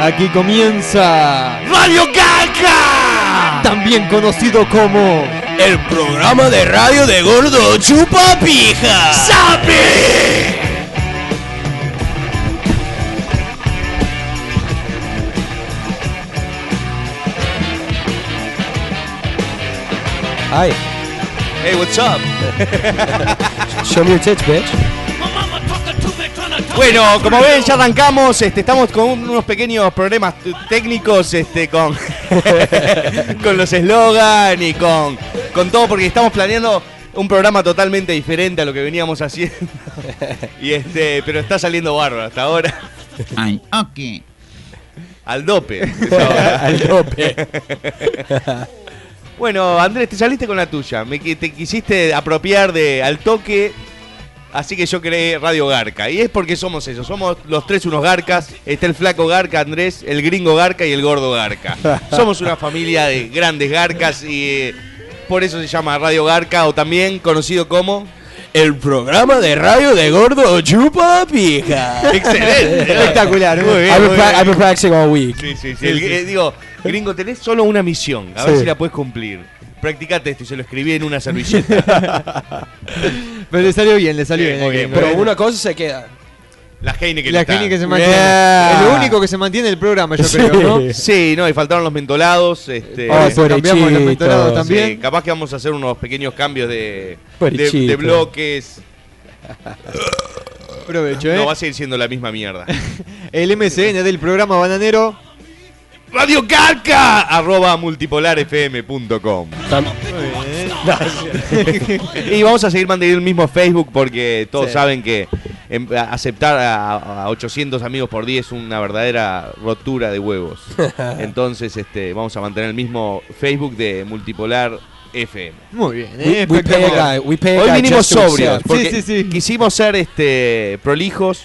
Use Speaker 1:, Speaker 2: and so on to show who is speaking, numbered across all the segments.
Speaker 1: Aquí comienza
Speaker 2: Radio Caca,
Speaker 1: también conocido como
Speaker 2: el programa de radio de gordo chupa pija. ¡Sapi!
Speaker 1: Ay,
Speaker 2: Hey, what's up?
Speaker 1: show me your tits, bitch.
Speaker 2: Bueno, como ven, ya arrancamos. Este, estamos con unos pequeños problemas t- técnicos este, con, con los eslogan y con, con todo, porque estamos planeando un programa totalmente diferente a lo que veníamos haciendo. Y este, pero está saliendo bárbaro hasta ahora.
Speaker 3: Ay, ok.
Speaker 2: Al dope.
Speaker 1: Al tope.
Speaker 2: Bueno, Andrés, te saliste con la tuya. Me, qui- te quisiste apropiar de al toque. Así que yo creé Radio Garca. Y es porque somos eso. Somos los tres unos garcas. Está el flaco Garca, Andrés, el gringo Garca y el gordo Garca. Somos una familia de grandes garcas y eh, por eso se llama Radio Garca o también conocido como...
Speaker 4: El programa de radio de gordo chupa pija.
Speaker 2: Excelente.
Speaker 1: Espectacular,
Speaker 2: Muy bien,
Speaker 4: I've
Speaker 2: muy
Speaker 4: been, pra-
Speaker 2: bien.
Speaker 4: I've been practicing all week.
Speaker 2: Sí, sí, sí. El- eh, digo, gringo, tenés solo una misión. A ver
Speaker 4: Sí.
Speaker 2: si la puedes cumplir. Practicate esto y se lo escribí en una servilleta.
Speaker 1: Pero le salió bien, le salió
Speaker 2: Sí,
Speaker 1: bien.
Speaker 2: muy
Speaker 1: al
Speaker 2: bien,
Speaker 1: gringo.
Speaker 4: Pero
Speaker 2: bien.
Speaker 4: una cosa se queda.
Speaker 2: La Heineken
Speaker 1: la
Speaker 2: está.
Speaker 1: gente que se mantiene.
Speaker 4: Yeah.
Speaker 1: Es lo único que se mantiene el programa, yo creo, ¿no?
Speaker 4: Sí.
Speaker 2: Sí, no, y faltaron los mentolados. Este,
Speaker 1: Ahora
Speaker 4: Ah,
Speaker 1: sí, cambiamos los
Speaker 4: pobrecitos.
Speaker 1: mentorados
Speaker 2: sí,
Speaker 1: también.
Speaker 2: capaz que vamos a hacer unos pequeños cambios de, de,
Speaker 4: Pobrecito.
Speaker 2: de bloques.
Speaker 1: Aprovecho, ¿eh?
Speaker 2: No va a seguir siendo la misma mierda.
Speaker 1: El MCN del programa Bananero.
Speaker 2: Radio Garca, arroba multipolarfm.com.
Speaker 4: Tam-
Speaker 2: y vamos a seguir manteniendo el mismo Facebook porque todos
Speaker 1: Sí.
Speaker 2: saben que em, a- aceptar a, a 800 amigos por día es una verdadera rotura de huevos. Entonces, este, vamos a mantener el mismo Facebook de Multipolar FM.
Speaker 1: Muy bien,
Speaker 4: We,
Speaker 1: ¿eh?
Speaker 4: we pay a
Speaker 1: Espectacular.
Speaker 4: guy. We pay a
Speaker 2: Hoy
Speaker 4: guy
Speaker 2: vinimos
Speaker 4: just to
Speaker 2: sobrios,
Speaker 4: accept.
Speaker 2: porque
Speaker 1: Sí, sí, sí.
Speaker 2: quisimos ser este prolijos.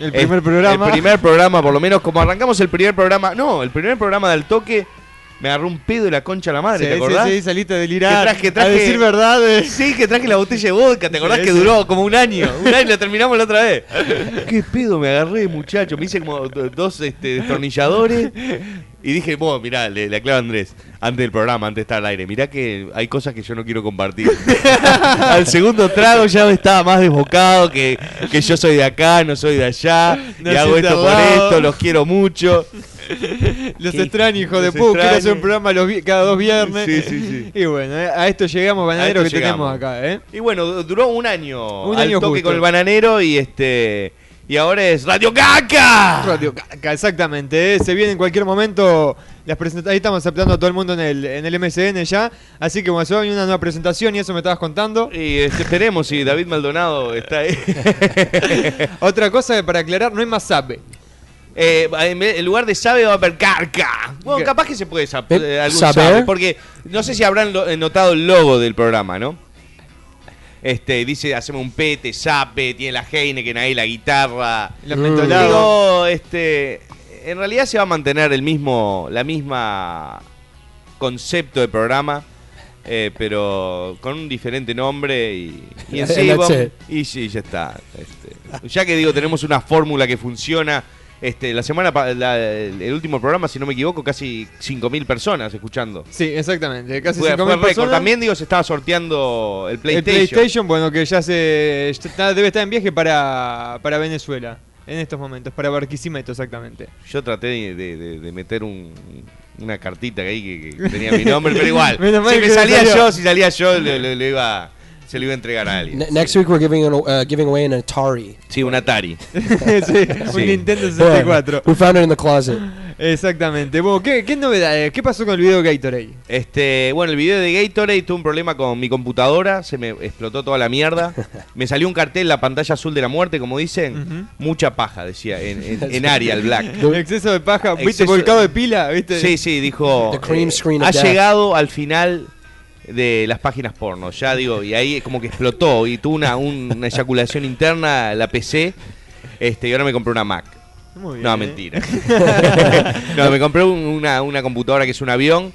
Speaker 1: El primer
Speaker 2: Es-
Speaker 1: programa.
Speaker 2: eh, El primer programa, por lo menos, como arrancamos el primer programa. No, el primer programa del toque me agarró un pedo y la concha a la madre,
Speaker 1: Sí,
Speaker 2: ¿te
Speaker 1: sí,
Speaker 2: acordás?
Speaker 1: Sí,
Speaker 2: Sí,
Speaker 1: saliste a delirar.
Speaker 2: Que traje-
Speaker 1: A
Speaker 2: traje-
Speaker 1: decir verdades.
Speaker 2: que traje la botella de vodka, ¿te acordás
Speaker 1: Sí,
Speaker 2: que
Speaker 1: sí.
Speaker 2: duró como un año? Un año y la terminamos la otra vez. Qué pedo me agarré, muchacho. Me hice como do- dos este, destornilladores. Y dije, bueno, mirá, le, le aclaro a Andrés, antes del programa, antes de estar al aire, mirá que hay cosas que yo no quiero compartir. al segundo trago ya me estaba más desbocado que, que yo soy de acá, no soy de allá,
Speaker 1: No
Speaker 2: y hago
Speaker 1: siento
Speaker 2: esto por
Speaker 1: al lado.
Speaker 2: esto, los quiero mucho.
Speaker 1: Los
Speaker 2: ¿Qué?
Speaker 1: extraños, hijo de
Speaker 2: Los
Speaker 1: puta. Quiero hacer
Speaker 2: extraño.
Speaker 1: un programa los vi- cada dos viernes.
Speaker 2: Sí, sí, sí.
Speaker 1: Y bueno, eh, a esto llegamos, Bananero,
Speaker 2: A
Speaker 1: que
Speaker 2: esto
Speaker 1: tenemos
Speaker 2: llegamos.
Speaker 1: acá, ¿eh?
Speaker 2: Y bueno, du- duró un año
Speaker 1: Un
Speaker 2: al
Speaker 1: año
Speaker 2: toque
Speaker 1: justo.
Speaker 2: con el bananero y este y ahora es Radio Caca.
Speaker 1: Radio Caca, exactamente. ¿eh? Se viene en cualquier momento. Las presenta- Ahí estamos aceptando a todo el mundo en el, en el MSN ya. Así que bueno, se va a venir una nueva presentación y eso me estabas contando.
Speaker 2: Y este, esperemos si David Maldonado está ahí.
Speaker 1: Otra cosa que para aclarar, no hay más sabe.
Speaker 2: Eh, en vez- en lugar de sabe va a haber carca. Bueno,
Speaker 1: ¿Qué?
Speaker 2: capaz que se puede sa-
Speaker 4: Eh,
Speaker 2: eh, algún
Speaker 4: saber.
Speaker 2: sabe, porque no sé si habrán lo- eh, notado el logo del programa, ¿no? Este, dice, hacemos un pete, sape, tiene la Heineken ahí, la guitarra.
Speaker 1: Los
Speaker 4: Mm.
Speaker 1: mentolados.
Speaker 2: Digo, este, en realidad se va a mantener el mismo, la misma concepto de programa, eh, pero con un diferente nombre y, y en sí,
Speaker 4: And that's
Speaker 2: vamos-
Speaker 4: it.
Speaker 2: y sí, ya está. este. ya que digo, tenemos una fórmula que funciona. Este, la semana, pa- la- el el último programa, si no me equivoco, casi 5.000 personas escuchando.
Speaker 1: Sí, exactamente. Casi
Speaker 2: Fue-
Speaker 1: 5.000
Speaker 2: fue récord.
Speaker 1: personas.
Speaker 2: También digo, se estaba sorteando el
Speaker 1: El
Speaker 2: PlayStation.
Speaker 1: PlayStation, bueno, que ya se está- debe estar en viaje para, para Venezuela en estos momentos, para Barquisimeto exactamente.
Speaker 2: Yo traté de, de- de- de meter un- una cartita que ahí que, que tenía mi nombre, pero igual.
Speaker 1: Menos mal
Speaker 2: si me
Speaker 1: que
Speaker 2: salía
Speaker 1: salió.
Speaker 2: yo, si salía yo, le, le- le iba, se lo iba a entregar a alguien.
Speaker 4: Ne- Next week we're giving an, uh, giving away an Atari.
Speaker 2: Sí, un Atari.
Speaker 1: Sí,
Speaker 2: Sí.
Speaker 1: un Nintendo 64.
Speaker 4: We found it in the closet.
Speaker 1: Exactamente. Bueno, ¿qué, qué novedades? ¿Qué pasó con el video Gatorade?
Speaker 2: Este, bueno, el video de Gatorade tuve un problema con mi computadora, se me explotó toda la mierda. Me salió un cartel, la pantalla azul de la muerte, como dicen,
Speaker 1: Ujú.
Speaker 2: mucha paja, decía, en, en, en Arial Black.
Speaker 1: El exceso de paja, viste,
Speaker 2: Exceso-
Speaker 1: volcado de pila, viste.
Speaker 2: Sí, sí, dijo.
Speaker 4: Este The cream
Speaker 2: eh,
Speaker 4: screen of
Speaker 2: ha
Speaker 4: death.
Speaker 2: llegado al final de las páginas porno, ya digo, y ahí como que explotó y tuvo una, un- una eyaculación interna la PC, este, y ahora me compré una Mac.
Speaker 1: Muy bien,
Speaker 2: No,
Speaker 1: ¿eh?
Speaker 2: mentira. no, me compré un- una, una computadora que es un avión.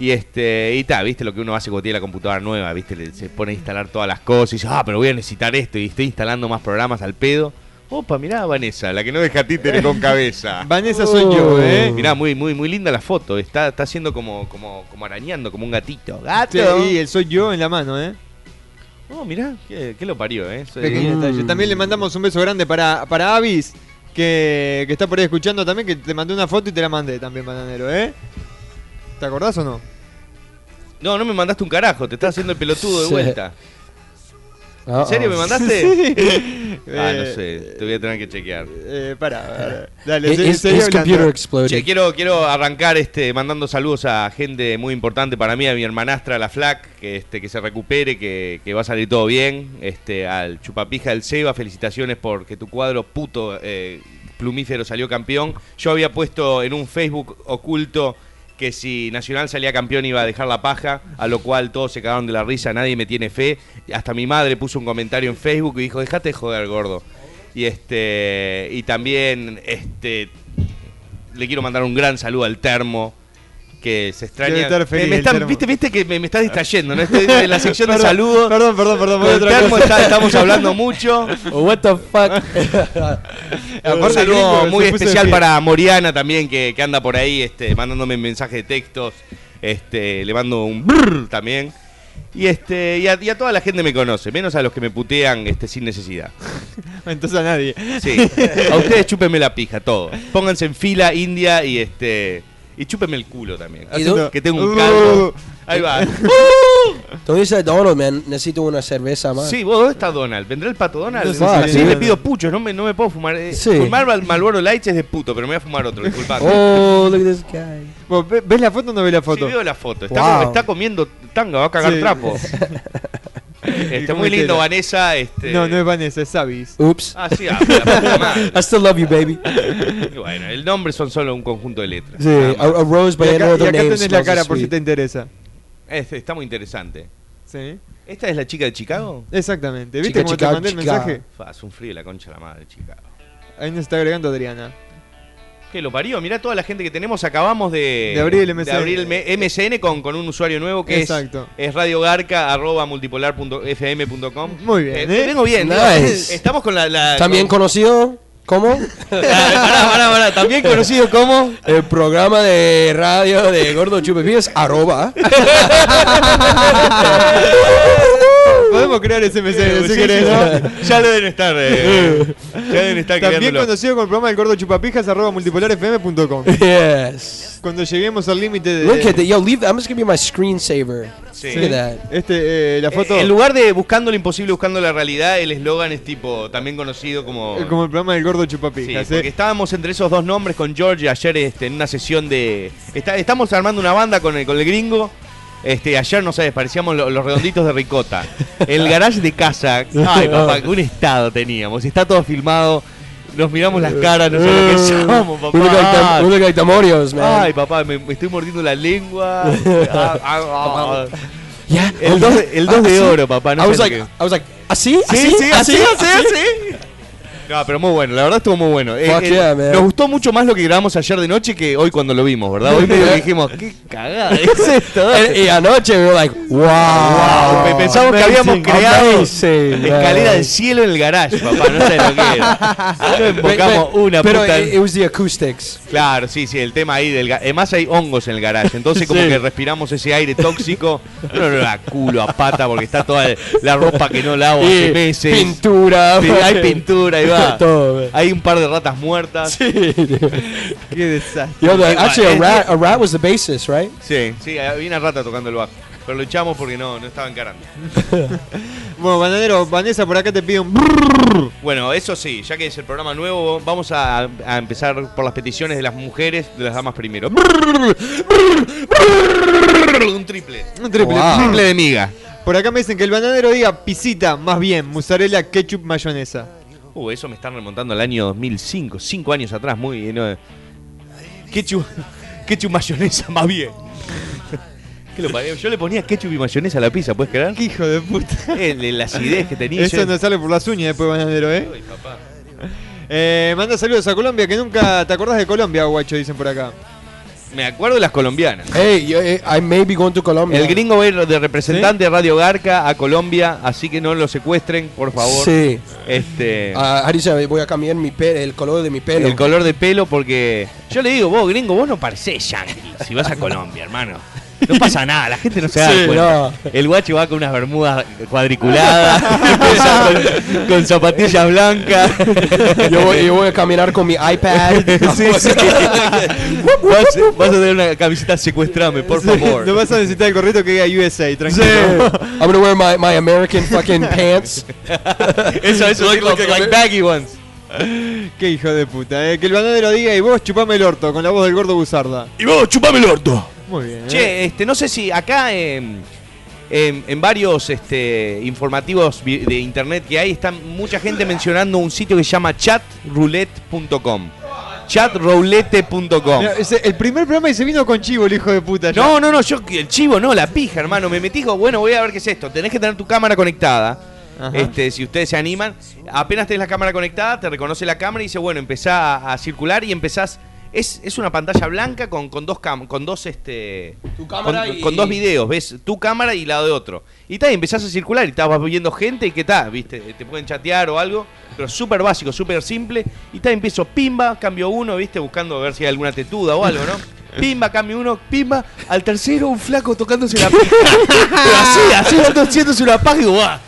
Speaker 2: Y este, y ta, viste lo que uno hace cuando tiene la computadora nueva, viste, le- se pone a instalar todas las cosas y dice, ah, pero voy a necesitar esto, y estoy instalando más programas al pedo. Opa, mirá Vanessa, la que no deja títere con cabeza.
Speaker 1: Vanessa soy
Speaker 2: Oh.
Speaker 1: yo, ¿eh?
Speaker 2: Mirá, muy, muy, muy linda la foto. Está, está haciendo como, como, como arañando, como un gatito.
Speaker 1: Sí,
Speaker 2: ¡Gato!
Speaker 1: y el soy yo en la mano, ¿eh?
Speaker 2: Oh, mirá, qué, qué lo parió, ¿eh? Soy-
Speaker 1: Pequeño detalle. También le mandamos un beso grande para, para Avis, que, que está por ahí escuchando también, que te mandé una foto y te la mandé también, bananero, ¿eh? ¿Te acordás o no?
Speaker 2: No, no me mandaste un carajo, te estás haciendo el pelotudo de
Speaker 4: Sí.
Speaker 2: vuelta.
Speaker 4: Uh-oh.
Speaker 2: ¿En
Speaker 1: ah.
Speaker 2: serio me mandaste? Ah, no
Speaker 1: Eh,
Speaker 2: sé, te voy a tener que chequear.
Speaker 1: Eh, para, dale,
Speaker 4: His,
Speaker 1: se-
Speaker 4: his-
Speaker 1: seguí
Speaker 4: his
Speaker 1: hablando.
Speaker 4: computer exploded.
Speaker 2: Che, quiero, quiero arrancar este, mandando saludos a gente muy importante para mí, a mi hermanastra, la Flac, que, este, que se recupere, que, que va a salir todo bien. Este, al Chupapija del Seba, felicitaciones porque tu cuadro puto eh, plumífero salió campeón. Yo había puesto en un Facebook oculto que si Nacional salía campeón iba a dejar la paja, a lo cual todos se cagaron de la risa, nadie me tiene fe. Hasta mi madre puso un comentario en Facebook y dijo, dejate de joder, gordo. Y este. Y también este. Le quiero mandar un gran saludo al termo. Que se extraña.
Speaker 1: Debe estar feliz
Speaker 2: Me- me
Speaker 1: el
Speaker 2: está-
Speaker 1: Termo.
Speaker 2: ¿viste, viste que me, me está distrayendo, ¿no? Estoy en la sección de
Speaker 1: Perdón,
Speaker 2: saludos.
Speaker 1: Perdón, perdón, perdón.
Speaker 2: Con
Speaker 1: voy a
Speaker 2: el
Speaker 1: otra
Speaker 2: termo
Speaker 1: cosa.
Speaker 2: está- estamos hablando mucho.
Speaker 4: Oh, what the fuck?
Speaker 2: Un
Speaker 1: Aparte, el
Speaker 2: saludo
Speaker 1: gringo
Speaker 2: muy
Speaker 1: se puso de
Speaker 2: especial
Speaker 1: pie.
Speaker 2: para Moriana también, que, que anda por ahí este, mandándome mensajes de textos. Este, le mando un brrr también. Y, este, y, a, y a toda la gente me conoce, menos a los que me putean este, sin necesidad.
Speaker 1: Entonces a nadie.
Speaker 2: Sí. A ustedes chúpenme la pija, todo. Pónganse en fila, India y este. Y chúpenme el culo también.
Speaker 4: ¿Y dónde-
Speaker 2: Que tengo un
Speaker 1: Uh.
Speaker 2: caldo. Ahí va.
Speaker 4: Tú dices Donald, man. Necesito una cerveza más.
Speaker 2: Sí, vos, ¿dónde está Donald? ¿Vendrá el pato Donald?
Speaker 1: No sé
Speaker 4: si
Speaker 2: Así
Speaker 4: viene.
Speaker 2: le pido puchos, no me, no me puedo fumar. eh.
Speaker 4: Sí.
Speaker 2: Fumar Mal- Malboro Lights es de puto, pero me voy a fumar otro, disculpame.
Speaker 4: Oh, look at this guy.
Speaker 1: ¿Vos ve- ¿Ves la foto o no ves la
Speaker 2: Sí,
Speaker 1: foto?
Speaker 2: veo la foto. Está,
Speaker 4: Wow.
Speaker 2: está comiendo tanga, va a cagar
Speaker 1: Sí.
Speaker 2: trapo. Está
Speaker 1: ¿Cómo
Speaker 2: muy
Speaker 1: te
Speaker 2: lindo,
Speaker 1: la-
Speaker 2: Vanessa. Este...
Speaker 1: No, no es Vanessa, es Avis.
Speaker 4: Oops.
Speaker 2: Ah, sí, ah, la puta madre.
Speaker 4: I still love you, baby.
Speaker 2: Y Bueno, el nombre son solo un conjunto de letras.
Speaker 4: Sí,
Speaker 2: nada
Speaker 4: a,
Speaker 2: más.
Speaker 4: a rose
Speaker 1: Y
Speaker 4: by
Speaker 1: acá,
Speaker 4: another
Speaker 1: y
Speaker 4: name
Speaker 1: acá tenés la
Speaker 4: smells so
Speaker 1: cara por si
Speaker 4: sweet.
Speaker 1: te interesa.
Speaker 2: Este, está muy interesante.
Speaker 1: Sí.
Speaker 2: ¿Esta es la chica de Chicago?
Speaker 1: Exactamente.
Speaker 4: Chica,
Speaker 1: ¿Viste cómo
Speaker 4: chica,
Speaker 1: te mandé el
Speaker 4: chica.
Speaker 1: mensaje?
Speaker 2: Fa, hace un frío de la concha de la madre, Chicago.
Speaker 1: Ahí nos está agregando Adriana.
Speaker 2: Que lo parió, mirá toda la gente que tenemos. Acabamos de,
Speaker 1: De abrir el MSN.
Speaker 2: de abrir el me- MSN con, con un usuario nuevo que es-
Speaker 1: Exacto.
Speaker 2: es, radiogarca arroba multipolar.fm.com.
Speaker 1: Muy bien, ¿eh?
Speaker 2: Vengo bien. digo,
Speaker 4: Nice.
Speaker 2: Estamos con la. la-
Speaker 4: También
Speaker 2: con-
Speaker 4: conocido como
Speaker 2: pará, pará, pará. También conocido como.
Speaker 4: el programa de radio de Gordo Chupepías, arroba.
Speaker 1: Podemos crear ese MCN si
Speaker 2: Sí,
Speaker 1: querés,
Speaker 2: sí,
Speaker 1: ¿no?
Speaker 2: sí. Ya lo deben estar. eh, ya deben estar
Speaker 1: También
Speaker 2: creándolo.
Speaker 1: conocido como el programa del gordo chupapijas arroba multipolarfm.com.
Speaker 4: yes.
Speaker 1: Cuando lleguemos al límite de...
Speaker 4: Look at that. Yo, leave. I'm just gonna be my screensaver.
Speaker 2: Sí.
Speaker 4: Look at that.
Speaker 1: Este, eh, la foto...
Speaker 2: Eh, En lugar de buscando lo imposible, buscando la realidad, el eslogan es tipo, también conocido como...
Speaker 1: eh, Como el programa del gordo
Speaker 2: Sí,
Speaker 1: chupapijas,
Speaker 2: porque
Speaker 1: ¿eh?
Speaker 2: estábamos entre esos dos nombres con George ayer este, en una sesión de... está- estamos armando una banda con el, con el gringo. Este, ayer, no sabes, parecíamos lo- los redonditos de ricota. El garage de casa. Ay, papá, un estado teníamos. Está todo filmado. Nos miramos las caras, no sé lo que somos, papá.
Speaker 4: We look like,
Speaker 2: Ay,
Speaker 4: the, we look like Demorios, man.
Speaker 2: Ay, papá, me, me estoy mordiendo la lengua. Ah, ah, ah.
Speaker 4: yeah.
Speaker 2: El 2 el dos de
Speaker 4: Así.
Speaker 2: oro, papá. No
Speaker 4: ¿Ah, I
Speaker 2: sé
Speaker 4: was
Speaker 2: lo
Speaker 4: like,
Speaker 2: que-
Speaker 4: I was like, así, así,
Speaker 2: No, pero muy bueno, la verdad estuvo muy bueno. Eh,
Speaker 4: Fuck
Speaker 2: eh,
Speaker 4: yeah, man.
Speaker 2: nos gustó mucho más lo que grabamos ayer de noche que hoy cuando lo vimos, ¿verdad? Hoy medio que dijimos, qué cagada es esto.
Speaker 4: And- y anoche we were like, wow.
Speaker 2: Wow, pensamos que habíamos creado
Speaker 4: Amazing, man.
Speaker 2: escalera del cielo en el garage, papá, no sé lo que era. Solo
Speaker 4: But-
Speaker 2: invocamos
Speaker 4: but-
Speaker 2: una
Speaker 4: pero eh,
Speaker 2: puta.
Speaker 4: it, it was the acoustics.
Speaker 2: Claro, sí, sí, el tema ahí del ga- Además hay hongos en el garage, entonces como que respiramos ese aire tóxico, no no, a culo, a pata, porque está toda la ropa que no lavo hace
Speaker 4: Y
Speaker 2: meses.
Speaker 4: pintura.
Speaker 2: Sí, hay pintura, ahí va.
Speaker 4: Todo, man.
Speaker 2: Hay un par de ratas muertas.
Speaker 4: Sí, dude.
Speaker 1: Qué desastre.
Speaker 4: Yo, the-
Speaker 2: Igual,
Speaker 4: actually,
Speaker 2: eh,
Speaker 4: a rat, a rat was the basis, right?
Speaker 2: Sí, sí, había una rata tocando el bajo. Pero lo echamos porque no, no estaba encarando.
Speaker 1: Bueno, bananero, Vanessa por acá te pide un... brrrr.
Speaker 2: Bueno, eso sí, ya que es el programa nuevo, vamos a, a empezar por las peticiones de las mujeres, de las damas primero. Un triple.
Speaker 1: Un triple.
Speaker 4: Wow.
Speaker 2: Un triple de miga.
Speaker 1: Por acá me dicen que el bananero diga pisita, más bien, mozzarella, ketchup, mayonesa.
Speaker 2: Uh, eso me están remontando al año 2005, cinco años atrás, muy bien. ¿no? Ketchup, ketchup mayonesa, más bien. ¿Qué lo parió? Yo le ponía ketchup y mayonesa a la pizza, ¿puedes creer? Eh,
Speaker 1: Qué hijo de puta.
Speaker 2: El, la acidez que tenía.
Speaker 1: Eso
Speaker 2: yo-
Speaker 1: no sale por las uñas después, bananero, ¿eh?
Speaker 2: Ay, papá.
Speaker 1: Eh, manda saludos a Colombia, que nunca te acordás de Colombia, guacho, dicen por acá.
Speaker 2: me acuerdo de las colombianas.
Speaker 3: Hey, yo, eh, I may be going to Colombia.
Speaker 2: El gringo va a ir de representante de Radio Garca a Colombia, así que no lo secuestren, por favor.
Speaker 3: Sí.
Speaker 2: Este,
Speaker 3: Ah, Harry sabe, voy a cambiar mi pe- el color de mi pelo.
Speaker 2: el color de pelo, porque yo le digo, vos, gringo, vos no parecés yankee si vas a Colombia, hermano. No pasa nada, la gente no se da
Speaker 3: Sí,
Speaker 2: cuenta.
Speaker 3: no.
Speaker 2: El guacho va con unas bermudas cuadriculadas, con, con zapatillas blancas.
Speaker 3: yo, voy, yo voy a caminar con mi iPad.
Speaker 2: Sí, sí. Vas, vas a tener una camiseta secuestrame, por favor.
Speaker 1: No vas a necesitar el gorrito que diga USA, tranquilo.
Speaker 3: I'm gonna wear my, my American fucking pants.
Speaker 2: Eso, eso,
Speaker 3: Look
Speaker 2: like,
Speaker 3: like a
Speaker 2: like
Speaker 3: bit-
Speaker 2: baggy ones.
Speaker 1: Qué hijo de puta, eh. Que el bananero diga y vos chupame el orto con la voz del gordo Buzarda.
Speaker 4: Y vos, chupame el orto.
Speaker 1: Muy bien. eh.
Speaker 2: Che, este, no sé si acá em, em, en varios este, informativos vi- de internet que hay, está mucha gente mencionando un sitio que se llama chatroulette.com. Chatroulette.com.
Speaker 1: Mirá, ese- el primer programa y se vino con chivo el hijo de puta. ya.
Speaker 2: No, no, no, yo el chivo, no, la pija, hermano. Me metí, dijo, bueno, voy a ver qué es esto. Tenés que tener tu cámara conectada.
Speaker 1: Ajá.
Speaker 2: Este, si ustedes se animan, apenas tenés la cámara conectada, te reconoce la cámara y dice, bueno, empezá a, a circular y empezás. Es, es una pantalla blanca con, con dos cam con dos este
Speaker 3: Tu cámara
Speaker 2: con,
Speaker 3: y-
Speaker 2: con dos videos, ves tu cámara y la de otro. Y tal, y empezás a circular y estás vas viendo gente y qué tal, viste, eh, te pueden chatear o algo, pero súper básico, súper simple. Y tal, empiezo pimba, cambio uno, viste, buscando a ver si hay alguna tetuda o algo, ¿no? Pimba, cambio uno, pimba, al tercero un flaco tocándose la pija. Pero así, así ando haciéndose una paja y digo, "Buah,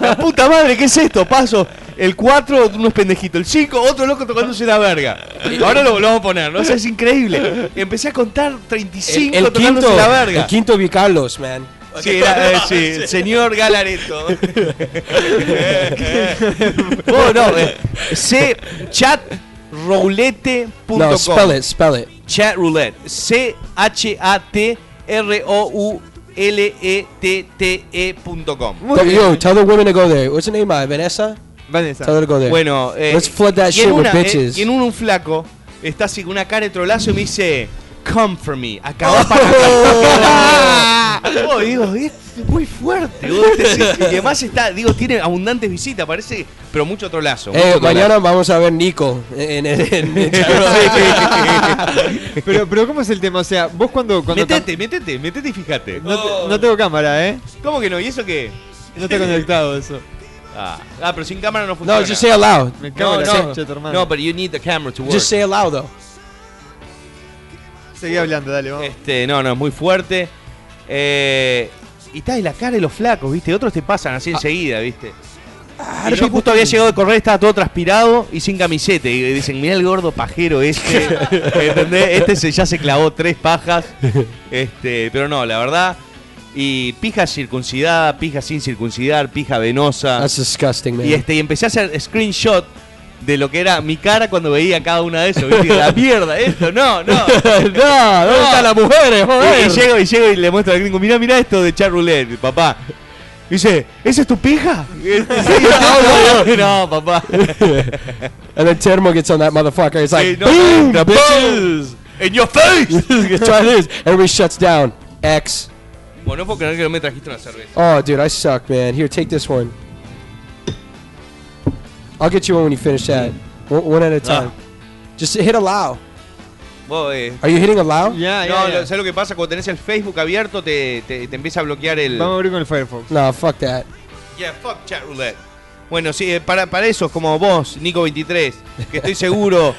Speaker 2: La puta madre, ¿qué es esto? Paso. El 4, unos pendejitos. El 5, otro loco tocándose la verga. Ahora lo, lo vamos a poner, ¿no? O sea, es increíble. Empecé a contar 35 tocándose la verga.
Speaker 3: el quinto vi Carlos, man.
Speaker 2: Sí, era, eh, sí, el señor Galareto. oh, no, eh, C chatroulette.com.
Speaker 3: No, spell it, spell it.
Speaker 2: Chat roulette. C H A T R O U L E T T E E.com.
Speaker 1: Muy
Speaker 3: But
Speaker 1: bien.
Speaker 3: yo, tell the women to go there. What's her name? Uh, Vanessa?
Speaker 1: Vanessa.
Speaker 3: Tell her to go there.
Speaker 2: Bueno, eh,
Speaker 3: Let's flood that
Speaker 2: y en
Speaker 3: shit with
Speaker 2: una, eh,
Speaker 3: bitches.
Speaker 2: y en uno un flaco está así con una cara de trolazo y me dice, come for me, acabá para acá. Oh, digo, es muy fuerte. vos, este sí. y además está, digo, tiene abundantes visitas, parece, pero mucho trolazo.
Speaker 3: Eh,
Speaker 2: mucho
Speaker 3: mañana vamos a ver Nico en, en- en- en-
Speaker 1: Pero, pero ¿cómo es el tema? O sea, vos cuando...
Speaker 2: trolazo.
Speaker 1: cuando
Speaker 2: Metete, metete, metete y fíjate.
Speaker 1: No, te- no tengo cámara, ¿eh?
Speaker 2: ¿Cómo que no? ¿Y eso qué?
Speaker 1: No está conectado eso.
Speaker 2: Ah, ah, pero sin cámara no funciona.
Speaker 3: No, just say it loud.
Speaker 1: Me cago
Speaker 2: no,
Speaker 1: en la
Speaker 2: no,
Speaker 1: concha de tu hermano.
Speaker 2: no, but you need the camera to work.
Speaker 3: Just say it loud though.
Speaker 1: Seguí hablando, dale, vamos.
Speaker 2: Este, no, no, es muy fuerte. Eh, y está de la cara de los flacos, ¿viste? Otros te pasan así enseguida, ¿viste? Y yo justo había llegado de correr, estaba todo transpirado y sin camisete. Y dicen, mirá el gordo pajero este. ¿Entendés? Este se- ya se clavó tres pajas. Este, pero no, la verdad. Y pija circuncidada, pija sin circuncidar, pija venosa.
Speaker 3: That's disgusting, man.
Speaker 2: Y este, y empecé a hacer screenshot de lo que era mi cara cuando veía cada una de esos. ¿viste? La mierda, esto, no, no.
Speaker 3: no, ¿dónde
Speaker 2: No.
Speaker 3: están las mujeres?
Speaker 2: Y, y
Speaker 3: Joder.
Speaker 2: llego y llego y le muestro al gringo, mirá, mirá esto de Char Roulette, papá. Y dice, ¿esa es tu pija? Y él, "Sí, no, no, no, papá.
Speaker 3: And then Termo gets on that motherfucker. It's like,
Speaker 2: Sí, no,
Speaker 3: boom,
Speaker 2: the
Speaker 3: bitches.
Speaker 2: In your face.
Speaker 3: Try this. Everybody shuts down. X.
Speaker 2: Bueno, no puedo creer que no me trajiste una cerveza.
Speaker 3: Oh, dude, I suck, man. Here, take this one. I'll get you one when you finish that. One, one at a
Speaker 2: Ah.
Speaker 3: time. Just hit allow.
Speaker 2: Vos, eh,
Speaker 3: Are you hitting allow?
Speaker 1: Ya, ya, ya.
Speaker 2: no, lo- ¿sabes lo que pasa? Cuando tenés el Facebook abierto te, te, te empieza a bloquear el...
Speaker 1: Vamos a abrir con el Firefox.
Speaker 3: Nah, fuck that.
Speaker 2: Yeah, fuck Chat Roulette. Bueno, sí, eh, para, para esos como vos, Nico23, que estoy seguro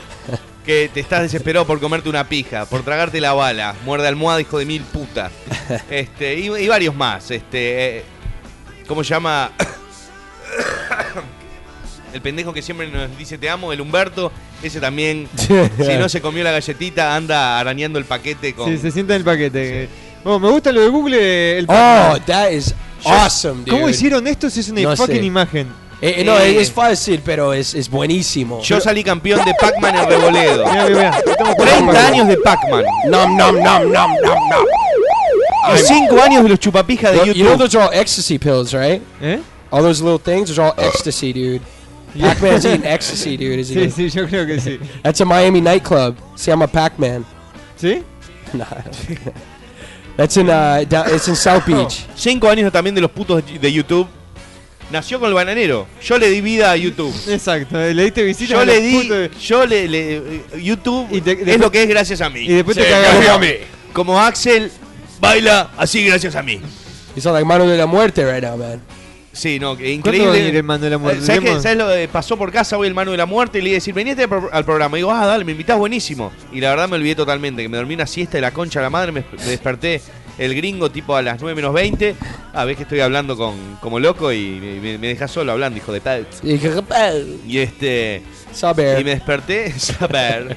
Speaker 2: que te estás desesperado por comerte una pija, por tragarte la bala, muerde almohada, hijo de mil puta. Este, y, y varios más. Este, eh, ¿Cómo se llama? El pendejo que siempre nos dice te amo, el Humberto, ese también, si no se comió la galletita, anda arañando el paquete con...
Speaker 1: Sí, se sienta en el paquete. Bueno, me gusta lo de Google, el
Speaker 3: oh, that is awesome, dude.
Speaker 1: ¿Cómo hicieron esto si es una
Speaker 3: No
Speaker 1: fucking
Speaker 3: sé.
Speaker 1: imagen?
Speaker 3: Eh, eh, no,
Speaker 2: Eh.
Speaker 3: es fácil, pero es, es buenísimo.
Speaker 2: Yo salí campeón de Pac-Man en Reboledo.
Speaker 1: Mirá, mirá, mirá. Estamos con-
Speaker 2: 30 años de Pac-Man.
Speaker 3: nom, nom, nom, nom, nom, nom.
Speaker 2: Y 5 años de los chupapijas de
Speaker 3: You,
Speaker 2: YouTube.
Speaker 3: you know those are all ecstasy pills, right?
Speaker 1: ¿Eh?
Speaker 3: All those little things, those are all
Speaker 2: Uh.
Speaker 3: ecstasy, dude. Pac-Man's eating ecstasy, dude. Is he?
Speaker 1: Sí, sí, yo creo que sí.
Speaker 3: That's a Miami nightclub. See, I'm a Pac-Man.
Speaker 1: ¿Sí?
Speaker 3: Nah. That's in uh, down, it's in South Beach.
Speaker 2: Oh. Cinco años también de los putos de YouTube. nació con el bananero. Yo le di vida a YouTube.
Speaker 1: Exacto, le diste visita
Speaker 2: Yo
Speaker 1: a
Speaker 2: le
Speaker 1: los
Speaker 2: di.
Speaker 1: putos de-
Speaker 2: Yo le. le- YouTube
Speaker 1: Y te-
Speaker 2: es
Speaker 1: después-
Speaker 2: lo que es gracias a mí.
Speaker 1: y después te
Speaker 2: Sí,
Speaker 1: cagaron.
Speaker 2: gracias a mí. Como Axel baila así gracias a mí.
Speaker 3: He's on like Mano de la Muerte right now, man.
Speaker 2: Sí, no, que
Speaker 1: ¿Cuándo va a venir
Speaker 2: increíble.
Speaker 1: el mano de la muerte?
Speaker 2: Eh, ¿Sabes qué?
Speaker 1: Tenemos-
Speaker 2: ¿Sabes lo de- pasó por casa hoy el mano de la muerte? Y le dije decir, veniste al pro- al programa. Y digo, ah, dale, me invitás buenísimo. Y la verdad me olvidé totalmente, que me dormí una siesta de la concha de la madre, me, desp- me desperté el gringo tipo a las 9 menos 20. A ver que estoy hablando con, como loco y me, me, me dejás solo hablando, hijo de tal. Y este.
Speaker 3: Saber.
Speaker 2: Y me desperté, saber.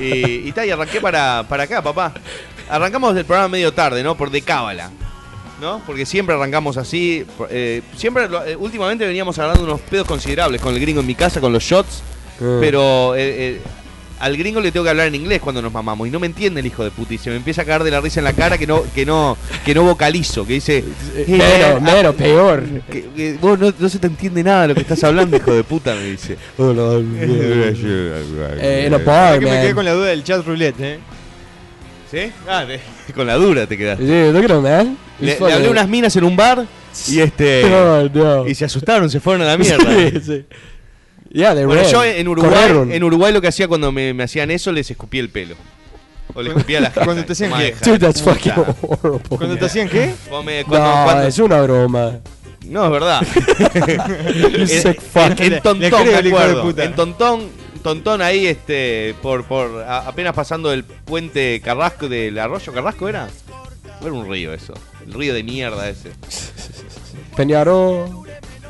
Speaker 2: y, y tal, y arranqué para, para acá, papá. Arrancamos del programa medio tarde, ¿no? Por de cábala. ¿No? Porque siempre arrancamos así. por- eh, siempre, lo- eh, últimamente veníamos agarrando unos pedos considerables con el gringo en mi casa, con los shots. Pero eh, eh, al gringo le tengo que hablar en inglés cuando nos mamamos. Y no me entiende el hijo de puta. Y se me empieza a caer de la risa en la cara que no, que no, que no vocalizo. Que dice. "Eh, ah,
Speaker 3: Mero, mero, peor.
Speaker 2: Que- que vos no, no se te entiende nada de lo que estás hablando, hijo de puta, me dice.
Speaker 3: Eh,
Speaker 2: En
Speaker 3: in a bar,
Speaker 1: que me quedé
Speaker 3: man.
Speaker 1: con la duda del chat roulette, eh.
Speaker 2: ¿Sí? Ah, te- con la dura te quedaste.
Speaker 3: Dude, look at him, man. He's
Speaker 2: Le, le
Speaker 3: fucking-
Speaker 2: hablé a unas minas en un bar y este.
Speaker 3: Oh, no.
Speaker 2: Y se asustaron, se fueron a la mierda.
Speaker 3: Sí, sí. Yeah, they
Speaker 2: Bueno,
Speaker 3: ran.
Speaker 2: yo en Uruguay,
Speaker 3: Corrieron.
Speaker 2: en Uruguay lo que hacía cuando me, me hacían eso, les escupí el pelo. O les escupía las
Speaker 1: Cuando te hacían qué.
Speaker 3: Dude, that's fucking horrible.
Speaker 1: Cuando te hacían qué?
Speaker 3: No, es una broma.
Speaker 2: No, es verdad.
Speaker 3: You
Speaker 2: en,
Speaker 3: sick
Speaker 2: en- en
Speaker 3: fuck.
Speaker 1: Le- le
Speaker 2: Tontón,
Speaker 1: creo
Speaker 2: me
Speaker 1: al hijo de
Speaker 2: acuerdo.
Speaker 1: puta.
Speaker 2: En Tontón, Tontón ahí, este, por, por a- apenas pasando el puente Carrasco, del arroyo Carrasco era. Era un río eso. El río de mierda ese.
Speaker 3: Peñarol.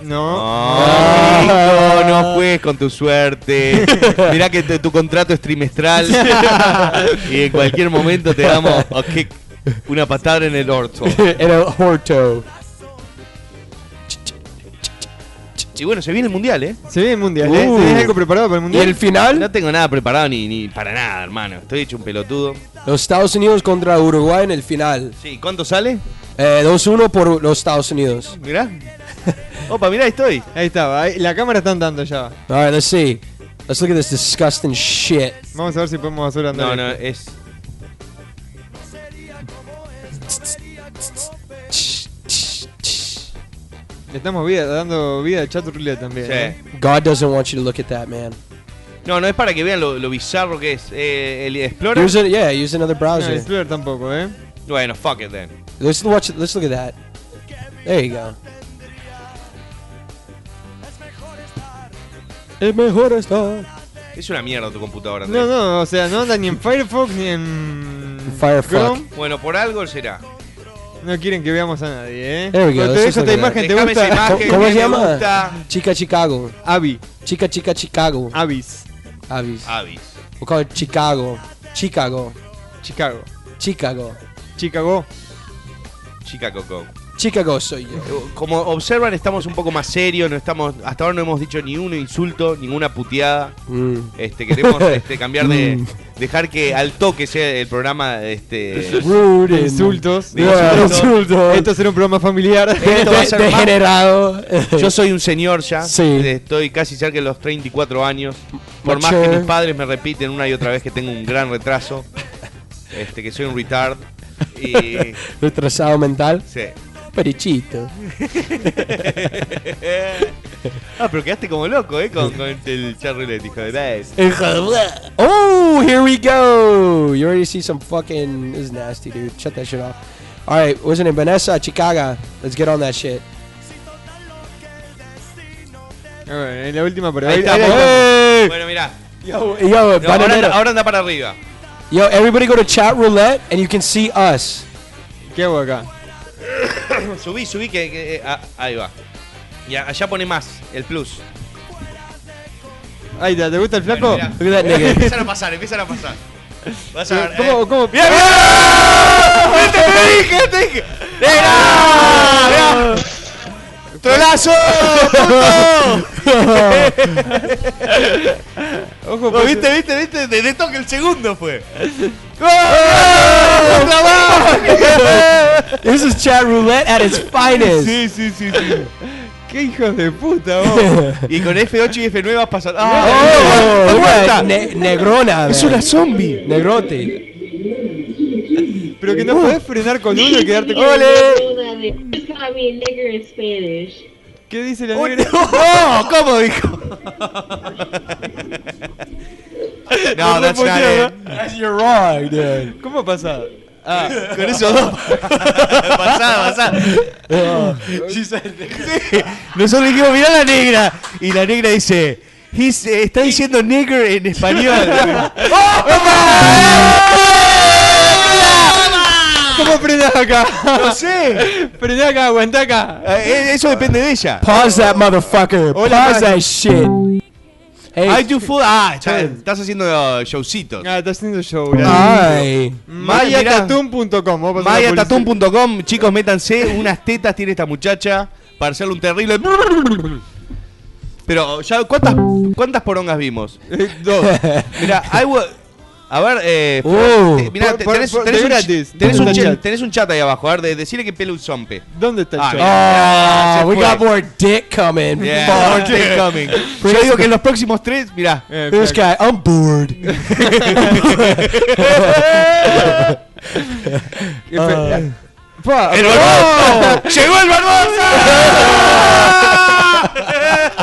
Speaker 1: No.
Speaker 2: Ah.
Speaker 1: Ah.
Speaker 2: No, Ah, no, no juegues con tu suerte. Mirá que te- tu contrato es trimestral. y en cualquier momento te damos a kick, una patada en el orto.
Speaker 3: en el Horto.
Speaker 2: Y bueno, se viene el mundial, ¿eh?
Speaker 1: Se viene el mundial, ¿eh?
Speaker 3: Uh.
Speaker 1: ¿Tenés algo preparado para el
Speaker 3: Y
Speaker 1: mundial?
Speaker 3: el final,
Speaker 2: No tengo nada preparado ni, ni para nada, hermano. Estoy hecho un pelotudo.
Speaker 3: los Estados Unidos contra Uruguay en el final.
Speaker 2: Sí, ¿cuánto sale?
Speaker 3: Eh, 2-1 por los Estados Unidos.
Speaker 2: Mirá. Opa, mirá, ahí estoy.
Speaker 1: Ahí estaba, ahí- la cámara está andando ya.
Speaker 3: Alright, let's see. Let's look at this disgusting shit.
Speaker 1: Vamos a ver si podemos hacer andar.
Speaker 2: No, no,
Speaker 1: esto.
Speaker 2: es.
Speaker 1: Le estamos vida- dando vida al chat roulette también. ¿eh?
Speaker 2: sí.
Speaker 3: God doesn't want you to look at that, man.
Speaker 2: No, no es para que vean lo, lo bizarro que es. Eh, el Explorer.
Speaker 3: Use it, yeah, use another
Speaker 2: Ah,
Speaker 1: No, el
Speaker 3: browser.
Speaker 1: Explorer tampoco, ¿eh?
Speaker 2: Bueno, fuck it then.
Speaker 3: Let's watch. Let's look at that. There you go. Es mejor estar.
Speaker 2: Es una mierda tu computadora. Andrés.
Speaker 1: No, no, o sea, no anda ni en Firefox ni en.
Speaker 3: Firefox.
Speaker 1: Chrome.
Speaker 2: Bueno, por algo será.
Speaker 1: No quieren que veamos a nadie, ¿eh?
Speaker 3: There we go,
Speaker 1: Pero te
Speaker 3: eso
Speaker 1: dejo
Speaker 3: es
Speaker 1: esta
Speaker 3: lo que
Speaker 1: imagen, ¿te
Speaker 2: Déjame esa
Speaker 1: gusta?
Speaker 2: imagen
Speaker 3: ¿Cómo
Speaker 2: Ah, que
Speaker 3: se
Speaker 2: me
Speaker 3: llama?
Speaker 2: gusta.
Speaker 3: Chica Chicago.
Speaker 1: Avi,
Speaker 3: Chica Chica Chicago.
Speaker 1: Avis,
Speaker 2: Ah.
Speaker 3: Avis.
Speaker 2: Avis.
Speaker 3: We'll call it Chicago. Chicago.
Speaker 1: Chicago,
Speaker 3: Chicago.
Speaker 1: Chicago.
Speaker 2: Chica Coco.
Speaker 3: Chicago soy yo.
Speaker 2: Como observan, estamos un poco más serios. No estamos, hasta ahora no hemos dicho ni un insulto, ninguna puteada.
Speaker 3: Mm.
Speaker 2: Este, queremos este, cambiar de.
Speaker 3: Mm.
Speaker 2: Dejar que al toque sea el programa. Este,
Speaker 3: Rude.
Speaker 1: Insultos.
Speaker 3: Yeah,
Speaker 2: Insultos.
Speaker 3: insultos.
Speaker 1: Esto será un programa familiar.
Speaker 2: esto va a ser más-
Speaker 3: degenerado.
Speaker 2: Yo soy un señor ya,
Speaker 3: Sí.
Speaker 2: estoy casi cerca de los 34 años. Por más que
Speaker 3: Mature.
Speaker 2: mis padres me repiten una y otra vez que tengo un gran retraso, este, que soy un retard. Y.
Speaker 3: Retrasado mental.
Speaker 2: Sí.
Speaker 3: Perichito.
Speaker 2: ah, pero quedaste como loco, ¿eh? Con, con el charroulette, hijo de la es.
Speaker 3: Oh, here we go. You already see some fucking. This is nasty, dude. Shut that shit off. All right, wasn't it Vanessa Chicago? Let's get on that shit.
Speaker 1: A ver, en la última por
Speaker 2: Ahí
Speaker 1: ahí.
Speaker 2: estamos.
Speaker 3: Hey!
Speaker 2: Bueno, mirá.
Speaker 3: Yo, yo,
Speaker 2: No, ahora, anda,
Speaker 3: bananero.
Speaker 2: ahora anda para arriba.
Speaker 3: yo, everybody go to chat roulette and you can see us.
Speaker 1: ¿Qué hago acá?
Speaker 2: Subí, subí, que. que- eh, ah, ahí va. Y a- allá pone más, el plus.
Speaker 1: Ahí está, ¿te gusta el flaco?
Speaker 2: Bueno, mirá.
Speaker 3: Look at that nigga.
Speaker 2: empiezan a pasar, empiezan a pasar. Vas a ver.
Speaker 1: ¿Cómo,
Speaker 2: eh.
Speaker 1: cómo?
Speaker 2: ¡Mirá, mirá! ¡Este te dije, este te dije! ¡Mirá! mirá! ¡Trolazo!
Speaker 1: Ojo,
Speaker 2: Lo
Speaker 1: pues,
Speaker 2: viste, viste, viste, de, de toque el segundo fue.
Speaker 3: this is chat roulette at its finest.
Speaker 1: Sí, sí, sí, sí. Qué hijos de puta, vos.
Speaker 2: Y con F8 y F9 vas pasando.
Speaker 3: Oh, look at that ne- negrona. Es una
Speaker 2: zombie!
Speaker 3: negrote.
Speaker 1: Pero que no podés frenar con uno y quedarte con
Speaker 5: It's gotta be nigger in Spanish.
Speaker 1: ¿Qué dice la negra?
Speaker 2: ¡No! ¿Cómo dijo? no, ¿eh? that's not it.
Speaker 3: You're wrong, dude.
Speaker 1: ¿Cómo pasa? Ah,
Speaker 2: Con esos dos. pasá, pasá. Sí. Nosotros le dijimos, mirá la negra. Y la negra dice, "He's- eh, está diciendo nigger en español. ¡Oh,
Speaker 1: ¿Cómo frenás acá?
Speaker 2: no sé.
Speaker 1: Frená acá, aguantá acá.
Speaker 2: Eh, Eso depende de ella.
Speaker 3: Pause that motherfucker. Pause that shit.
Speaker 2: Ay,
Speaker 3: Hey,
Speaker 2: you fool. Ah, está- estás haciendo showcitos.
Speaker 1: Ah, está haciendo show. gracias.
Speaker 3: ay.
Speaker 2: Maya
Speaker 1: Mayatatun.com. vos pasás la publicidad.
Speaker 2: Mayatatun.com, chicos, métanse. Unas tetas tiene esta muchacha para hacerle un terrible. Pero, ya ¿cuántas, cuántas porongas vimos?
Speaker 1: Eh, Dos.
Speaker 2: Mira, I wa- A ver, eh.
Speaker 3: Oh.
Speaker 2: te- mirá,
Speaker 1: Por-
Speaker 2: te-
Speaker 1: por-
Speaker 2: tenés,
Speaker 1: por-
Speaker 2: tenés
Speaker 1: de
Speaker 2: un, ch-
Speaker 1: gratis.
Speaker 2: tenés un
Speaker 1: Está
Speaker 2: ch-
Speaker 1: chat.
Speaker 2: tenés un chat ahí abajo. A ver, de- decirle que pele un zompe.
Speaker 1: ¿Dónde está el
Speaker 2: Ah,
Speaker 1: show?
Speaker 2: mira. Ah, se
Speaker 3: Oh, we
Speaker 2: fue.
Speaker 3: got more dick coming.
Speaker 2: Yeah,
Speaker 3: Fuck.
Speaker 2: more dick coming. Yo digo que en los próximos tres, mirá.
Speaker 1: Eh,
Speaker 3: This
Speaker 1: claro.
Speaker 3: guy, I'm bored.
Speaker 1: Eh, fe-
Speaker 3: Ay.
Speaker 1: Fa-
Speaker 2: ¡El Barbosa! ¡Llegó el Barbosa!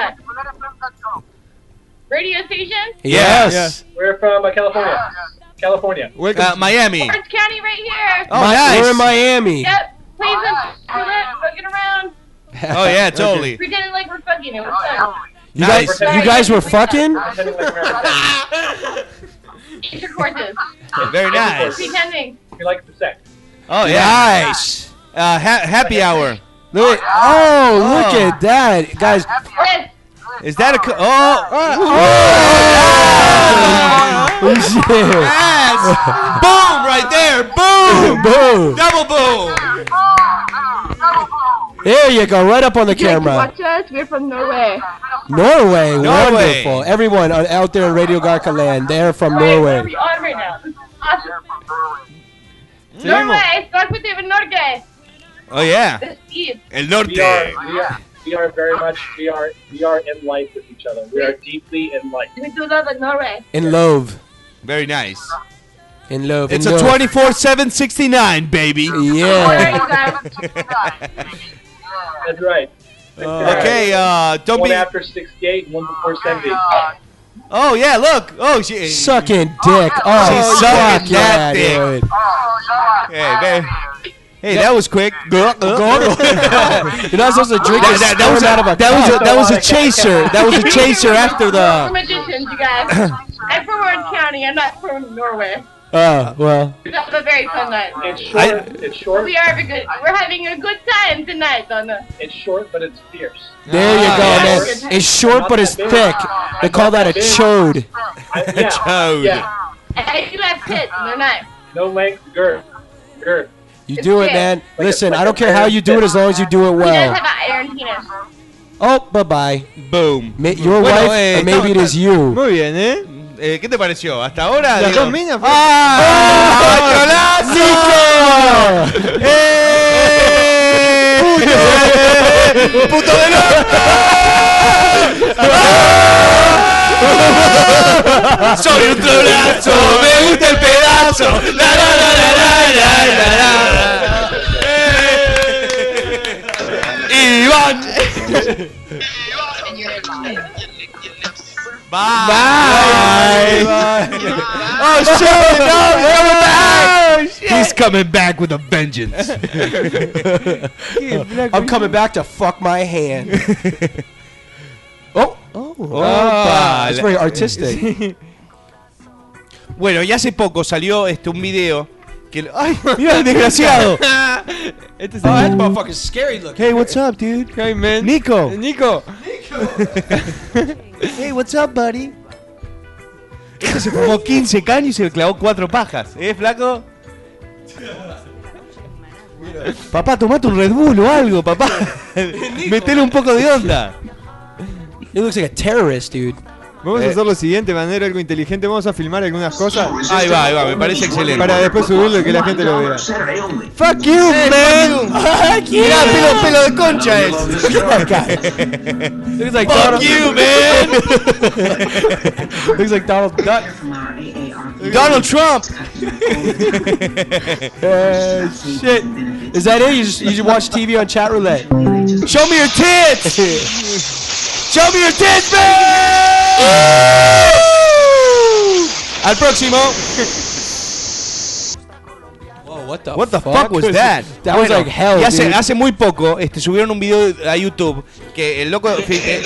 Speaker 5: Radio station?
Speaker 3: Yes!
Speaker 6: We're from uh, California. California.
Speaker 1: Welcome.
Speaker 2: Ah, Miami.
Speaker 5: Orange County right here.
Speaker 2: Oh,
Speaker 3: Mi-
Speaker 2: nice.
Speaker 3: We're in Miami.
Speaker 5: Yep. Please don't fucking around.
Speaker 2: Oh, yeah, totally.
Speaker 5: Pretending like we're fucking it. What's up?
Speaker 3: You guys,
Speaker 2: Nice.
Speaker 3: you guys were fucking?
Speaker 6: Pretending like we're American.
Speaker 5: Intercourses.
Speaker 2: Very nice.
Speaker 5: Pretending.
Speaker 6: we like the sex.
Speaker 2: Oh, yeah.
Speaker 3: Nice.
Speaker 2: Uh, ha- happy hour.
Speaker 3: Look, oh, look at that, guys.
Speaker 5: Yes.
Speaker 2: Is that a. Co- oh!
Speaker 1: Oh.
Speaker 3: Shit.
Speaker 2: Yes! boom! Right there! Boom!
Speaker 3: Boom!
Speaker 2: Double boom!
Speaker 3: There you go, right up on the camera.
Speaker 5: Watch us. We're from Norway.
Speaker 3: Norway,
Speaker 2: Norway.
Speaker 3: wonderful. Everyone on- out there in Radio Garca land, they're from
Speaker 5: Where are
Speaker 3: Norway.
Speaker 5: we on right now? Awesome.
Speaker 1: Seguimos.
Speaker 5: Norway. Fuck with it with Norway.
Speaker 2: Oh,
Speaker 3: Ah.
Speaker 2: yeah.
Speaker 5: This Steve.
Speaker 2: El
Speaker 6: We are,
Speaker 2: norte.
Speaker 6: we are, we are very much, we are, we are in life with each other. We are deeply in life.
Speaker 5: We do love Norway.
Speaker 3: In love.
Speaker 2: Very nice.
Speaker 3: In love.
Speaker 2: It's
Speaker 3: in
Speaker 2: a
Speaker 3: love.
Speaker 2: 24 7 69, baby.
Speaker 5: Where are
Speaker 3: Yeah.
Speaker 5: you guys?
Speaker 6: That's right. That's right.
Speaker 2: Okay, uh, don't
Speaker 6: One
Speaker 2: be.
Speaker 6: after 68, one before
Speaker 7: Ah.
Speaker 6: 70.
Speaker 2: Oh, yeah, look. Oh, she.
Speaker 3: Sucking dick. Oh,
Speaker 2: She's
Speaker 3: fuck
Speaker 2: sucking that
Speaker 3: yeah,
Speaker 2: dick.
Speaker 3: dude.
Speaker 2: Hey, baby. Hey, that was quick.
Speaker 3: You're not supposed to drink
Speaker 2: That-
Speaker 3: and
Speaker 2: that- that was
Speaker 3: squirm
Speaker 2: a-
Speaker 3: out of a
Speaker 2: that was
Speaker 3: cup.
Speaker 2: a- that was a chaser. That was a chaser after the-
Speaker 5: We're magicians, you guys. I'm from Orange County. I'm not from Norway.
Speaker 3: Oh, well.
Speaker 5: We have a very fun night.
Speaker 6: It's short,
Speaker 2: I-
Speaker 6: it's short,
Speaker 5: We are a good. We're having a good time tonight, Donna.
Speaker 6: it's short, but it's fierce.
Speaker 3: There you
Speaker 2: Ah,
Speaker 3: go,
Speaker 5: yes.
Speaker 3: man. It's short, but it's thick. They call that a chode.
Speaker 6: I, yeah,
Speaker 2: Chode.
Speaker 6: yeah.
Speaker 5: I do have tits. and They're not.
Speaker 6: No length, girth. Girth.
Speaker 3: You do it, man. Listen, I don't care how you do it as long as you do it
Speaker 5: We just
Speaker 3: well.
Speaker 5: have an iron penis.
Speaker 3: Oh, bye bye.
Speaker 2: Boom.
Speaker 3: Your
Speaker 2: Bueno,
Speaker 3: wife,
Speaker 2: eh,
Speaker 3: or maybe it is you.
Speaker 1: Muy bien, ¿eh?
Speaker 2: Eh, ¿Qué te pareció? ¿Hasta ahora?
Speaker 1: Las
Speaker 2: digo-
Speaker 1: dos minas.
Speaker 2: ¡Ah!
Speaker 3: Nico!
Speaker 2: ¡Golazo! ¡Eh! ¡Puto de loco! ¡Ah! ¡Soy un trolazo! ¡Me gusta el pedazo! ¡La, la, la, la, la, la, la, la! ¡Eh! ¡Iván! Bye! Oh shit! No, no, no. He's coming back with a vengeance.
Speaker 3: I'm coming back to fuck my hand. Oh, oh,
Speaker 2: Opa.
Speaker 3: that's very artistic.
Speaker 2: Bueno, y hace poco salió este un video que ay, mira el desgraciado.
Speaker 1: Este es
Speaker 3: That
Speaker 1: el...
Speaker 3: motherfucker's scary looking.
Speaker 2: Hey, what's up, dude?
Speaker 1: Hey, man.
Speaker 2: Nico.
Speaker 1: Nico.
Speaker 2: Hey, what's up, buddy? Este se fumó 15 caños y se clavó cuatro pajas, ¿eh, flaco? Papá, tomate un Red Bull o algo, papá. Metele un poco de onda.
Speaker 3: He looks like a terrorist, dude.
Speaker 1: Vamos a
Speaker 2: Eh.
Speaker 1: hacer lo siguiente, Bandero, algo inteligente. Vamos a filmar algunas cosas
Speaker 2: Ahí va, ahí va, me parece excelente.
Speaker 1: para después subirlo y que la gente lo vea.
Speaker 2: Fuck you, man. Mirá, pelo, pelo de concha es.
Speaker 3: Looks like
Speaker 2: Fuck
Speaker 3: Donald,
Speaker 2: you, man.
Speaker 3: looks like Donald Duck.
Speaker 2: Donald Trump.
Speaker 3: Uh, shit. Is that it? You just, you just watch TV on chat roulette.
Speaker 2: Show me your tits. Show me your tits, man. Al próximo.
Speaker 3: Whoa, what the
Speaker 2: What the fuck, was that?
Speaker 3: Ah, pues, That was like hell,
Speaker 2: y hace,
Speaker 3: dude.
Speaker 2: hace muy poco este, subieron un video a YouTube que el loco. eh,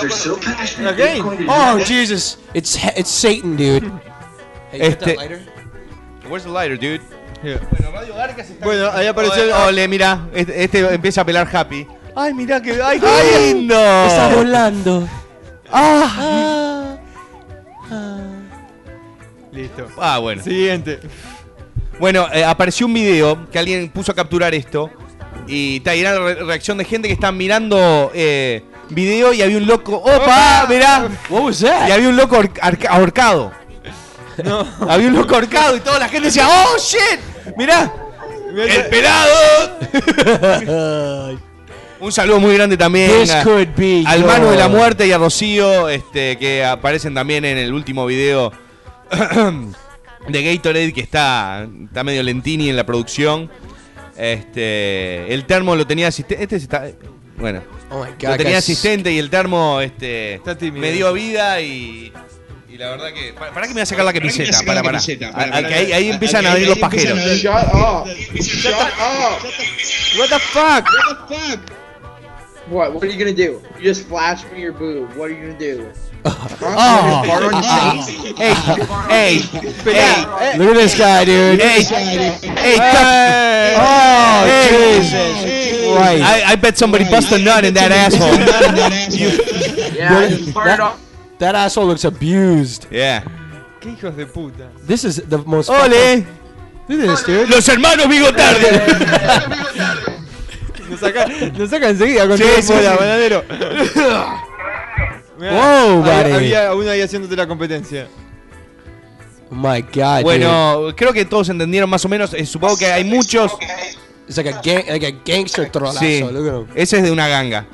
Speaker 3: Oh Jesus! It's he- it's Satan, dude. Hey,
Speaker 2: you got that Este- lighter? Where's the lighter, dude? Bueno, Radio Garca se está-
Speaker 1: Bueno, ahí apareció el-
Speaker 2: Ole, mira, este, este empieza a pelar Happy. Ay, mira que. ¡Ay, qué lindo!
Speaker 3: volando.
Speaker 1: Listo.
Speaker 2: Ah, bueno.
Speaker 1: Siguiente.
Speaker 2: Bueno, eh, apareció un video que alguien puso a capturar esto. Y ta, y era la re- reacción de gente que están mirando eh, video y había un loco. ¡Opa! Mirá.
Speaker 3: What was
Speaker 2: Y
Speaker 3: that?
Speaker 2: había un loco ahorca- ahorca- ahorcado. Había un loco ahorcado y toda la gente decía, ¡Oh, shit! Mirá, el pelado. Uh, un saludo muy grande también
Speaker 3: This
Speaker 2: a-
Speaker 3: could be
Speaker 2: al
Speaker 3: your-
Speaker 2: Manu de la Muerte y a Rocío, este, que aparecen también en el último video de Gatorade, que está, está medio lentini en la producción. Este, el termo lo tenía asistente. Este se está. Bueno,
Speaker 3: Oh my God!
Speaker 2: lo tenía
Speaker 3: guys.
Speaker 2: asistente y el termo este,
Speaker 1: Está tímido.
Speaker 2: me dio vida y, y la verdad que. pa- Pará que me voy a sacar la camiseta. Pará, pará. Ah, ah, que Ahí ahí empiezan a abrir los pajeros.
Speaker 6: Shut up.
Speaker 1: What the fuck?
Speaker 6: What? What are you gonna do? You just flashed me your boob. What are you gonna do?
Speaker 3: Ah.
Speaker 2: ¡Ey! ¡Ey! ¡Ey!
Speaker 3: Look at this guy, dude.
Speaker 2: ¡Ey! ¡Ey! ¡Ey!
Speaker 3: Oh
Speaker 2: Hey.
Speaker 3: Jesus! Right.
Speaker 2: I, I bet somebody bust a nut in that asshole.
Speaker 6: Yeah, you fired off.
Speaker 3: that asshole looks abused.
Speaker 2: yeah.
Speaker 1: ¿Qué hijos de puta?
Speaker 3: This is the most. fucking-
Speaker 2: Ole.
Speaker 3: Look at this, dude.
Speaker 2: Los hermanos Bigotardi.
Speaker 1: Nos saca, nos saca enseguida con
Speaker 2: Sí,
Speaker 1: todo
Speaker 2: sí,
Speaker 1: bola,
Speaker 2: sí.
Speaker 1: Bananero. Mirá,
Speaker 3: Wow,
Speaker 1: había-
Speaker 3: buddy.
Speaker 1: Había uno ahí haciéndote la competencia.
Speaker 3: Oh my God. Dude.
Speaker 2: bueno, creo que todos entendieron más o menos. eh, supongo que hay muchos.
Speaker 3: It's like a gang, like a gangster trollazo.
Speaker 2: Sí.
Speaker 3: Look at him.
Speaker 2: Ese es de una ganga.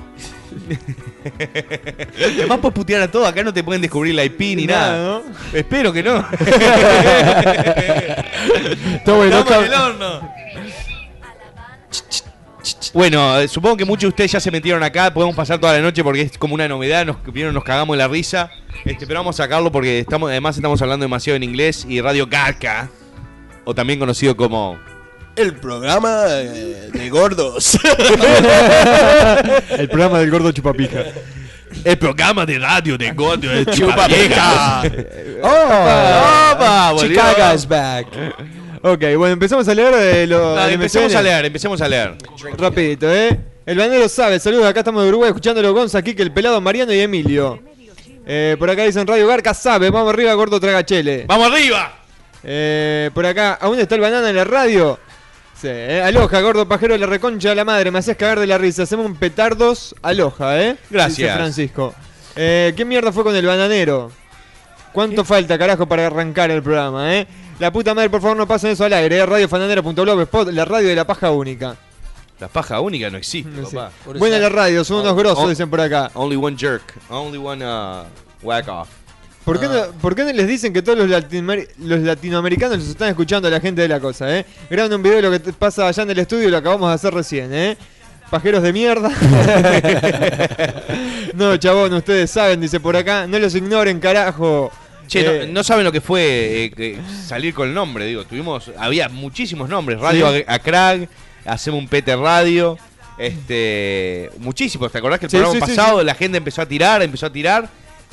Speaker 2: Además puedes putear a todo, acá no te pueden descubrir la IP ni nada.
Speaker 1: Nada, ¿no?
Speaker 2: Espero que no.
Speaker 3: Don't worry,
Speaker 2: Estamos
Speaker 3: they'll
Speaker 2: en el
Speaker 3: come.
Speaker 2: horno. Bueno, eh, supongo que muchos de ustedes ya se metieron acá, podemos pasar toda la noche porque es como una novedad, nos vieron, nos cagamos de la risa. Este, pero vamos a sacarlo porque estamos, además estamos hablando demasiado en inglés y Radio Garca, o también conocido como
Speaker 4: El programa eh, de gordos.
Speaker 1: El programa del gordo chupapija.
Speaker 2: el programa de radio de Gordo de
Speaker 4: Chupapija.
Speaker 3: Oh,
Speaker 2: Opa, volvió.
Speaker 3: Chicago's back.
Speaker 1: Ah, Ok, bueno, empezamos a leer eh, los.
Speaker 2: Ah, empecemos
Speaker 1: MSN.
Speaker 2: a leer, empecemos a leer.
Speaker 1: Rapidito, ¿eh? El bandero sabe, saludos, acá estamos de Uruguay escuchándolo Gonza, Kike, el pelado, Mariano y Emilio. Eh, por acá dicen Radio Garca sabe, vamos arriba, gordo tragachele.
Speaker 2: ¡Vamos arriba!
Speaker 1: Eh, por acá, ¿aún está el banana en la radio? Sí, eh. Aloja, gordo pajero, la reconcha a la madre, me haces cagar de la risa, hacemos un petardos, aloja, ¿eh?
Speaker 2: Gracias.
Speaker 1: Dice Francisco. Eh, ¿Qué mierda fue con el bananero? ¿Cuánto falta, carajo, para arrancar el programa, eh? La puta madre, por favor, no pasen eso al aire, eh. radiofananero.blogspot, la radio de la paja única.
Speaker 2: La paja única no existe,
Speaker 1: Sí.
Speaker 2: papá.
Speaker 1: Buena la radio, son unos grosos,
Speaker 2: oh.
Speaker 1: dicen por acá.
Speaker 2: Only one jerk, only one uh, whack off.
Speaker 1: ¿Por qué,
Speaker 2: Ah.
Speaker 1: no, por qué no les dicen que todos los, latinoamer- los latinoamericanos los están escuchando a la gente de la cosa, eh? Graban un video de lo que te pasa allá en el estudio y lo acabamos de hacer recién, eh. Pajeros de mierda. no, chabón, ustedes saben, dice por acá. No los ignoren, carajo.
Speaker 2: Che,
Speaker 1: Eh,
Speaker 2: no, no saben lo que fue eh, que salir con el nombre, digo, tuvimos, había muchísimos nombres, Radio
Speaker 1: Sí.
Speaker 2: a, Crag, Hacemos un Pete Radio, este, muchísimos, ¿te acordás que el
Speaker 1: Sí,
Speaker 2: programa
Speaker 1: sí, sí,
Speaker 2: pasado la gente empezó a tirar, empezó a tirar?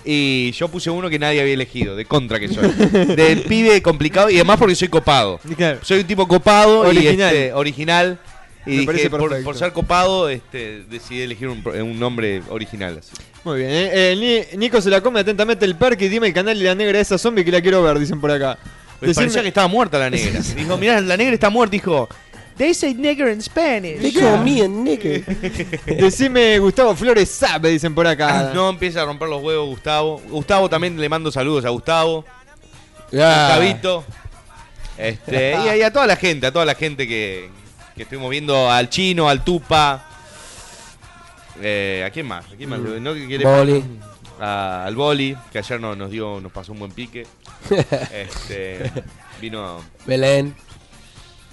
Speaker 2: Y yo puse uno que nadie había elegido, de contra que soy. Del pibe complicado y además porque soy copado.
Speaker 1: claro.
Speaker 2: Soy un tipo copado
Speaker 1: Original.
Speaker 2: y este, original.
Speaker 1: Me
Speaker 2: Y dije,
Speaker 1: parece
Speaker 2: por,
Speaker 1: perfecto.
Speaker 2: por ser copado, este, decidí elegir un, pro- un nombre original. así.
Speaker 1: Muy bien, eh. Eh, Ni- Nico se la come atentamente el parque y dime el canal de la negra esa zombie que la quiero ver, dicen por acá.
Speaker 2: Me parecía
Speaker 1: Decime-
Speaker 2: que estaba muerta la negra. Dijo, mirá, la negra está muerta, dijo.
Speaker 8: They say nigger in Spanish.
Speaker 3: They call me a nigger.
Speaker 1: Decime, Gustavo Flores sabe, dicen por acá.
Speaker 2: Ah. No empieza a romper los huevos, Gustavo. Gustavo también le mando saludos a Gustavo,
Speaker 1: Ah.
Speaker 2: Gustavito. Este, y, a- y a toda la gente, a toda la gente que, que estuvimos viendo, al chino, al tupa. Eh, ¿A quién más? ¿A quién más? ¿No que quiere-
Speaker 3: Boli.
Speaker 2: a- al boli, que ayer no- nos dio, nos pasó un buen pique. Este, vino
Speaker 3: Belén.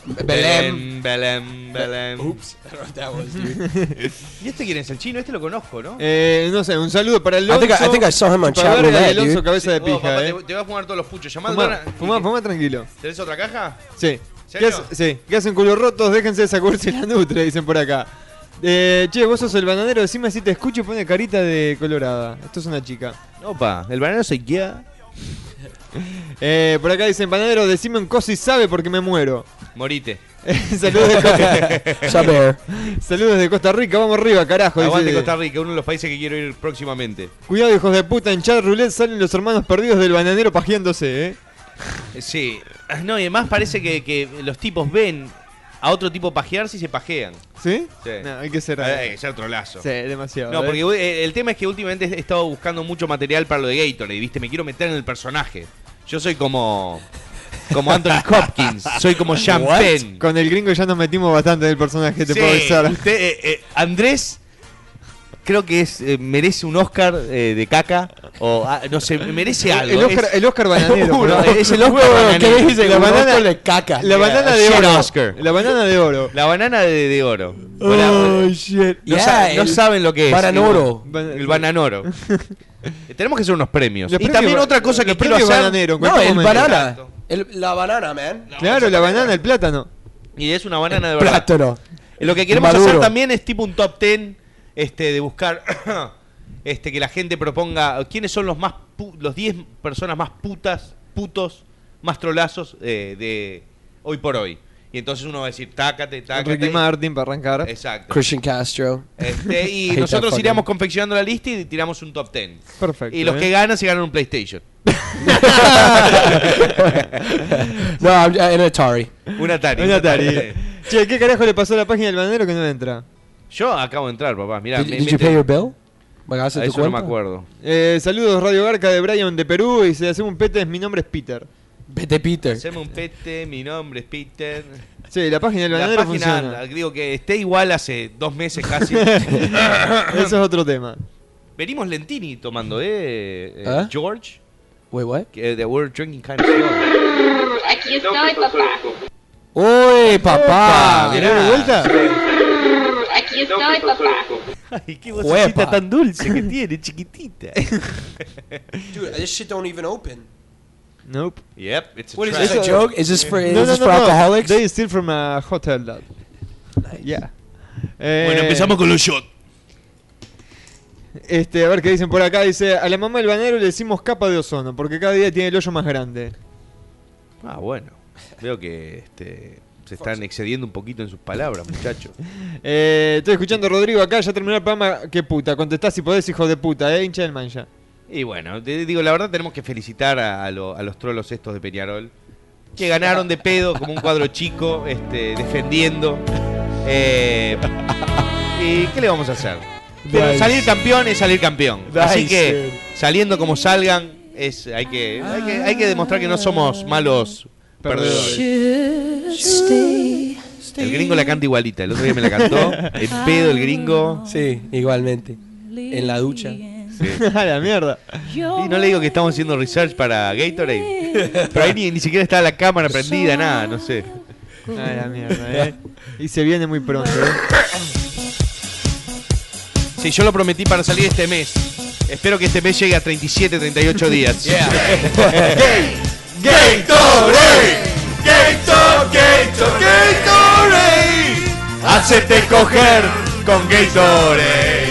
Speaker 3: B- Belém.
Speaker 2: Belém, Belém.
Speaker 3: Oops, I don't know what that was, dude.
Speaker 2: ¿Y este quién es? El chino, este lo conozco, ¿no?
Speaker 1: Eh, no sé, un saludo para Alonso.
Speaker 3: I think I, I think I saw him
Speaker 1: Para
Speaker 3: on chat
Speaker 1: ver a
Speaker 3: roulette,
Speaker 1: Alonso
Speaker 3: dude.
Speaker 1: cabeza de
Speaker 2: Vos, Oh, papá,
Speaker 1: pija, eh.
Speaker 2: te, te vas a fumar todos los puchos. Llamá al
Speaker 1: Fumá,
Speaker 2: Dona-
Speaker 1: fumá, fumá tranquilo.
Speaker 2: ¿Tenés otra caja?
Speaker 1: Sí. ¿Qué,
Speaker 2: ¿Serio?
Speaker 1: hace- sí. ¿Qué hacen culo rotos? Déjense de sacudirse la nutre, dicen por acá. Eh, che, vos sos el bananero, decime si te escucho y pone carita de colorada. Esto es una chica.
Speaker 2: Opa, el banano se guía.
Speaker 1: Eh, por acá dicen, bananero, decime un coso y sabe porque me muero.
Speaker 2: Morite.
Speaker 1: Saludos de, Costa,
Speaker 3: Saber.
Speaker 1: saludos de Costa Rica, vamos arriba, carajo. dice-
Speaker 2: Aguante Costa Rica, uno de los países que quiero ir próximamente.
Speaker 1: Cuidado, hijos de puta, en chat roulette salen los hermanos perdidos del bananero pajeándose, eh.
Speaker 2: Eh, Sí. No, y además parece que, que los tipos ven a otro tipo pajearse y se pajean.
Speaker 1: ¿Sí?
Speaker 2: Sí.
Speaker 1: No, hay que ser.
Speaker 2: Eh, Hay que ser trolazo.
Speaker 1: Sí, demasiado.
Speaker 2: No,
Speaker 1: eh.
Speaker 2: porque eh, el tema es que últimamente he estado buscando mucho material para lo de Gatorade, ¿viste? Me quiero meter en el personaje. Yo soy como. Como Anthony Hopkins. Soy como Champagne.
Speaker 1: Eh, Con el gringo ya nos metimos bastante del personaje, te
Speaker 2: Sí,
Speaker 1: puedo avisar.
Speaker 2: usted, eh, eh, Andrés creo que es eh, merece un Oscar eh, de caca o ah, no sé, merece algo.
Speaker 1: El Oscar,
Speaker 2: es,
Speaker 1: el Oscar bananero.
Speaker 2: Uno,
Speaker 1: pero-
Speaker 2: es el Oscar
Speaker 3: Oh,
Speaker 2: bananero.
Speaker 1: ¿qué dice?
Speaker 3: La
Speaker 1: La banana-
Speaker 3: banana de caca.
Speaker 1: La banana de
Speaker 2: shit
Speaker 1: oro.
Speaker 2: Oscar.
Speaker 1: La banana de oro.
Speaker 2: la banana de, de oro.
Speaker 3: Oh,
Speaker 2: Hola,
Speaker 3: shit.
Speaker 2: no,
Speaker 3: Yeah,
Speaker 2: sa- no
Speaker 3: el-
Speaker 2: saben lo que es.
Speaker 3: bananoro.
Speaker 2: El, ban- el bananoro. Eh, Tenemos que hacer unos premios.
Speaker 1: Los
Speaker 2: y
Speaker 1: premios
Speaker 2: también
Speaker 1: ba-
Speaker 2: otra cosa que
Speaker 1: los
Speaker 2: quiero hacer
Speaker 1: premios bananero, en
Speaker 3: No,
Speaker 1: cualquier
Speaker 3: el
Speaker 1: momento.
Speaker 3: banana.
Speaker 2: Exacto.
Speaker 3: El, la banana, man.
Speaker 1: Claro, la banana, el plátano.
Speaker 2: y es una banana de verdad.
Speaker 3: Plátano.
Speaker 2: Eh, Lo que queremos
Speaker 3: Maduro.
Speaker 2: hacer también es tipo un top 10 este, de buscar este, que la gente proponga eh, quiénes son los más pu- los 10 personas más putas, putos, más trolazos eh, de hoy por hoy. Y entonces uno va a decir, tácate,
Speaker 1: Ricky
Speaker 2: tácate.
Speaker 1: Martin para arrancar.
Speaker 2: Exacto.
Speaker 3: Christian Castro.
Speaker 2: Este,
Speaker 3: I hate
Speaker 2: y
Speaker 3: that
Speaker 2: nosotros
Speaker 3: fucking-
Speaker 2: iríamos confeccionando la lista y tiramos un top 10.
Speaker 1: Perfecto.
Speaker 2: Y los
Speaker 1: eh.
Speaker 2: que ganan se ganan un PlayStation.
Speaker 3: no, I'm, uh, an Atari.
Speaker 2: Un Atari.
Speaker 1: Un Atari. che, ¿qué carajo le pasó a la página del bananero que no entra?
Speaker 2: Yo acabo de entrar, papá. Mirá,
Speaker 3: did
Speaker 2: me-
Speaker 3: did
Speaker 2: me-
Speaker 3: you pay your bill? ¿Pagaste tu
Speaker 2: eso no me
Speaker 3: cuenta?
Speaker 2: acuerdo.
Speaker 1: Eh, saludos, Radio Garca de Brian de Perú. Y se hacemos un pete, mi nombre es Peter.
Speaker 3: Vete, Peter.
Speaker 2: Haceme un pete, mi nombre es Peter.
Speaker 1: Sí, la página del
Speaker 2: La
Speaker 1: bananero
Speaker 2: página,
Speaker 1: funciona.
Speaker 2: anda, digo que esté igual hace dos meses casi.
Speaker 1: Eso es otro tema.
Speaker 2: Venimos Lentini tomando, ¿eh? eh,
Speaker 3: ¿Ah?
Speaker 2: George,
Speaker 3: Wait, what?
Speaker 2: que the we're drinking kind of slow.
Speaker 5: Aquí estoy, papá.
Speaker 3: Uy,
Speaker 2: Ah,
Speaker 3: papá.
Speaker 1: ¿Querés dar vuelta?
Speaker 5: Aquí estoy, papá.
Speaker 2: Ay, qué vocecita
Speaker 3: Huepa.
Speaker 2: tan dulce que tiene, chiquitita.
Speaker 3: Dude, this shit don't even open.
Speaker 1: Nope.
Speaker 2: yep, it's a
Speaker 3: What is
Speaker 2: trap.
Speaker 3: this, a joke? Is this for, is
Speaker 1: No, no,
Speaker 3: this
Speaker 1: no,
Speaker 3: for
Speaker 1: no.
Speaker 3: alcoholics?
Speaker 1: They steal from a hotel that. Yeah. Eh,
Speaker 2: Bueno, empezamos con los shots.
Speaker 1: Este, a ver qué dicen por acá. Dice, a la mamá del banero le decimos capa de ozono, porque cada día tiene el hoyo más grande.
Speaker 2: Ah, bueno. Veo que este, se están excediendo un poquito en sus palabras, muchachos.
Speaker 1: Eh, estoy escuchando a Rodrigo acá, ya terminó el programa. Qué puta, contestás si podés, hijo de puta, eh, hincha del mancha.
Speaker 2: Y bueno, te digo, la verdad tenemos que felicitar a, a lo- a los trolos estos de Peñarol, que ganaron de pedo como un cuadro chico, este, defendiendo. Eh, ¿Y qué le vamos a hacer? Pero
Speaker 3: Nice.
Speaker 2: salir campeón es salir campeón. Así
Speaker 3: Nice,
Speaker 2: que saliendo como salgan, es, hay, que, hay, que, hay que demostrar que no somos malos perdedores. El gringo la canta igualita, el otro día me la cantó. El pedo, el gringo.
Speaker 3: Sí, igualmente. En la ducha.
Speaker 1: a la mierda.
Speaker 2: Y no le digo que estamos haciendo research para Gatorade. Pero ahí ni, ni siquiera está la cámara prendida, nada, no sé.
Speaker 1: A la mierda, eh. Y se viene muy pronto, eh.
Speaker 2: Sí, yo lo prometí para salir este mes. Espero que este mes llegue a 37, 38 días. Gatorade, Gator, Gator, Gatorade. Hacete coger con Gatorade.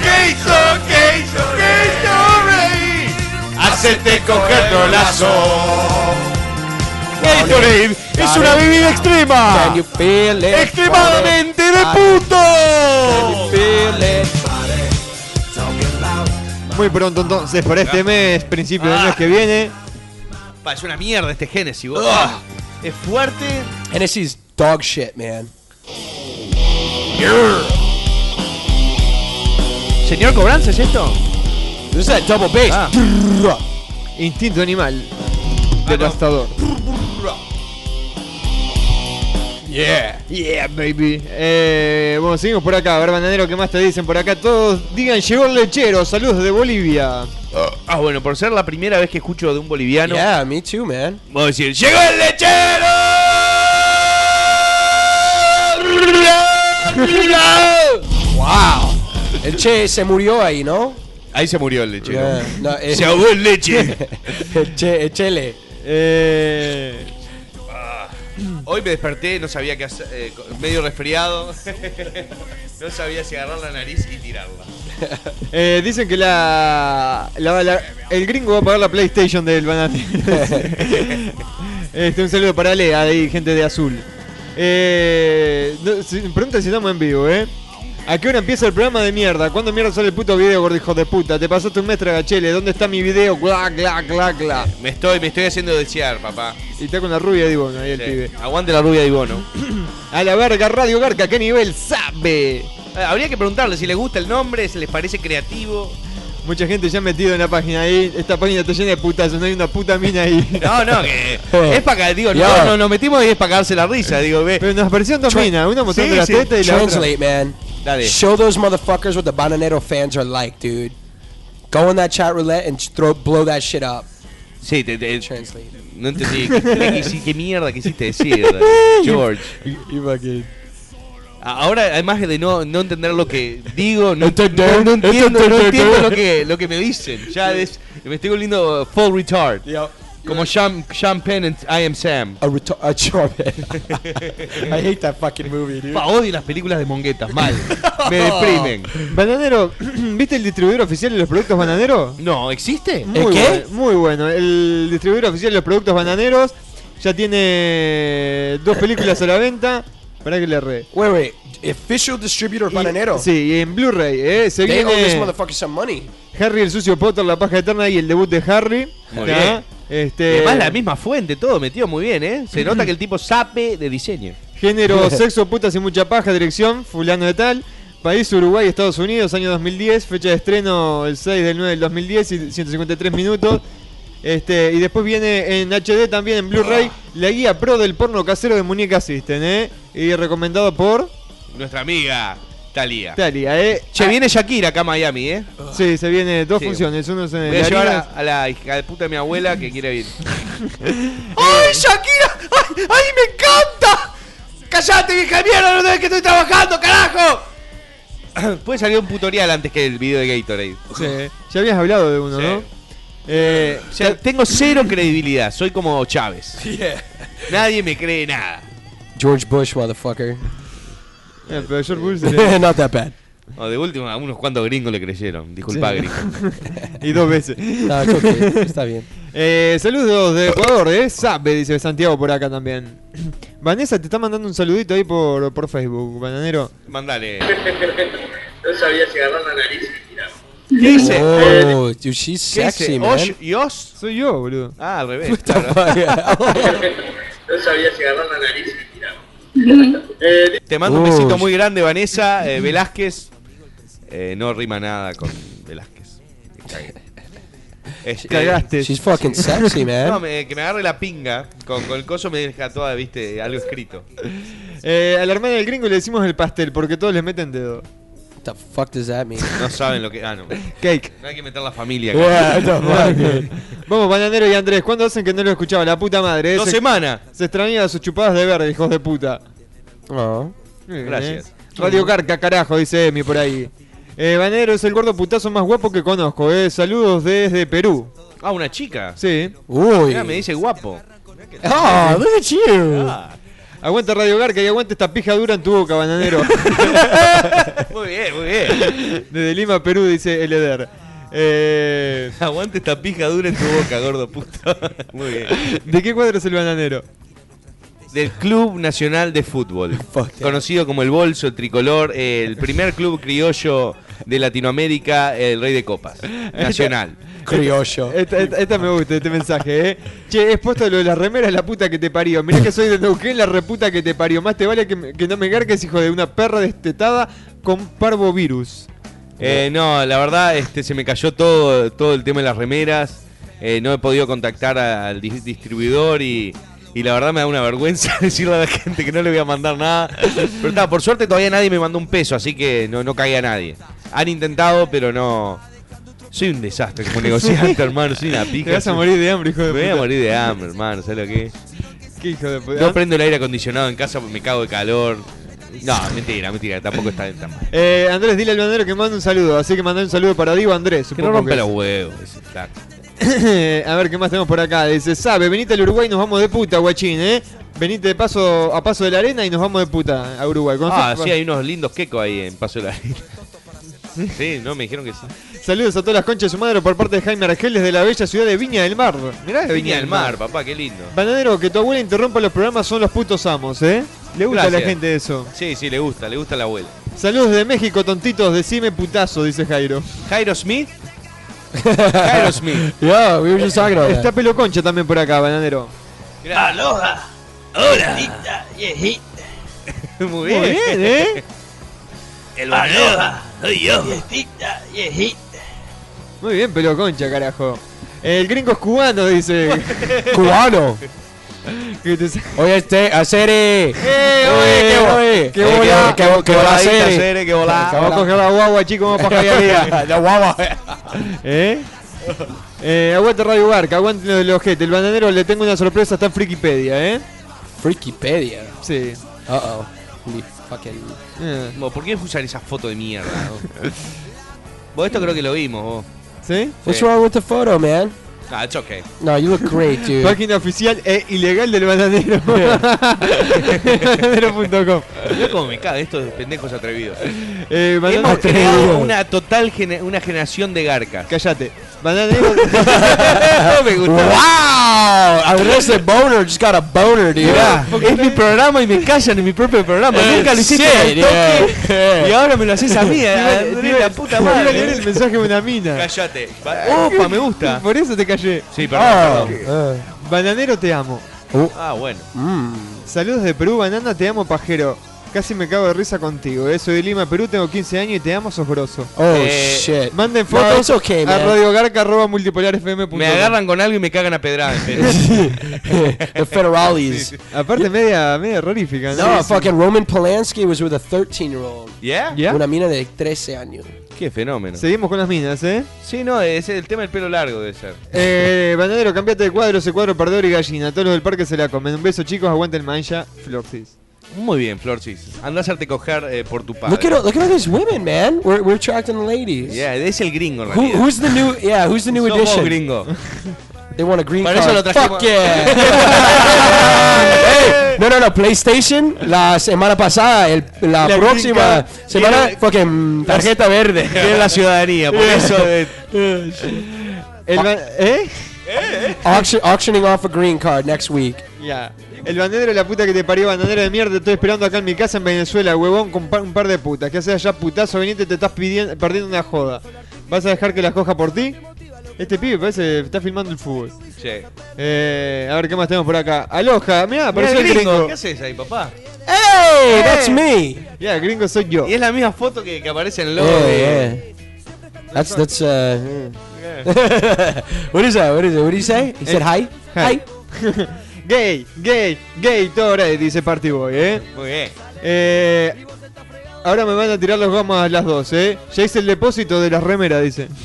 Speaker 2: Gator, Gator, Gatorade. Hacete coger trolazo. Gatorade es una bebida extrema.
Speaker 3: Can you feel it?
Speaker 2: Extremadamente de puto.
Speaker 3: Feel it.
Speaker 1: Muy pronto entonces, para este mes, principio del mes que viene.
Speaker 2: Ah, Pa, es una mierda este Genesis, vos. Es fuerte.
Speaker 3: Genesis dog shit, man.
Speaker 2: ¿Señor Cobranza es esto?
Speaker 3: There's that double bass.
Speaker 2: Ah.
Speaker 1: Instinto animal. Devastador.
Speaker 3: Yeah.
Speaker 1: Yeah, baby. Eh, bueno, seguimos por acá. A ver, bananero, ¿qué más te dicen por acá? Todos digan, llegó el lechero. Saludos de Bolivia.
Speaker 2: Ah, bueno, por ser la primera vez que escucho de un boliviano,
Speaker 3: Yeah, me too, man.
Speaker 2: voy a decir, ¡llegó el lechero!
Speaker 3: Wow. El Che se murió ahí, ¿no?
Speaker 2: Ahí se murió el lechero.
Speaker 3: Yeah. No, eh,
Speaker 2: Se ahogó el leche.
Speaker 3: el Che, el Chele.
Speaker 1: Eh,
Speaker 2: Ah. Hoy me desperté, no sabía qué hacer, eh, co- medio resfriado. no sabía si agarrar la nariz y tirarla.
Speaker 1: eh, dicen que la, la- la- el gringo va a pagar la PlayStation del bananero. este, un saludo para Lea, de gente de azul. Eh, no, si- pregunta si estamos en vivo, ¿eh? ¿A qué hora empieza el programa de mierda? ¿Cuándo mierda sale el puto video, gordo hijo de puta? Te pasaste un mes tragachele. ¿Dónde está mi video? Gla, gla, gla, gla.
Speaker 2: Me estoy, me estoy haciendo desear, papá.
Speaker 1: Y está con la rubia, digo, ahí el
Speaker 2: Sí.
Speaker 1: pibe.
Speaker 2: Aguante la rubia de Ibono.
Speaker 1: A la verga, Radio Garca, ¿qué nivel sabe?
Speaker 2: Eh, Habría que preguntarle si les gusta el nombre, si les parece creativo.
Speaker 1: Mucha gente ya metido en la página ahí. Esta página está llena de putazos, no hay una puta mina ahí.
Speaker 2: No, no, que es para digo, no,
Speaker 3: Ya.
Speaker 2: no, nos metimos y es para cagarse la risa, digo, ve.
Speaker 1: Pero nos aparecieron dos minas, una mostrando
Speaker 2: Sí,
Speaker 1: la
Speaker 2: sí.
Speaker 1: teta y la otra.
Speaker 3: Translate, man.
Speaker 2: Dale.
Speaker 3: Show those motherfuckers what the Bananero fans are like, dude. Go in that chat roulette and throw blow that shit up.
Speaker 2: Sí, te, te-
Speaker 3: Translate.
Speaker 2: no entendí. ¿Qué, qué quisi- qué mierda quisiste decir, George?
Speaker 1: Iba que-
Speaker 2: A- Ahora, además de no, no entender lo que digo, no, no- no entiendo, no entiendo lo, que, lo que me dicen. Ya es- me estoy volviendo full retard. Como Sean, Sean Penn en I Am Sam.
Speaker 3: A retar a chorbe. I hate that fucking movie, dude.
Speaker 2: Pa, odio las películas de monguetas, mal. Me deprimen.
Speaker 1: Bananero, ¿viste el distribuidor oficial de los productos bananeros?
Speaker 2: No, ¿existe?
Speaker 1: Muy
Speaker 3: qué?
Speaker 1: bueno, muy bueno. El distribuidor oficial de los productos bananeros ya tiene dos películas a la venta. Para que le re.
Speaker 3: Wait, wait. Official distributor of Bananero.
Speaker 1: Sí, y en Blu-ray, ¿eh? Se
Speaker 3: They owe this
Speaker 1: viene
Speaker 3: motherfucker some money.
Speaker 1: Harry el sucio Potter, La paja eterna y el debut de Harry.
Speaker 2: Muy
Speaker 1: ¿tá?
Speaker 2: bien.
Speaker 1: Este,
Speaker 2: Además,
Speaker 4: Eh,
Speaker 2: la misma fuente, todo metido muy bien, ¿eh? Se nota que el tipo sabe de diseño.
Speaker 1: Género, sexo, putas y mucha paja, dirección, fulano de tal. País Uruguay, Estados Unidos, año 2010, fecha de estreno el 6 del 9 del 2010 y 153 minutos. Este, y después viene en HD también en Blu-ray la guía pro del porno casero de Muñeca System, ¿eh? Y recomendado por
Speaker 2: Nuestra amiga Talía.
Speaker 1: Talia, ¿eh?
Speaker 2: Che, viene Shakira acá a Miami, ¿eh?
Speaker 1: Sí, se viene dos
Speaker 2: Sí.
Speaker 1: funciones, uno es en
Speaker 2: Voy a llevar a,
Speaker 1: Larinas.
Speaker 2: a la hija de puta de mi abuela que quiere Eh, ir.
Speaker 4: ¡Ay, Shakira! ¡Ay, ay, me encanta! ¡Cállate, vieja de mierda! ¡No sabes que estoy trabajando, carajo!
Speaker 2: Puede salir un tutorial antes que el video de Gatorade.
Speaker 1: Sí, Ya habías hablado de uno,
Speaker 2: Sí.
Speaker 1: ¿no? Eh,
Speaker 2: O sea, tengo cero credibilidad, soy como Chávez. Nadie me cree nada.
Speaker 3: George Bush, motherfucker.
Speaker 1: eh, pero George Bush se le-
Speaker 3: Not that bad.
Speaker 2: O de último, a unos cuantos gringos le creyeron. Disculpa,
Speaker 1: Sí.
Speaker 2: gringo.
Speaker 1: y dos veces.
Speaker 2: Ah,
Speaker 3: No, it's okay. Está bien.
Speaker 1: Eh, saludos de Ecuador, ¿eh? Sabe, dice Santiago por acá también. Vanessa, te está mandando un saludito ahí por, por Facebook, bananero.
Speaker 2: Mandale.
Speaker 9: No sabía si agarrar la nariz y tirar.
Speaker 2: ¿Qué dice?
Speaker 3: Oh, dude, she's
Speaker 2: ¿Qué dice? ¿Osh
Speaker 3: sexy, man.
Speaker 2: y os?
Speaker 1: Soy yo, boludo.
Speaker 2: Ah, al revés. claro.
Speaker 9: No sabía si agarrar la nariz y tirar.
Speaker 2: Te mando un
Speaker 3: Uy.
Speaker 2: besito muy grande, Vanessa eh, Velázquez. Eh, no rima nada con Velázquez. Me cagué. Este,
Speaker 1: Cagaste.
Speaker 3: She's fucking sexy,
Speaker 2: No,
Speaker 3: man.
Speaker 2: me- que me agarre la pinga. Con, con el coso me deja toda, viste, algo escrito.
Speaker 1: Eh, a la hermana del gringo le decimos el pastel porque todos les meten dedo.
Speaker 3: What the fuck does that mean?
Speaker 2: No saben lo que. Ah, no.
Speaker 1: Cake.
Speaker 2: No hay que meter la familia. acá.
Speaker 3: Yeah, what the fuck?
Speaker 1: Vamos, bananero y Andrés, ¿cuándo hacen que no lo escuchaba? La puta madre, ¿eh?
Speaker 2: Dos
Speaker 1: Se,
Speaker 2: semanas.
Speaker 1: se extrañaba sus chupadas de verde, hijos de puta.
Speaker 3: Oh.
Speaker 1: Muy bien,
Speaker 2: Gracias.
Speaker 1: ¿eh? Radio Carca, carajo, dice Emi por ahí. Eh, bananero es el gordo putazo más guapo que conozco, ¿eh? Saludos desde Perú.
Speaker 2: Ah, una chica.
Speaker 1: Sí.
Speaker 3: Uy.
Speaker 2: Mirá, me dice guapo.
Speaker 3: Oh, look at you.
Speaker 2: Ah,
Speaker 1: Aguanta Radio Garca y aguanta esta pija dura en tu boca, bananero.
Speaker 2: muy bien, muy bien.
Speaker 1: Desde Lima, Perú, dice el Eder. Eh,
Speaker 2: Aguante esta pija dura en tu boca, gordo puto. Muy bien.
Speaker 1: ¿De qué cuadro es el bananero?
Speaker 2: Del Club Nacional de Fútbol.
Speaker 3: Fuck that.
Speaker 2: conocido como el Bolso, el Tricolor, eh, el primer club criollo de Latinoamérica, el rey de copas. Nacional.
Speaker 3: Criollo.
Speaker 1: Esta, esta- esta me gusta, este mensaje, eh. Che, es puesto lo de las remeras, la puta que te parió. Mirá que soy de Neuquén, la reputa que te parió. Más te vale que, me- que no me garques, hijo de una perra destetada con parvovirus.
Speaker 2: Eh, no, la verdad, este, se me cayó todo, todo el tema de las remeras. Eh, no he podido contactar al dis- distribuidor y, y la verdad me da una vergüenza decirle a la gente que no le voy a mandar nada. Pero está, por suerte todavía nadie me mandó un peso, así que no, no cagué a nadie. Han intentado, pero no. Soy un desastre como negociante, hermano. Soy una pica.
Speaker 1: Te vas a
Speaker 2: soy-
Speaker 1: morir de hambre, hijo de
Speaker 2: Me voy
Speaker 1: puta.
Speaker 2: a morir de hambre, hermano. ¿Sabes lo que es?
Speaker 1: ¿Qué hijo de puta?
Speaker 2: No prendo el aire acondicionado en casa porque me cago de calor. No, mentira, mentira. Tampoco está tan mal.
Speaker 1: Eh, Andrés, dile al bandero que manda un saludo. Así que manda un saludo para Divo Andrés.
Speaker 2: Que no
Speaker 1: supongo
Speaker 2: rompe
Speaker 1: es.
Speaker 2: los huevos. ese flaco.
Speaker 1: a ver, ¿qué más tenemos por acá? Dice, sabe, venite al Uruguay y nos vamos de puta, guachín, ¿eh? Venite de paso a paso de la arena y nos vamos de puta a Uruguay. Conocí-
Speaker 2: Ah, sí, hay unos lindos quecos ahí en Paso de la Arena. Sí, no, me dijeron que sí.
Speaker 1: Saludos a todas las conchas de su madre por parte de Jaime Argeles de la bella ciudad de Viña del Mar. Mirá de
Speaker 2: Viña del Mar, papá, qué lindo.
Speaker 1: Bananero, que tu abuela interrumpa los programas son los putos amos, ¿eh? Le gusta a la
Speaker 2: Gracias.
Speaker 1: gente eso.
Speaker 2: Sí, sí, le gusta, le gusta la abuela.
Speaker 1: Saludos de México, tontitos, decime putazo, dice Jairo.
Speaker 2: Jairo Smith. Jairo Smith.
Speaker 3: yeah, we were just talking about
Speaker 1: Está
Speaker 3: that.
Speaker 1: pelo concha también por acá, bananero.
Speaker 2: Ah,
Speaker 9: Aloha. Hola. Viejita.
Speaker 2: Muy
Speaker 1: Muy
Speaker 2: bien.
Speaker 1: bien, ¿eh?
Speaker 9: El Aloha. Ah, Soy yo. Viejita. Viejita.
Speaker 1: Muy bien, pelo concha, carajo. El gringo es cubano, dice.
Speaker 3: Cubano.
Speaker 1: Que te sa-
Speaker 3: Oye, este, a serie.
Speaker 1: ¡Eh,
Speaker 3: oye,
Speaker 1: ¡Qué
Speaker 3: eh,
Speaker 1: bola!
Speaker 3: qué bo- qué bola,
Speaker 2: voladita,
Speaker 3: Cere.
Speaker 2: Cere, qué volá.
Speaker 1: Vamos a coger la guagua, chicos, vamos para allá
Speaker 3: La guava.
Speaker 1: ¿Eh? Eh, aguante Radio Barca, aguante lo del ojete. El bananero le tengo una sorpresa, está en Frikipedia, ¿eh?
Speaker 3: Freakipedia.
Speaker 1: Sí.
Speaker 3: Uh oh. Fucking.
Speaker 1: Eh,
Speaker 2: Mo, ¿Por qué usar esa foto de mierda? vos? Vos esto creo que lo vimos, vos.
Speaker 1: ¿Sí?
Speaker 3: What's
Speaker 2: Sí.
Speaker 3: wrong with the photo, man?
Speaker 2: Ah, it's okay.
Speaker 3: No, you look great, dude.
Speaker 1: Página oficial e ilegal del bananero. bananero.com.
Speaker 2: Mirá cómo me caga esto de pendejos atrevidos.
Speaker 1: Eh, bananero-
Speaker 2: Hemos creado una total gene- una generación de garcas.
Speaker 1: Cállate. Bananero.
Speaker 2: me gustó.
Speaker 3: Wow! I was a boner. Just got a boner, dude.
Speaker 2: Mirá, es mi programa y me callan en mi propio programa.
Speaker 3: Eh,
Speaker 2: Nunca lo hiciste al
Speaker 3: shit,
Speaker 2: toque
Speaker 3: yeah.
Speaker 2: y ahora me lo haces a mí.
Speaker 1: Te iba-
Speaker 2: a-
Speaker 1: te
Speaker 2: Andrés,
Speaker 1: iba-
Speaker 2: la puta
Speaker 1: te iba a leer
Speaker 2: madre.
Speaker 1: el mensaje de una mina.
Speaker 2: Cállate. Opa, me gusta.
Speaker 1: Por eso te callé.
Speaker 2: Sí,
Speaker 3: Oh.
Speaker 2: perdón. perdón.
Speaker 3: Uh,
Speaker 1: Bananero, te amo.
Speaker 2: Ah, bueno.
Speaker 3: mm.
Speaker 1: Saludos de Perú, banana, te amo, pajero. Casi me cago de risa contigo. ¿eh? Soy de Lima, Perú, tengo 15 años y te amo, sos grosso.
Speaker 3: Oh
Speaker 2: Eh,
Speaker 3: shit.
Speaker 1: Manden
Speaker 3: No,
Speaker 1: fotos
Speaker 3: it's okay,
Speaker 1: a
Speaker 3: man.
Speaker 1: radiogarca.multipolarfm.com.
Speaker 2: Me agarran con algo y me cagan a pedradas. pero-
Speaker 3: the Federales.
Speaker 1: Aparte, media, media horrífica, ¿no?
Speaker 3: No, fucking Roman Polanski was with a 13 year old.
Speaker 2: ¿Yeah?
Speaker 1: ¿Ya?
Speaker 3: Una mina de 13 años.
Speaker 2: eh? Qué fenómeno. Sí.
Speaker 1: Seguimos con las minas, ¿eh?
Speaker 2: no, es el tema del pelo largo debe ser.
Speaker 1: Eh, bananero, cambiate de cuadro, ese cuadro perdedor y gallina. Todos los del parque se la comen. Un beso, chicos, aguanten mancha, floxis.
Speaker 2: Muy bien, Florcis. Anda a hacerte coger eh, por tu padre.
Speaker 3: Look at all- look at all these women, man. We're, we're attracting ladies.
Speaker 2: Yeah, eh, es el gringo, en
Speaker 3: Who,
Speaker 2: realidad.
Speaker 3: who's the new? Yeah, who's the new
Speaker 2: Sos vos,
Speaker 3: addition?
Speaker 2: gringo.
Speaker 3: They want a green
Speaker 2: Para eso
Speaker 3: card.
Speaker 2: lo trajimos.
Speaker 3: Fuck yeah. Hey, no, no, no. PlayStation la semana pasada, el, la,
Speaker 1: La
Speaker 3: próxima
Speaker 1: green card.
Speaker 3: semana,
Speaker 1: Tiene-
Speaker 3: fucking tarjeta verde.
Speaker 2: Tiene la ciudadanía, por eso de...
Speaker 1: El ba- ¿Eh?
Speaker 3: Auction, auctioning off a green card next week.
Speaker 1: Ya. El bananero de la puta que te parió, bananero de mierda, te estoy esperando acá en mi casa en Venezuela, huevón, con pa- un par de putas. ¿Qué haces allá, putazo? Veniente, te estás pidien- perdiendo una joda. ¿Vas a dejar que las coja por ti? Este pibe parece que está filmando el fútbol.
Speaker 2: Che.
Speaker 1: Eh, a ver, ¿qué más tenemos por acá? Aloja, mirá,
Speaker 2: Mirá
Speaker 1: apareció
Speaker 2: el gringo. ¿Qué
Speaker 1: Ya,
Speaker 2: haces ahí, papá?
Speaker 3: Hey, that's me.
Speaker 1: el gringo soy yo.
Speaker 2: Y es la misma foto que, que aparece en el logo.
Speaker 3: Oh
Speaker 2: de-
Speaker 3: yeah. That's that's uh. what is that? What is it? What did he say? He said hi.
Speaker 1: Hi. gay, gay, gay, Tore, dice Party Boy, eh.
Speaker 2: Muy bien.
Speaker 1: Eh, ahora me van a tirar los gomas las dos, eh. Ya hice el depósito de las remeras, dice.
Speaker 2: Ah.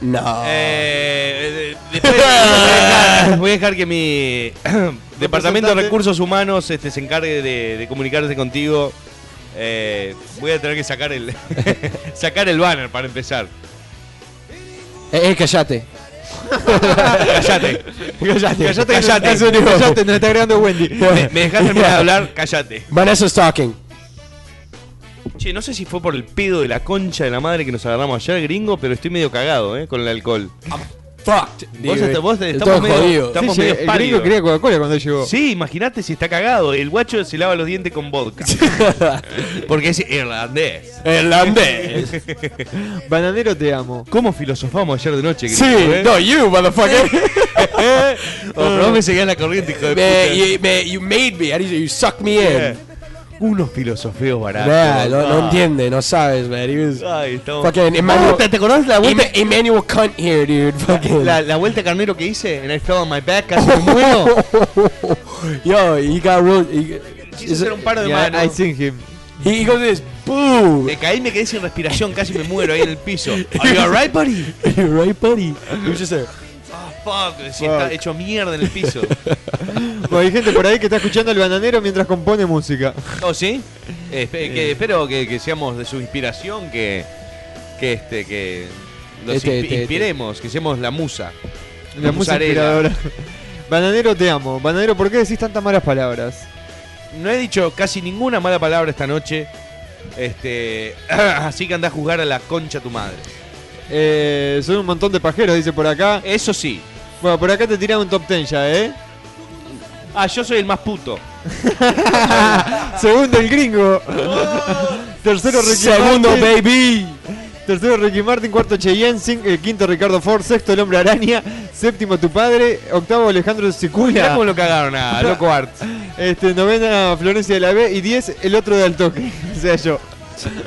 Speaker 3: No.
Speaker 2: Eh, de- después voy, a dejar, voy a dejar que mi departamento de recursos humanos este, se encargue de, de comunicarse contigo. Eh, voy a tener que sacar el sacar el banner para empezar.
Speaker 3: Eh, eh, callate.
Speaker 2: Cállate.
Speaker 3: Callate.
Speaker 2: Callate, callate.
Speaker 1: Callate, nos está agregando Wendy.
Speaker 2: Me, me dejás terminar de hablar, cállate.
Speaker 3: Vanessa's talking.
Speaker 2: Che, no sé si fue por el pedo de la concha de la madre que nos agarramos ayer, gringo, pero estoy medio cagado, eh, con el alcohol.
Speaker 3: fucked,
Speaker 2: Vos,
Speaker 3: dude.
Speaker 2: hasta- vos
Speaker 3: Estoy
Speaker 2: estamos medio,
Speaker 3: jodido.
Speaker 2: estamos
Speaker 1: Sí,
Speaker 2: medio
Speaker 1: el
Speaker 2: pálidos.
Speaker 1: gringo quería Coca-Cola cuando él llegó.
Speaker 2: Sí, imagínate si está cagado. El guacho se lava los dientes con vodka. Porque es irlandés.
Speaker 3: Irlandés.
Speaker 1: Bananero te amo.
Speaker 2: ¿Cómo filosofamos ayer de noche? eh?
Speaker 3: sí, no, you, motherfucker.
Speaker 2: no Oh, me seguías la corriente, hijo de
Speaker 3: Man,
Speaker 2: puta.
Speaker 3: you, man, you made me. How do you, you sucked me
Speaker 2: Eh,
Speaker 3: in.
Speaker 2: Unos filosofeos baratos.
Speaker 3: Yeah, no, no
Speaker 2: Ah.
Speaker 3: entiende, no sabes, man. He was
Speaker 2: Ay, estamos-
Speaker 3: fucking
Speaker 2: Ah,
Speaker 3: Emmanuel.
Speaker 2: ¿Te, te acordás la vuelta,
Speaker 3: Ema- Emmanuel cunt here, dude. Fucking.
Speaker 2: la, la vuelta carnero que hice? En I fell on my back, casi me muero.
Speaker 3: Yo, he got real. He,
Speaker 2: Quise hacer un paro de
Speaker 1: Yeah, I
Speaker 2: manos.
Speaker 1: seen him.
Speaker 3: he goes this boom.
Speaker 2: Me caí, me quedé sin respiración, casi me muero ahí en el piso. Are you alright, buddy?
Speaker 3: You're right, buddy. He was just there.
Speaker 2: Ah, fuck, si está hecho mierda en el piso.
Speaker 1: Bueno, hay gente por ahí que está escuchando al bananero mientras compone música.
Speaker 2: ¿Oh, sí? Eh, espe- que espero que, que seamos de su inspiración, que, que, este, que los
Speaker 3: Este,
Speaker 2: inspi-
Speaker 3: este, este.
Speaker 2: inspiremos, que seamos la musa.
Speaker 1: La música
Speaker 2: musarela.
Speaker 1: inspiradora. Bananero te amo. Bananero, ¿por qué decís tantas malas palabras?
Speaker 2: No he dicho casi ninguna mala palabra esta noche. Este, así que anda a jugar a la concha tu madre.
Speaker 1: Eh, son un montón de pajeros, dice por acá.
Speaker 2: Eso sí.
Speaker 1: Bueno, por acá te tiran un top 10 ya, ¿eh?
Speaker 2: Ah, yo soy el más puto.
Speaker 1: Segundo el gringo. Tercero Ricky
Speaker 3: Segundo,
Speaker 1: Martin.
Speaker 3: baby.
Speaker 1: Tercero Ricky Martin, cuarto Cheyenne, cin- eh, quinto Ricardo Ford, sexto el hombre araña, séptimo tu padre, octavo Alejandro
Speaker 2: Mirá cómo
Speaker 1: Sicula,
Speaker 2: lo cagaron a loco Arts.
Speaker 1: este, novena Florencia de la B y diez el otro de Altoque. o sea yo.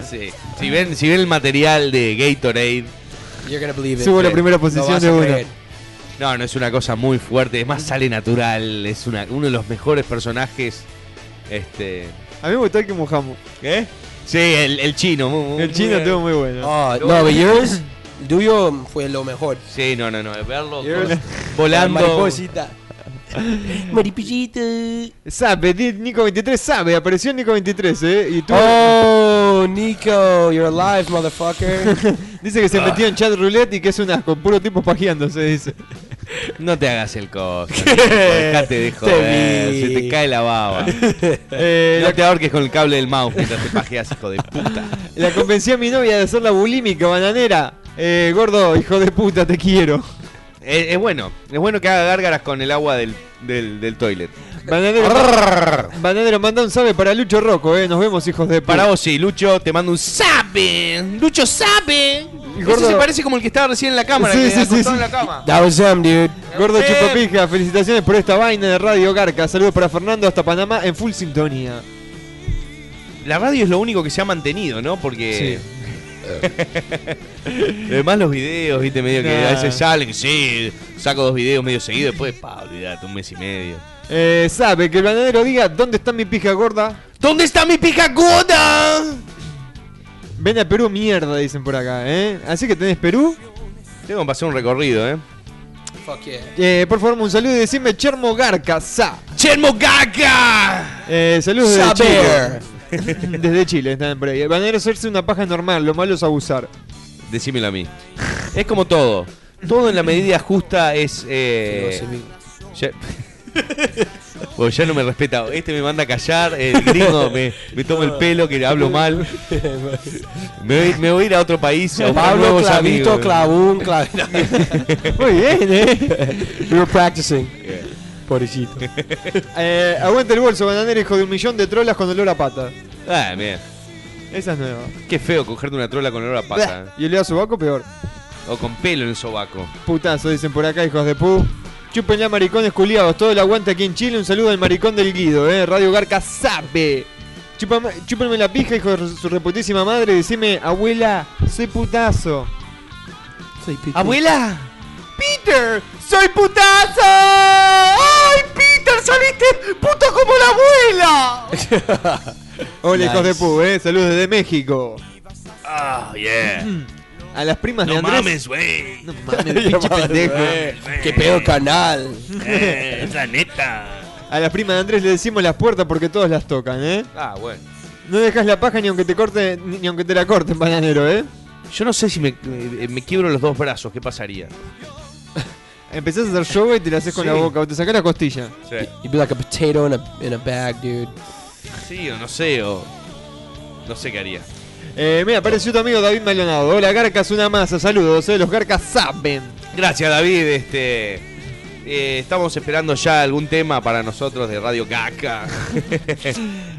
Speaker 2: Sí. Si ven, si ven el material de Gatorade,
Speaker 3: You're gonna believe it.
Speaker 1: Subo la
Speaker 3: Fred.
Speaker 1: primera
Speaker 3: Lo
Speaker 1: posición
Speaker 3: vas
Speaker 1: de
Speaker 3: a
Speaker 1: una.
Speaker 3: creer.
Speaker 2: no, no es una cosa muy fuerte. Es más, sale natural. Es una, uno de los mejores personajes. Este.
Speaker 1: A mí me gustó el que mojamos.
Speaker 2: ¿Eh? Sí, el, el chino. mu- mu-
Speaker 1: El chino
Speaker 2: muy-
Speaker 1: estuvo muy bueno.
Speaker 3: Oh, no, but yours, tuyo fue lo mejor.
Speaker 2: Sí, no, no, no. Verlo
Speaker 1: Yo-
Speaker 2: con- volando.
Speaker 3: Mariposita.
Speaker 1: Sabe, di- Nico 23 sabe, apareció Nico 23, ¿eh? Y tú
Speaker 3: Oh, Nico, you're alive, motherfucker. Ah.
Speaker 1: dice que se metió en chat roulette y que es un asco, puro tipo pajeándose, dice.
Speaker 2: No te hagas el coso. Nico, Dejate de joder.
Speaker 3: vi.
Speaker 2: Se te cae la baba.
Speaker 1: Eh,
Speaker 2: no te ahorques con el cable del mouse mientras te pajeas, hijo de puta.
Speaker 1: La convencí a mi novia de hacer la bulímica bananera. Eh, gordo, hijo de puta, te quiero.
Speaker 2: Eh, Es, es bueno. Es bueno que haga gárgaras con el agua del, del, del toilet.
Speaker 1: Bananero, bananero manda un sabe para Lucho Rocco, eh. Nos vemos, hijos de
Speaker 2: Para
Speaker 1: puta.
Speaker 2: vos sí, Lucho, te mando un sabe. Lucho sabe. Eso
Speaker 1: gordo-
Speaker 2: se parece como el que estaba recién en la cámara,
Speaker 1: Sí,
Speaker 2: que
Speaker 1: sí, sí,
Speaker 2: acostado
Speaker 1: sí.
Speaker 2: en la cama. Eh.
Speaker 3: That was him, dude.
Speaker 1: Gordo
Speaker 2: Sí.
Speaker 1: Chupapija, felicitaciones por esta vaina de Radio Garca. Saludos para Fernando hasta Panamá en full sintonía.
Speaker 2: La radio es lo único que se ha mantenido, ¿no? Porque. Además los videos, viste, medio que a
Speaker 1: Nah.
Speaker 2: veces salen, sí, saco dos videos medio seguidos, después, pa, olvidate, un mes y medio.
Speaker 1: Eh, sabe que el bananero diga dónde está mi pija gorda.
Speaker 2: ¿Dónde está mi pija gorda?
Speaker 1: Ven a Perú, mierda, dicen por acá, eh. Así que tenés Perú.
Speaker 2: Tengo que pasar un recorrido, ¿eh?
Speaker 3: Fuck yeah.
Speaker 1: Eh, por favor, un saludo y decime Chermo Garca, sa.
Speaker 2: ¡Chermo Gaga!
Speaker 1: Eh, saludos desde
Speaker 3: Saber.
Speaker 1: Chile. Desde Chile, están por ahí. El bananero es hacerse una paja normal, lo malo es abusar.
Speaker 2: Decímelo a mí. Es como todo. Todo en la medida justa es. Eh, Ya... Bueno, ya no me respeta. Este me manda a callar, el gringo me, me toma el pelo, que hablo mal. Me voy, me voy a ir a otro país. a buscar
Speaker 3: Pablo
Speaker 2: nuevos
Speaker 3: Clavito,
Speaker 2: amigos.
Speaker 3: Clavún, Clavito.
Speaker 1: Muy bien, eh.
Speaker 3: We were practicing. Pobrecito.
Speaker 1: Eh, aguanta el bolso, bananero, hijo de un millón de trolas con olor a pata.
Speaker 2: Ah, mira.
Speaker 1: Esa es nueva.
Speaker 2: Qué feo cogerte una trola con olor a pata. eh.
Speaker 1: Y el a sobaco peor.
Speaker 2: O con pelo en el sobaco.
Speaker 1: Putazo, dicen por acá, hijos de pu. Chupen ya maricones culiados, todo el aguante aquí en Chile. Un saludo al maricón del Guido, eh. Radio Garca sabe. Chúpame, chúpenme la pija, hijo de su reputísima madre. Decime, abuela, soy putazo.
Speaker 2: Ah, ¡Abuela! ¡Peter! ¡Soy putazo! ¡Ay, Peter! ¡Saliste puto como la abuela!
Speaker 1: Hola, hijos de
Speaker 3: Nice.
Speaker 1: pu, eh. Saludos desde México.
Speaker 10: Ah, yeah.
Speaker 1: A las primas de
Speaker 10: No
Speaker 1: Andrés.
Speaker 10: mames, güey.
Speaker 1: No mames, pinche pendejo.
Speaker 2: eh.
Speaker 3: Qué pedo canal.
Speaker 10: Eh, es la neta.
Speaker 1: A las primas de Andrés le decimos las puertas porque todas las tocan, eh.
Speaker 2: Ah, bueno.
Speaker 1: No dejas la paja ni aunque te corte, ni ni aunque te la corten, bananero, ¿eh?
Speaker 2: Yo no sé si me, eh, me quiebro los dos brazos, ¿qué pasaría?
Speaker 1: Empezás a hacer yoga y te la haces con
Speaker 2: Sí.
Speaker 1: la boca o te sacás la costilla.
Speaker 2: Sí.
Speaker 3: You'd be like a potato in a, in a bag, dude.
Speaker 2: Sí, o no sé, o. No sé qué haría.
Speaker 1: Eh, mira, apareció tu amigo David Maldonado. Hola, Garcas, una masa. Saludos, ¿eh? Los Garcas saben.
Speaker 2: Gracias, David. Este, eh, estamos esperando ya algún tema para nosotros de Radio Caca.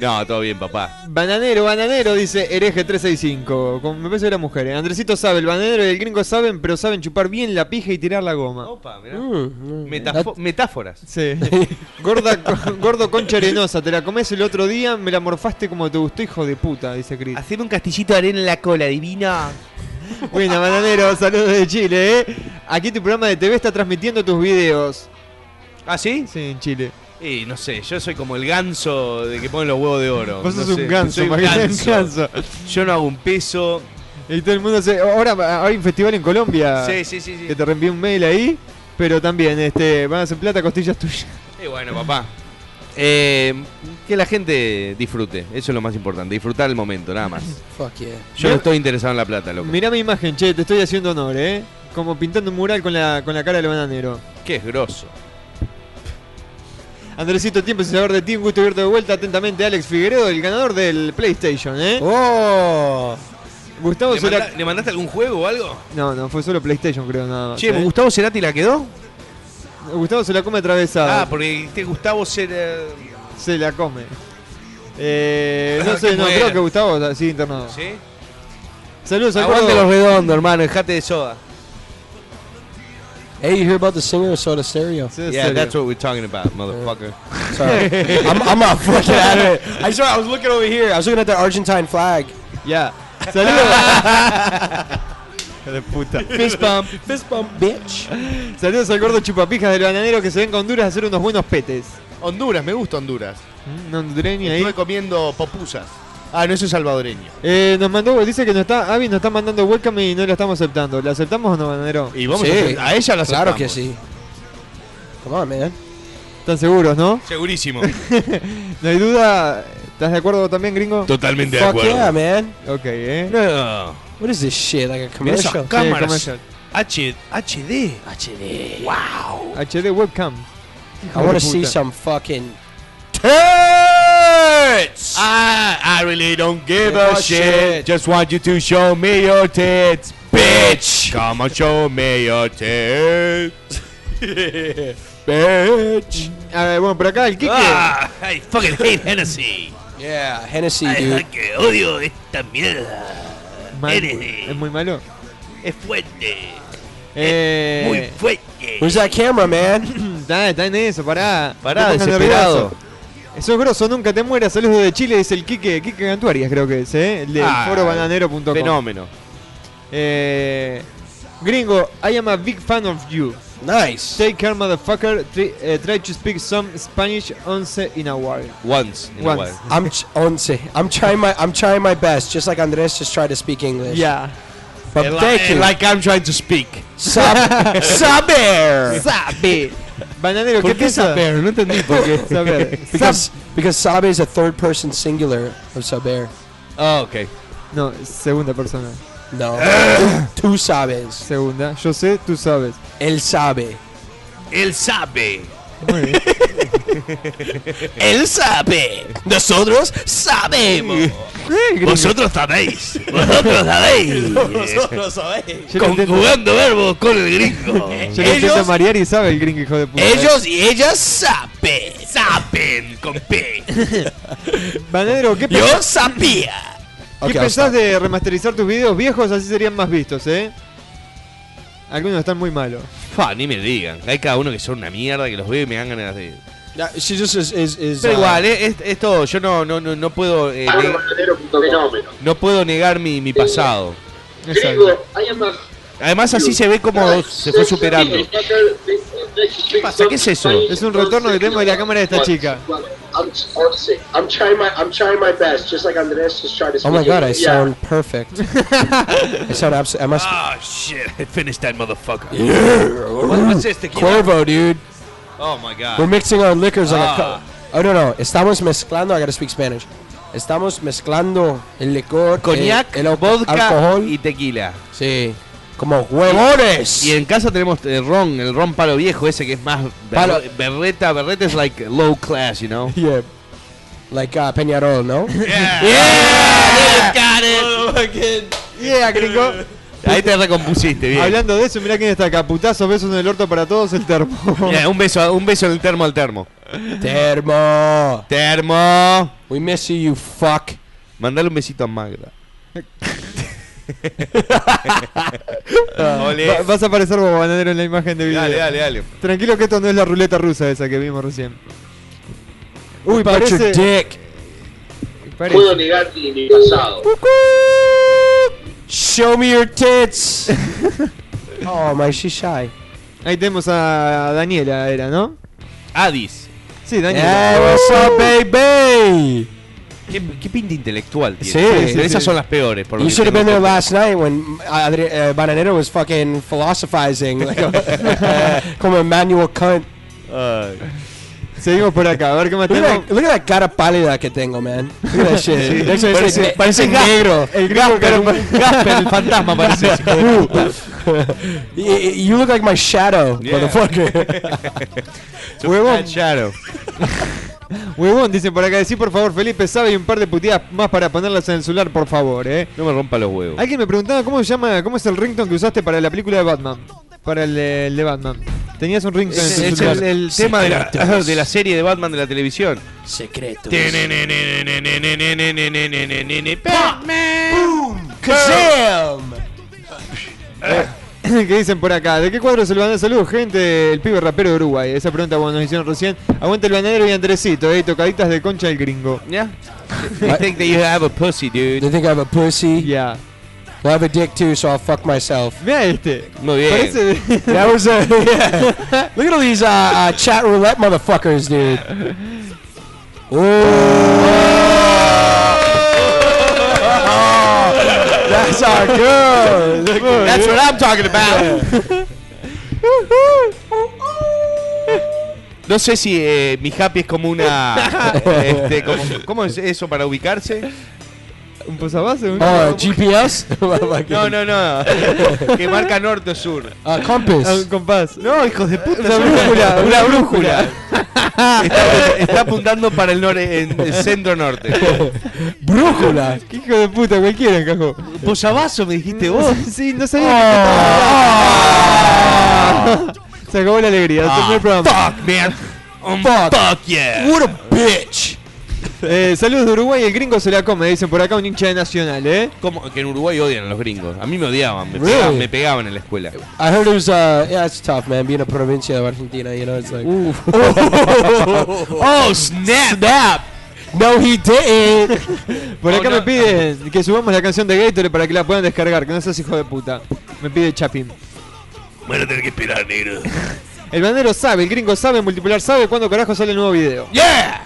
Speaker 2: no, todo bien, papá.
Speaker 1: Bananero, bananero, dice hereje 365. Con- me parece que era mujer. eh. Andresito sabe, el bananero y el gringo saben, pero saben chupar bien la pija y tirar la goma.
Speaker 2: Opa, mirá.
Speaker 3: Mm, mm.
Speaker 2: Metafo- metáforas.
Speaker 1: Sí. Gorda, co- gordo concha arenosa, te la comés el otro día, me la morfaste como te gustó, hijo de puta, dice Chris.
Speaker 2: Hacer un castillito de arena en la cola, divina.
Speaker 1: Buena, bananero, saludos de Chile, ¿eh? Aquí tu programa de TV está transmitiendo tus videos.
Speaker 2: ¿Ah, sí?
Speaker 1: Sí, en Chile.
Speaker 2: Y no sé, yo soy como el ganso de que ponen los huevos de oro.
Speaker 1: Vos
Speaker 2: No
Speaker 1: sos
Speaker 2: sé,
Speaker 1: un ganso,
Speaker 2: soy un
Speaker 1: imagínate,
Speaker 2: ganso.
Speaker 1: un ganso.
Speaker 2: Yo no hago un peso.
Speaker 1: Y todo el mundo se. Ahora, ahora hay un festival en Colombia.
Speaker 2: Sí, sí, sí. sí.
Speaker 1: Que te reenvié un mail ahí. Pero también, este, van a hacer plata costillas tuyas.
Speaker 2: Y bueno, papá. Eh, que la gente disfrute, eso es lo más importante, disfrutar el momento, nada más.
Speaker 3: Fuck yeah.
Speaker 2: Yo no estoy interesado en la plata, loco.
Speaker 1: Mirá mi imagen, che, te estoy haciendo honor, eh. Como pintando un mural con la, con la cara del bananero.
Speaker 2: Qué es grosso.
Speaker 1: Andresito, tiempo sin saber de ti, un gusto verte de vuelta. Atentamente, Alex Figueredo, el ganador del PlayStation, eh.
Speaker 3: Oh.
Speaker 1: Gustavo
Speaker 2: ¿Le, manda-
Speaker 1: Cerati-
Speaker 2: le mandaste algún juego o algo?
Speaker 1: No, no, fue solo PlayStation, creo, nada más.
Speaker 2: Che,
Speaker 1: eh.
Speaker 2: ¿Gustavo Cerati la quedó?
Speaker 1: Gustavo se la come atravesada.
Speaker 2: Ah, porque este Gustavo Cer...
Speaker 1: Se la come. Eh, no sé,
Speaker 2: Ah, Qué
Speaker 1: no,
Speaker 2: bueno.
Speaker 1: creo que Gustavo está así internado.
Speaker 2: ¿Sí?
Speaker 1: Saludos al
Speaker 2: Aguante
Speaker 1: gordo.
Speaker 2: los redondos, hermano, dejate de soda.
Speaker 3: Hey, you hear about the singer of Soda Stereo?
Speaker 1: Sí, en
Speaker 2: Yeah,
Speaker 1: serio.
Speaker 2: that's what we're talking about, motherfucker.
Speaker 3: Sorry. I'm, I'm not fucking out of it. I swear, I was looking over here. I was looking at the Argentine flag.
Speaker 1: Ya. Saludos. de puta.
Speaker 2: Fist bump.
Speaker 3: Fist bump, bitch.
Speaker 1: Saludos al gordo chupapijas del bananero que se ven con Honduras a hacer unos buenos petes.
Speaker 4: Honduras, me gusta Honduras.
Speaker 1: Mm, Una hondureña ahí.
Speaker 4: Estuve comiendo popusas. Ah, no, eso es salvadoreño.
Speaker 1: Eh, nos mandó, dice que nos está, Avi nos está mandando webcam y no la estamos aceptando. ¿La aceptamos o no, bananero?
Speaker 4: Y vamos
Speaker 3: Sí.
Speaker 4: a, hacer- a ella la
Speaker 3: Claro
Speaker 4: aceptamos.
Speaker 3: que sí. Come on, man.
Speaker 1: ¿Están seguros, no?
Speaker 2: Segurísimo.
Speaker 1: No hay duda. ¿Estás de acuerdo también, gringo?
Speaker 10: Totalmente de
Speaker 3: Fuck yeah,
Speaker 10: acuerdo.
Speaker 3: man.
Speaker 1: Ok, eh.
Speaker 2: No.
Speaker 3: What is this shit? Like a
Speaker 10: Mirá esas
Speaker 3: commercial?
Speaker 10: cámaras.
Speaker 1: comercial.
Speaker 10: H- HD.
Speaker 1: HD webcam. Hijo de
Speaker 3: I want
Speaker 1: puta.
Speaker 3: to see some fucking.
Speaker 2: Tits!
Speaker 10: Ah, I really don't
Speaker 2: Give a shit. Just want you to show me your tits, bitch. Come on, show me your tits, bitch.
Speaker 1: A ver, bueno, por acá el Kike.
Speaker 10: Ah, I fucking hate Hennessy.
Speaker 3: Yeah, Hennessy,
Speaker 10: Ay,
Speaker 3: dude.
Speaker 10: que odio esta mierda.
Speaker 1: Mal,
Speaker 10: Eres-
Speaker 1: es muy malo.
Speaker 10: Es fuerte.
Speaker 1: Eh,
Speaker 10: Muy fuerte.
Speaker 3: Where's that camera, man?
Speaker 1: está, está en eso, pará.
Speaker 2: Pará,
Speaker 1: No te pongas
Speaker 2: desesperado.
Speaker 1: nervioso. Eso es grosso, nunca te mueras. Saludos de Chile, dice el Quique, Quique Gantuarias, creo que es, ¿eh? El del
Speaker 2: Ah,
Speaker 1: forobananero.com.
Speaker 2: Fenómeno.
Speaker 1: Eh, gringo, I am a big fan of you.
Speaker 3: nice.
Speaker 1: Take care, motherfucker. Try, eh, try to speak some Spanish once in a while.
Speaker 2: Once. In
Speaker 1: Once.
Speaker 2: A while.
Speaker 3: I'm ch- once. I'm trying my I'm trying my best, just like Andres just tried to speak English.
Speaker 1: Yeah.
Speaker 3: But thank you.
Speaker 2: Like I'm trying to speak.
Speaker 3: Sab- Saber.
Speaker 1: Sabe. Bananero,
Speaker 2: ¿Por
Speaker 1: ¿qué
Speaker 2: qué
Speaker 1: piensa?
Speaker 2: saber? No entendí por qué.
Speaker 1: Saber.
Speaker 3: Because because Sabe is a third person singular of Saber.
Speaker 2: Ah, ok.
Speaker 1: No, segunda persona.
Speaker 3: No. Two Sabes.
Speaker 1: Segunda. Yo sé, tú sabes.
Speaker 3: El Sabe.
Speaker 10: Él sabe.
Speaker 1: Muy bien.
Speaker 10: Él sabe. Nosotros sabemos.
Speaker 1: Eh, gringo.
Speaker 10: Vosotros sabéis. Vosotros sabéis.
Speaker 1: Yo lo intento-
Speaker 10: Conjugando verbos con el gringo.
Speaker 1: Yo lo intento
Speaker 10: Ellos,
Speaker 1: marear y sabe el gringo, hijo de puta.
Speaker 10: ellos y ellas saben. Saben con P.
Speaker 1: Bananero, ¿qué, pe-
Speaker 10: Yo sabía.
Speaker 1: qué pensás de remasterizar tus videos viejos? Así serían más vistos, ¿eh? Algunos están muy malos.
Speaker 2: Fa, ni me digan. Hay cada uno que son una mierda que los veo y me dan ganas de.
Speaker 3: Yeah, she just is is, is
Speaker 2: Pero
Speaker 3: uh,
Speaker 2: igual, eh, es- esto yo no, no, no, no puedo. eh,
Speaker 9: Pablo
Speaker 2: neg-
Speaker 9: Bananero punto com. Fenómeno.
Speaker 2: no puedo negar mi, mi pasado.
Speaker 1: Exacto.
Speaker 9: Gringo, I am a-
Speaker 2: Además así se ve como se fue superando.
Speaker 9: ¿Qué
Speaker 2: pasa? ¿Qué es eso?
Speaker 9: Ah,
Speaker 1: Es un retorno que tengo de la cámara de esta chica.
Speaker 9: I'm, I'm trying my I'm trying my best, just like Andrés just tried to
Speaker 3: Oh my
Speaker 9: speak
Speaker 3: god, I
Speaker 9: English. Yeah.
Speaker 3: sound perfect. I sound absolutely. I must.
Speaker 10: Oh shit, I finished that motherfucker.
Speaker 2: What's this tequila?
Speaker 3: Cuervo, dude.
Speaker 2: Oh my
Speaker 3: We're
Speaker 2: god.
Speaker 3: mixing our liquors like a.
Speaker 2: Ah.
Speaker 3: Co- oh no no, estamos mezclando. I gotta speak Spanish. Estamos mezclando el licor,
Speaker 2: Cognac,
Speaker 3: el, el al-
Speaker 2: vodka
Speaker 3: alcohol,
Speaker 2: y tequila.
Speaker 3: sí, como huevones.
Speaker 2: Y en casa tenemos el ron, el ron palo viejo ese que es más ber-
Speaker 3: Palo-
Speaker 2: berreta, berreta es like low class, you know.
Speaker 3: yeah, like uh, Peñarol, no?
Speaker 2: Yeah, got it.
Speaker 1: Yeah, gringo.
Speaker 2: Ahí te recompusiste, bien.
Speaker 1: Hablando de eso, mirá quién está acá. Putazos, besos en el orto para todos, el termo.
Speaker 2: Bien, un beso, un beso en el termo al termo.
Speaker 3: Termo.
Speaker 2: Termo.
Speaker 3: We miss you, you fuck.
Speaker 2: Mandale un besito a Magda. Ole.
Speaker 1: Va- vas a aparecer vos, bananero, en la imagen de video.
Speaker 2: Dale, dale, dale.
Speaker 1: Tranquilo que esto no es la ruleta rusa esa que vimos recién. Uy,
Speaker 3: About your
Speaker 1: parece...
Speaker 3: dick.
Speaker 9: Puedo
Speaker 1: parece.
Speaker 9: negar mi mi pasado.
Speaker 3: Show me your tits. oh my, she's shy.
Speaker 1: Ahí tenemos a Daniela, era, ¿no?
Speaker 2: Adis.
Speaker 1: Sí,
Speaker 3: Hey,
Speaker 1: Daniela.
Speaker 3: what's up, baby?
Speaker 2: ¿Qué, qué pinta intelectual tiene?
Speaker 3: Sí,
Speaker 2: Pero
Speaker 3: sí,
Speaker 2: esas
Speaker 1: sí.
Speaker 2: son las peores. Por lo
Speaker 3: You
Speaker 2: que
Speaker 3: should have
Speaker 2: tengo
Speaker 3: been there
Speaker 2: entendido.
Speaker 3: last night when Adri- uh, Bananero was fucking philosophizing like a, como Emmanuel Kant.
Speaker 1: Seguimos por acá, a ver qué más
Speaker 3: Look at,
Speaker 1: tenemos.
Speaker 3: that, look at that cara pálida que tengo, man. Look at that shit. Next one, it's like-
Speaker 2: parece negro.
Speaker 1: El gringo que arrumba-
Speaker 2: Gasper, el fantasma parece. ese hijo de
Speaker 3: Uh,
Speaker 2: puta.
Speaker 3: Y- y- you look like my shadow,
Speaker 2: Yeah.
Speaker 3: motherfucker.
Speaker 1: Huevón.
Speaker 2: Claro.
Speaker 1: Huevón, dicen por acá. Decí, por favor, Felipe, sabe y un par de puteadas más para ponerlas en el celular, por favor, eh.
Speaker 2: No me rompa los huevos.
Speaker 1: Alguien me preguntaba cómo se llama, cómo es el ringtone que usaste para la película de Batman. Para el, de- el de Batman. Tenías un ringtone
Speaker 2: Eh, Es,
Speaker 1: en tu
Speaker 2: es
Speaker 1: celular.
Speaker 2: el, el tema de la, de la serie de Batman de la televisión.
Speaker 3: Secreto. Kazam!
Speaker 1: ¿Qué dicen por acá? ¿De qué cuadro se le van a saludos, gente? El pibe rapero de Uruguay. Esa pregunta cuando nos hicieron recién. Aguante el bananero y Andresito, eh. Tocaditas de concha del gringo.
Speaker 2: Yeah. I think that you have a pussy,
Speaker 3: They
Speaker 2: dude.
Speaker 3: think I have a pussy.
Speaker 1: Ya.
Speaker 3: Well, I have a dick too, so I'll fuck myself.
Speaker 1: Mira este.
Speaker 2: Muy bien.
Speaker 1: Parece de-
Speaker 3: That was a. Yeah. Look at all these uh, uh, chat roulette motherfuckers, dude. Oh, that's our girl. Look at
Speaker 2: That's what I'm talking about. No sé si eh, mi happy es como una. este, como- ¿Cómo es eso para ubicarse?
Speaker 1: ¿Un posabase? Un-
Speaker 3: Oh, GPS? Oh, my
Speaker 2: No,
Speaker 3: God.
Speaker 2: no, no. que marca norte o sur.
Speaker 3: Uh,
Speaker 1: Ah, un
Speaker 3: compass.
Speaker 1: compás.
Speaker 2: No, hijos de puta.
Speaker 1: Una brújula, una brújula.
Speaker 2: Está, está apuntando para el, nore- en- el centro norte.
Speaker 3: Brújula.
Speaker 1: Qué hijo de puta, cualquiera encajó.
Speaker 2: Posavasos me dijiste
Speaker 1: Sí, no sabía. que- Se acabó la alegría. se terminó el programa.
Speaker 2: Ah.
Speaker 10: Fuck, man. Um,
Speaker 3: Fuck.
Speaker 10: fuck yeah.
Speaker 3: What a bitch.
Speaker 1: Eh, saludos de Uruguay, el gringo se la come, dicen por acá un hincha de Nacional, ¿eh?
Speaker 2: Como que en Uruguay odian a los gringos. A mí me odiaban, me,
Speaker 3: Really?
Speaker 2: pegaban, me pegaban en la escuela.
Speaker 3: I heard it was, uh, yeah, it's tough, man, being a provincia of Argentina, you know, it's like.
Speaker 10: Oh, snap. Snap.
Speaker 3: no, he didn't.
Speaker 1: Por
Speaker 10: Oh,
Speaker 1: acá
Speaker 10: no.
Speaker 1: me piden que subamos la canción de Gator para que la puedan descargar, que no seas hijo de puta. Me pide Chapin.
Speaker 10: Van a tener que esperar, negro.
Speaker 1: El bandero sabe, el gringo sabe, multipolar sabe cuándo carajo sale el nuevo video.
Speaker 10: Yeah.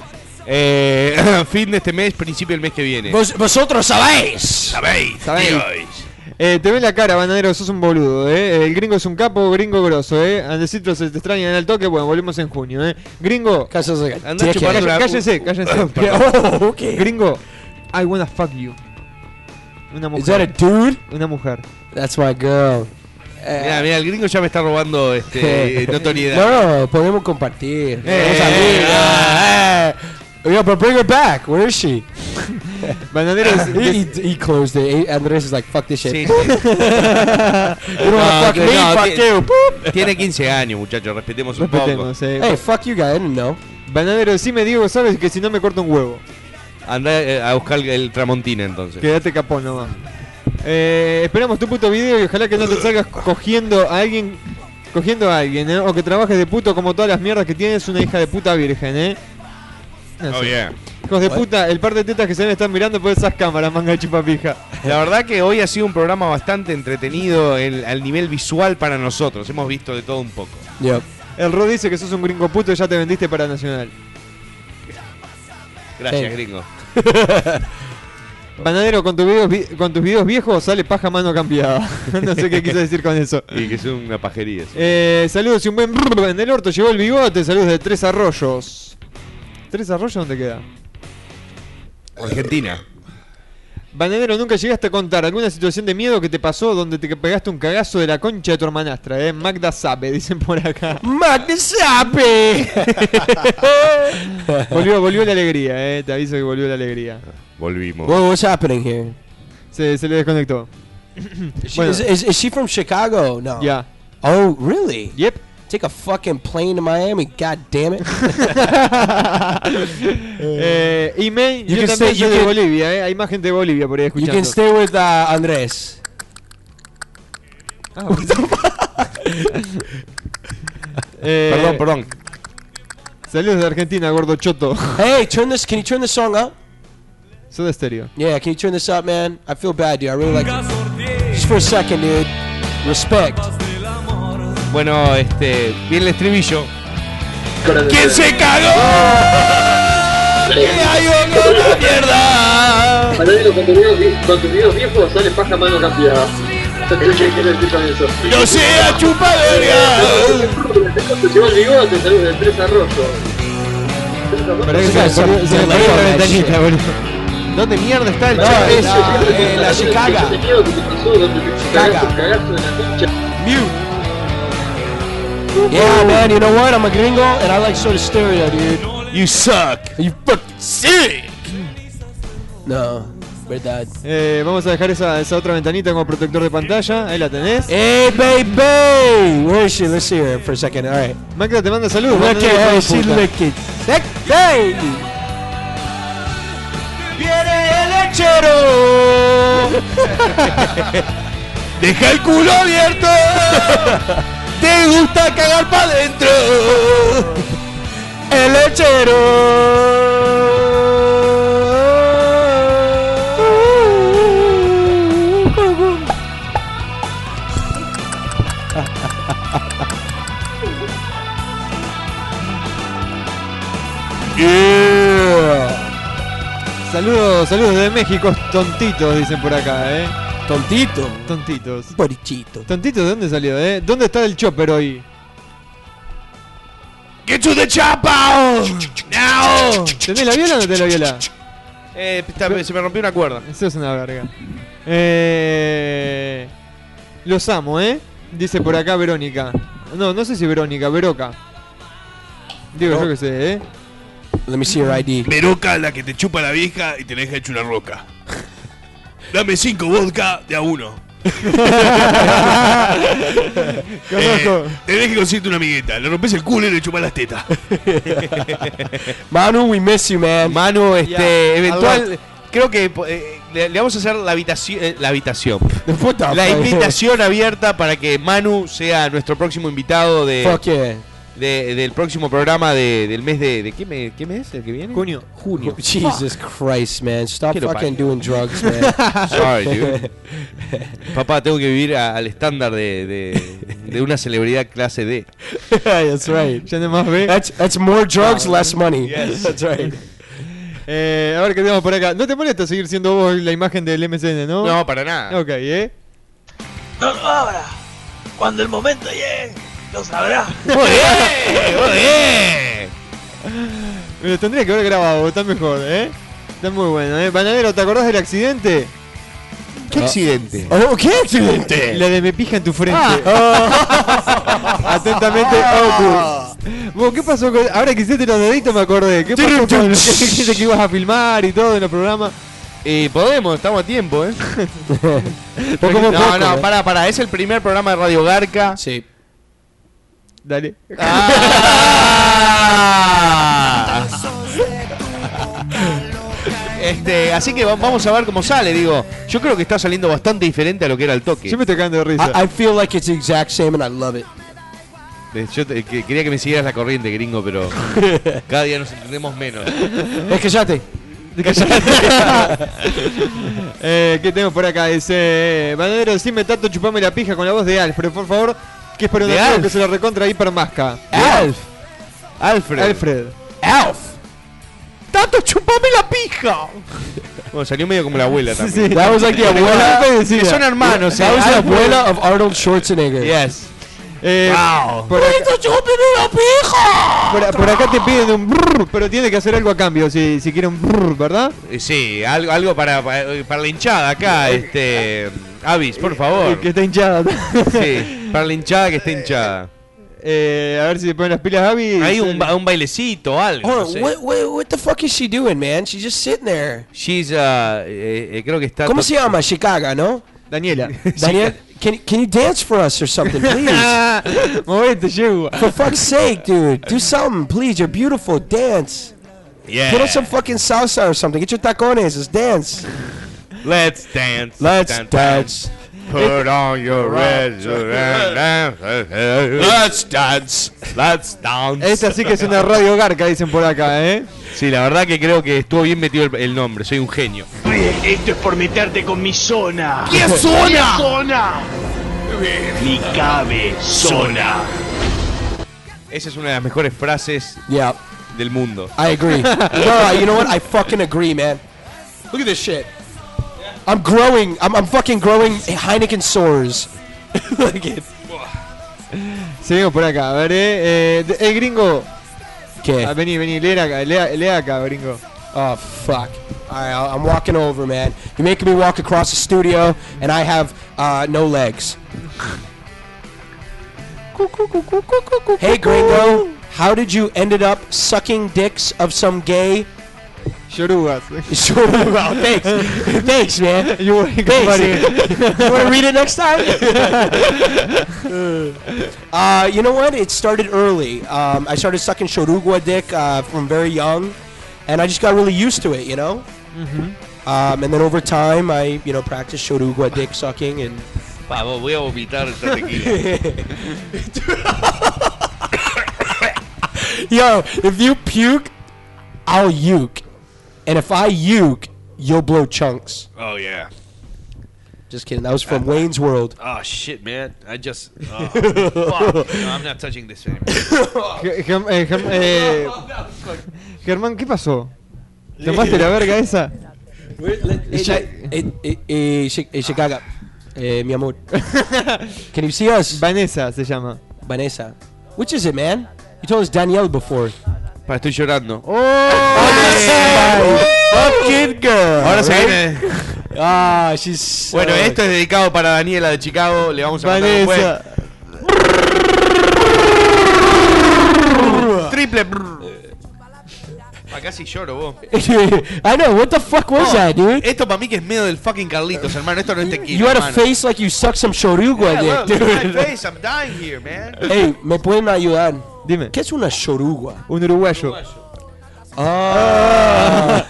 Speaker 2: Eh, fin de este mes, principio del mes que viene.
Speaker 3: Vos, vosotros sabéis.
Speaker 10: Sabéis,
Speaker 1: Sabéis.
Speaker 10: tíos.
Speaker 1: Eh, te ve la cara, bandero, sos un boludo, ¿eh? El gringo es un capo, gringo grosso, ¿eh? Andesito se te extraña en el toque, bueno, volvemos en junio, ¿eh? Gringo,
Speaker 3: Casos like a
Speaker 2: Anda a
Speaker 3: dickhead.
Speaker 2: chupar la-
Speaker 1: cállense, cállense.
Speaker 3: Oh, okay.
Speaker 1: gringo, I wanna fuck you. Una
Speaker 3: Is that a
Speaker 1: mujer.
Speaker 3: dude?
Speaker 1: Una mujer.
Speaker 3: That's my girl. Eh,
Speaker 2: Mira, mira, el gringo ya me está robando este, eh, notoriedad.
Speaker 3: No, no, podemos compartir. Somos
Speaker 2: eh,
Speaker 3: amigos. Eh. Yeah, but bring her back. Where is she?
Speaker 1: Bananero,
Speaker 3: He, he, he closed it. Andres is like, fuck this shit.
Speaker 2: Sí, sí.
Speaker 3: You don't
Speaker 2: No,
Speaker 3: wanna fuck
Speaker 2: que
Speaker 3: me,
Speaker 2: no,
Speaker 3: fuck
Speaker 2: que-
Speaker 3: you. Boop.
Speaker 2: Tiene 15 años, muchachos, respetemos un
Speaker 1: respetemos, ¿eh?
Speaker 3: Hey, fuck you guys. I didn't know.
Speaker 1: Bananero, decime Diego, sabes que si no me corta un huevo.
Speaker 2: poco. Andá eh, a buscar el Tramontina entonces.
Speaker 1: Quédate capón nomás. Eh, esperamos tu puto video y ojalá que no te salgas cogiendo a alguien. Cogiendo a alguien, ¿eh? O que trabajes de puto como todas las mierdas que tienes, una hija de puta virgen, ¿eh? Eso.
Speaker 2: Oh, yeah.
Speaker 1: Hijos de puta, el par de tetas que se me están mirando por esas cámaras, manga de chupapija.
Speaker 2: La verdad que hoy ha sido un programa bastante entretenido el- al nivel visual para nosotros. Hemos visto de todo un poco.
Speaker 3: Yep.
Speaker 1: El Rod dice que sos un gringo puto y ya te vendiste para Nacional.
Speaker 2: Gracias,
Speaker 3: Sí.
Speaker 2: gringo.
Speaker 1: Bananero, con, tus videos vi- con tus videos viejos sale paja mano cambiada. no sé qué quiso decir con eso.
Speaker 2: Y que es una pajería. sí.
Speaker 1: Eh, saludos y un buen brr en el orto. Llegó el bigote. Saludos de Tres Arroyos. ¿Tres Arroyos dónde queda?
Speaker 2: Argentina.
Speaker 1: Bananero, nunca llegaste a contar alguna situación de miedo que te pasó donde te pegaste un cagazo de la concha de tu hermanastra, ¿eh? Magda sabe, dicen por acá.
Speaker 3: Magna Sape.
Speaker 1: Volvió, volvió la alegría, ¿eh? Te aviso que volvió la alegría.
Speaker 2: Volvimos.
Speaker 3: Whoa, what's happening here?
Speaker 1: Se, se le desconectó.
Speaker 3: Is she,
Speaker 1: Bueno.
Speaker 3: is, is, is she from Chicago? No.
Speaker 1: Yeah.
Speaker 3: Oh, really?
Speaker 1: Yep.
Speaker 3: Take a fucking plane to Miami. God damn it.
Speaker 1: eh, email,
Speaker 3: You
Speaker 1: yo
Speaker 3: can
Speaker 1: también soy
Speaker 3: say- you
Speaker 1: de
Speaker 3: can-
Speaker 1: Bolivia, eh. Hay más gente de Bolivia por ahí
Speaker 3: you
Speaker 1: escuchando.
Speaker 3: can stay with uh, Andres.
Speaker 1: Eh,
Speaker 2: Perdón, perdón.
Speaker 1: Saludos de Argentina, gordo choto.
Speaker 3: Hey, turn this. Can you turn this song up?
Speaker 1: Soda Stereo.
Speaker 3: Yeah, can you turn this up, man? I feel bad, dude. I really like it. Just for a second, dude. Respect.
Speaker 2: Bueno, este. Viene el estribillo.
Speaker 9: ¿Quién se cagó? Para mí los contenidos, vie- contenidos viejos sale paja mano cambiada. ¿Qué quiere decir con eso?
Speaker 10: ¡No sea chupa verga!
Speaker 9: Se lleva el bigote, saludos del tres arroyos. Tres Arroyos.
Speaker 1: Pará que
Speaker 3: guys
Speaker 1: se, me-
Speaker 3: are-
Speaker 1: se me cayó la
Speaker 3: they're late on that
Speaker 1: ventanita,
Speaker 3: shit.
Speaker 1: boludo.
Speaker 2: ¿Dónde mierda está el
Speaker 3: No,
Speaker 2: chat?
Speaker 3: es- Ah, eh, la Chicaga.
Speaker 9: Ese miedo que te pasó, donde te
Speaker 3: Chicaga.
Speaker 9: cagaste un cagazo de la pincha.
Speaker 3: Yeah, man. You know what? I'm a gringo, and I like Soda Stereo, dude.
Speaker 10: You suck.
Speaker 3: You fucking.
Speaker 10: Sí.
Speaker 3: No, verdad.
Speaker 1: Eh, vamos a dejar esa, esa otra ventanita como protector de pantalla. Ahí la tenés.
Speaker 10: Eh.
Speaker 3: Hey, baby. Where is she? Let's see her for a second. All right.
Speaker 1: Magda te manda saludos.
Speaker 3: Look
Speaker 1: Magda,
Speaker 3: at her.
Speaker 1: hijo de
Speaker 3: She
Speaker 1: puta.
Speaker 3: looking sexy.
Speaker 10: Deja el culo abierto. Te gusta cagar para adentro.
Speaker 3: El lechero.
Speaker 1: Saludos, saludos de México, tontitos, dicen por acá, eh.
Speaker 3: Tontito.
Speaker 1: Tontitos.
Speaker 3: Borichito.
Speaker 1: Tontitos, ¿de dónde salió, eh? ¿Dónde está el chopper hoy?
Speaker 10: Get to the chopper. Now.
Speaker 1: ¿Tenés la viola o no tenés la viola?
Speaker 2: Eh, está- se me rompió una cuerda.
Speaker 1: Eso es una verga. Eh, los amo, ¿eh? Dice por acá Verónica. No, no sé si Verónica, Veroca. Digo, yo que sé, ¿eh?
Speaker 3: Let me see your ID.
Speaker 10: Veroca la que te chupa la vieja y te la deja hecho una roca. Dame cinco vodka de a uno.
Speaker 1: Conozco.
Speaker 10: Eh, tenés que conseguirte una amigueta. Le rompes el culo y le chupas las tetas.
Speaker 3: Manu, we miss you, man.
Speaker 2: Manu, este,
Speaker 1: Ya,
Speaker 2: eventual. Creo que eh, le, le vamos a hacer la habitación. eh, la habitación.
Speaker 3: What the
Speaker 2: La
Speaker 3: fuck?
Speaker 2: invitación abierta para que Manu sea nuestro próximo invitado de,
Speaker 3: Fuck yeah.
Speaker 2: de- del próximo programa de- del mes de. de ¿qué, me- qué mes? ¿El que viene?
Speaker 1: Junio.
Speaker 2: Junio.
Speaker 3: Jesus Christ, man. Stop
Speaker 2: Quiero
Speaker 3: fucking
Speaker 2: parir.
Speaker 3: doing drugs, man.
Speaker 2: Sorry, dude. Papá, tengo que vivir a- al estándar de, de- de una celebridad clase D.
Speaker 3: That's right. Eh. Uh,
Speaker 1: Ya no más ve.
Speaker 3: That's, that's more drugs, less money.
Speaker 10: Yes.
Speaker 3: That's right.
Speaker 1: Eh, a ver qué tenemos por acá. No te molesta seguir siendo vos la imagen del MCN, ¿no?
Speaker 2: No, para nada.
Speaker 1: Ok, ¿eh?
Speaker 11: Cuando el momento llegue, lo sabrá.
Speaker 1: Me lo tendría que haber grabado, está mejor, ¿eh? Está muy bueno, ¿eh? Banadero, ¿te acordás del accidente?
Speaker 2: ¿Qué accidente?
Speaker 3: Oh, qué accidente.
Speaker 1: La de me pija en tu frente.
Speaker 2: Ah.
Speaker 1: Oh. Atentamente, Opus. Vos, ¿qué pasó con.? Ahora que hiciste los deditos me acordé. ¿Qué pasó con lo que dijiste que ibas a filmar y todo en los programas?
Speaker 2: Eh, podemos, estamos a tiempo, ¿eh?
Speaker 3: Poco
Speaker 2: no,
Speaker 3: a poco,
Speaker 2: no,
Speaker 3: eh.
Speaker 2: pará, pará. Es el primer programa de Radio Garca.
Speaker 3: Sí.
Speaker 1: Dale.
Speaker 2: Ah. Este, así que va- vamos a ver cómo sale, digo. Yo creo que está saliendo bastante diferente a lo que era el toque.
Speaker 1: Yo me estoy cagando de risa.
Speaker 2: Ah,
Speaker 3: I, I feel like it's the exact same and I love it.
Speaker 2: Eh, Yo te- que- quería que me siguieras la corriente, gringo, pero cada día nos entendemos menos.
Speaker 3: Hey, callate.
Speaker 2: ah.
Speaker 1: Eh, ¿Qué tenemos por acá? Dice. Banadero, decime tato, chupame la pija con la voz de Alfred, por favor. Que es para un
Speaker 2: De
Speaker 1: amigo
Speaker 2: Alf.
Speaker 1: que se lo recontra hipermasca.
Speaker 2: Alf. Alfred.
Speaker 1: Alfred.
Speaker 2: Alf.
Speaker 10: ¡Tato, chupame la pija!
Speaker 2: Bueno, salió medio como la abuela también.
Speaker 3: That was like the
Speaker 1: Alfred
Speaker 3: abuela.
Speaker 1: decía.
Speaker 2: Que son hermanos,
Speaker 3: That
Speaker 2: eh.
Speaker 3: was the
Speaker 2: Alfred.
Speaker 3: abuela of Arnold Schwarzenegger.
Speaker 2: Yes.
Speaker 1: Eh,
Speaker 10: ¡Wow!
Speaker 1: por, acá,
Speaker 10: la pija!
Speaker 1: por- por acá te piden un brrr, pero tiene que hacer algo a cambio si, si quiere un brrr, ¿verdad?
Speaker 2: Eh, Sí, algo, algo para, para, para la hinchada acá, este. Avis, por favor.
Speaker 1: Eh, Que está hinchada.
Speaker 2: Sí, para la hinchada que está hinchada.
Speaker 1: Eh, a ver si se ponen las pilas, Gaby.
Speaker 2: Hay
Speaker 1: Sí.
Speaker 2: un, ba- un bailecito, algo.
Speaker 3: Hold
Speaker 2: No
Speaker 3: on,
Speaker 2: sé.
Speaker 3: what, what, what the fuck is she doing, man? She's just sitting there.
Speaker 2: She's, uh, eh, eh, creo que está.
Speaker 3: ¿Cómo se llama? Chicago, ¿no?
Speaker 1: Daniela.
Speaker 3: Daniel, can can you dance for us or something, please?
Speaker 1: Movete, yegua.
Speaker 3: for fuck's sake, dude, do something, please. You're beautiful. Dance.
Speaker 2: Yeah.
Speaker 3: Put on some fucking salsa or something. Get your tacones. Let's dance.
Speaker 2: Let's dance.
Speaker 3: Let's dance.
Speaker 2: Put on your red. Let's dance. Let's dance.
Speaker 1: Esta sí que es una radio garca, dicen por acá, ¿eh?
Speaker 2: Sí, la verdad que creo que estuvo bien metido el, el nombre. Soy un genio.
Speaker 11: Esto es por meterte con mi zona.
Speaker 2: ¡Qué zona!
Speaker 11: zona! Mi cabe zona.
Speaker 2: Esa es una de las mejores frases
Speaker 3: Yeah,
Speaker 2: del mundo.
Speaker 3: I agree. no, you know what? I fucking agree, man. Look at this shit. I'm growing. I'm, I'm fucking growing Heineken sores. Look at.
Speaker 1: Seguimos por acá, a ver, ¿eh? eh de- eh, gringo. Ah,
Speaker 3: Okay.
Speaker 1: vení, vení, lea acá, lea, lea acá, gringo.
Speaker 3: Oh fuck. All right, I'll- I'm walking over, man. You're making me walk across the studio, and I have uh, no legs. hey, Gringo. How did you ended up sucking dicks of some gay?
Speaker 1: Yorugas.
Speaker 3: Sure. Well, thanks. thanks, man.
Speaker 1: You wanna compare-
Speaker 3: you want to read it next time? uh, you know what? It started early. Um, I started sucking chorugua dick uh, from very young, and I just got really used to it, you know? Um, and then over time, I, you know, practiced chorugua dick sucking, and
Speaker 2: Vamos, voy a vomitar esta tequila.
Speaker 3: yo, if you puke, I'll uke, and if I uke, you'll blow chunks.
Speaker 10: Oh, yeah.
Speaker 3: Just kidding. That was from Wayne's World.
Speaker 4: Oh shit, man! I just. Oh, fuck. No, I'm not touching this anymore.
Speaker 1: Ge- Germ- eh, Germ- eh, Germán, ¿qué pasó? ¿Tomaste la verga esa?
Speaker 3: Eh, eh, eh, eh, eh, Chi- eh, Chicago. Eh, mi amor. Can you see us?
Speaker 1: Vanessa se llama.
Speaker 3: Vanessa. Which is it, man? You told us Danielle before.
Speaker 2: Pa, estoy llorando.
Speaker 1: Oh,
Speaker 3: Fucking girl.
Speaker 2: Ahora se viene.
Speaker 3: Ah, she's. so-
Speaker 2: Bueno, esto es dedicado para Daniela de Chicago. Le vamos a mandar
Speaker 1: Vanessa.
Speaker 2: después. Triple. brr. Pa, casi lloro vos.
Speaker 3: I know. What the fuck was
Speaker 2: No,
Speaker 3: that, dude?
Speaker 2: Esto para mí que es medio del fucking Carlitos, hermano. Esto no es tequila.
Speaker 3: you had a
Speaker 2: hermano. Ah,
Speaker 3: face like you sucked some chorugua
Speaker 2: Yeah,
Speaker 3: dick,
Speaker 2: look, my
Speaker 3: dude.
Speaker 2: face, I'm dying here, man.
Speaker 3: hey, me pueden ayudar.
Speaker 1: Dime,
Speaker 3: ¿Qué es una chorugua?
Speaker 1: un uruguayo.
Speaker 3: Ah.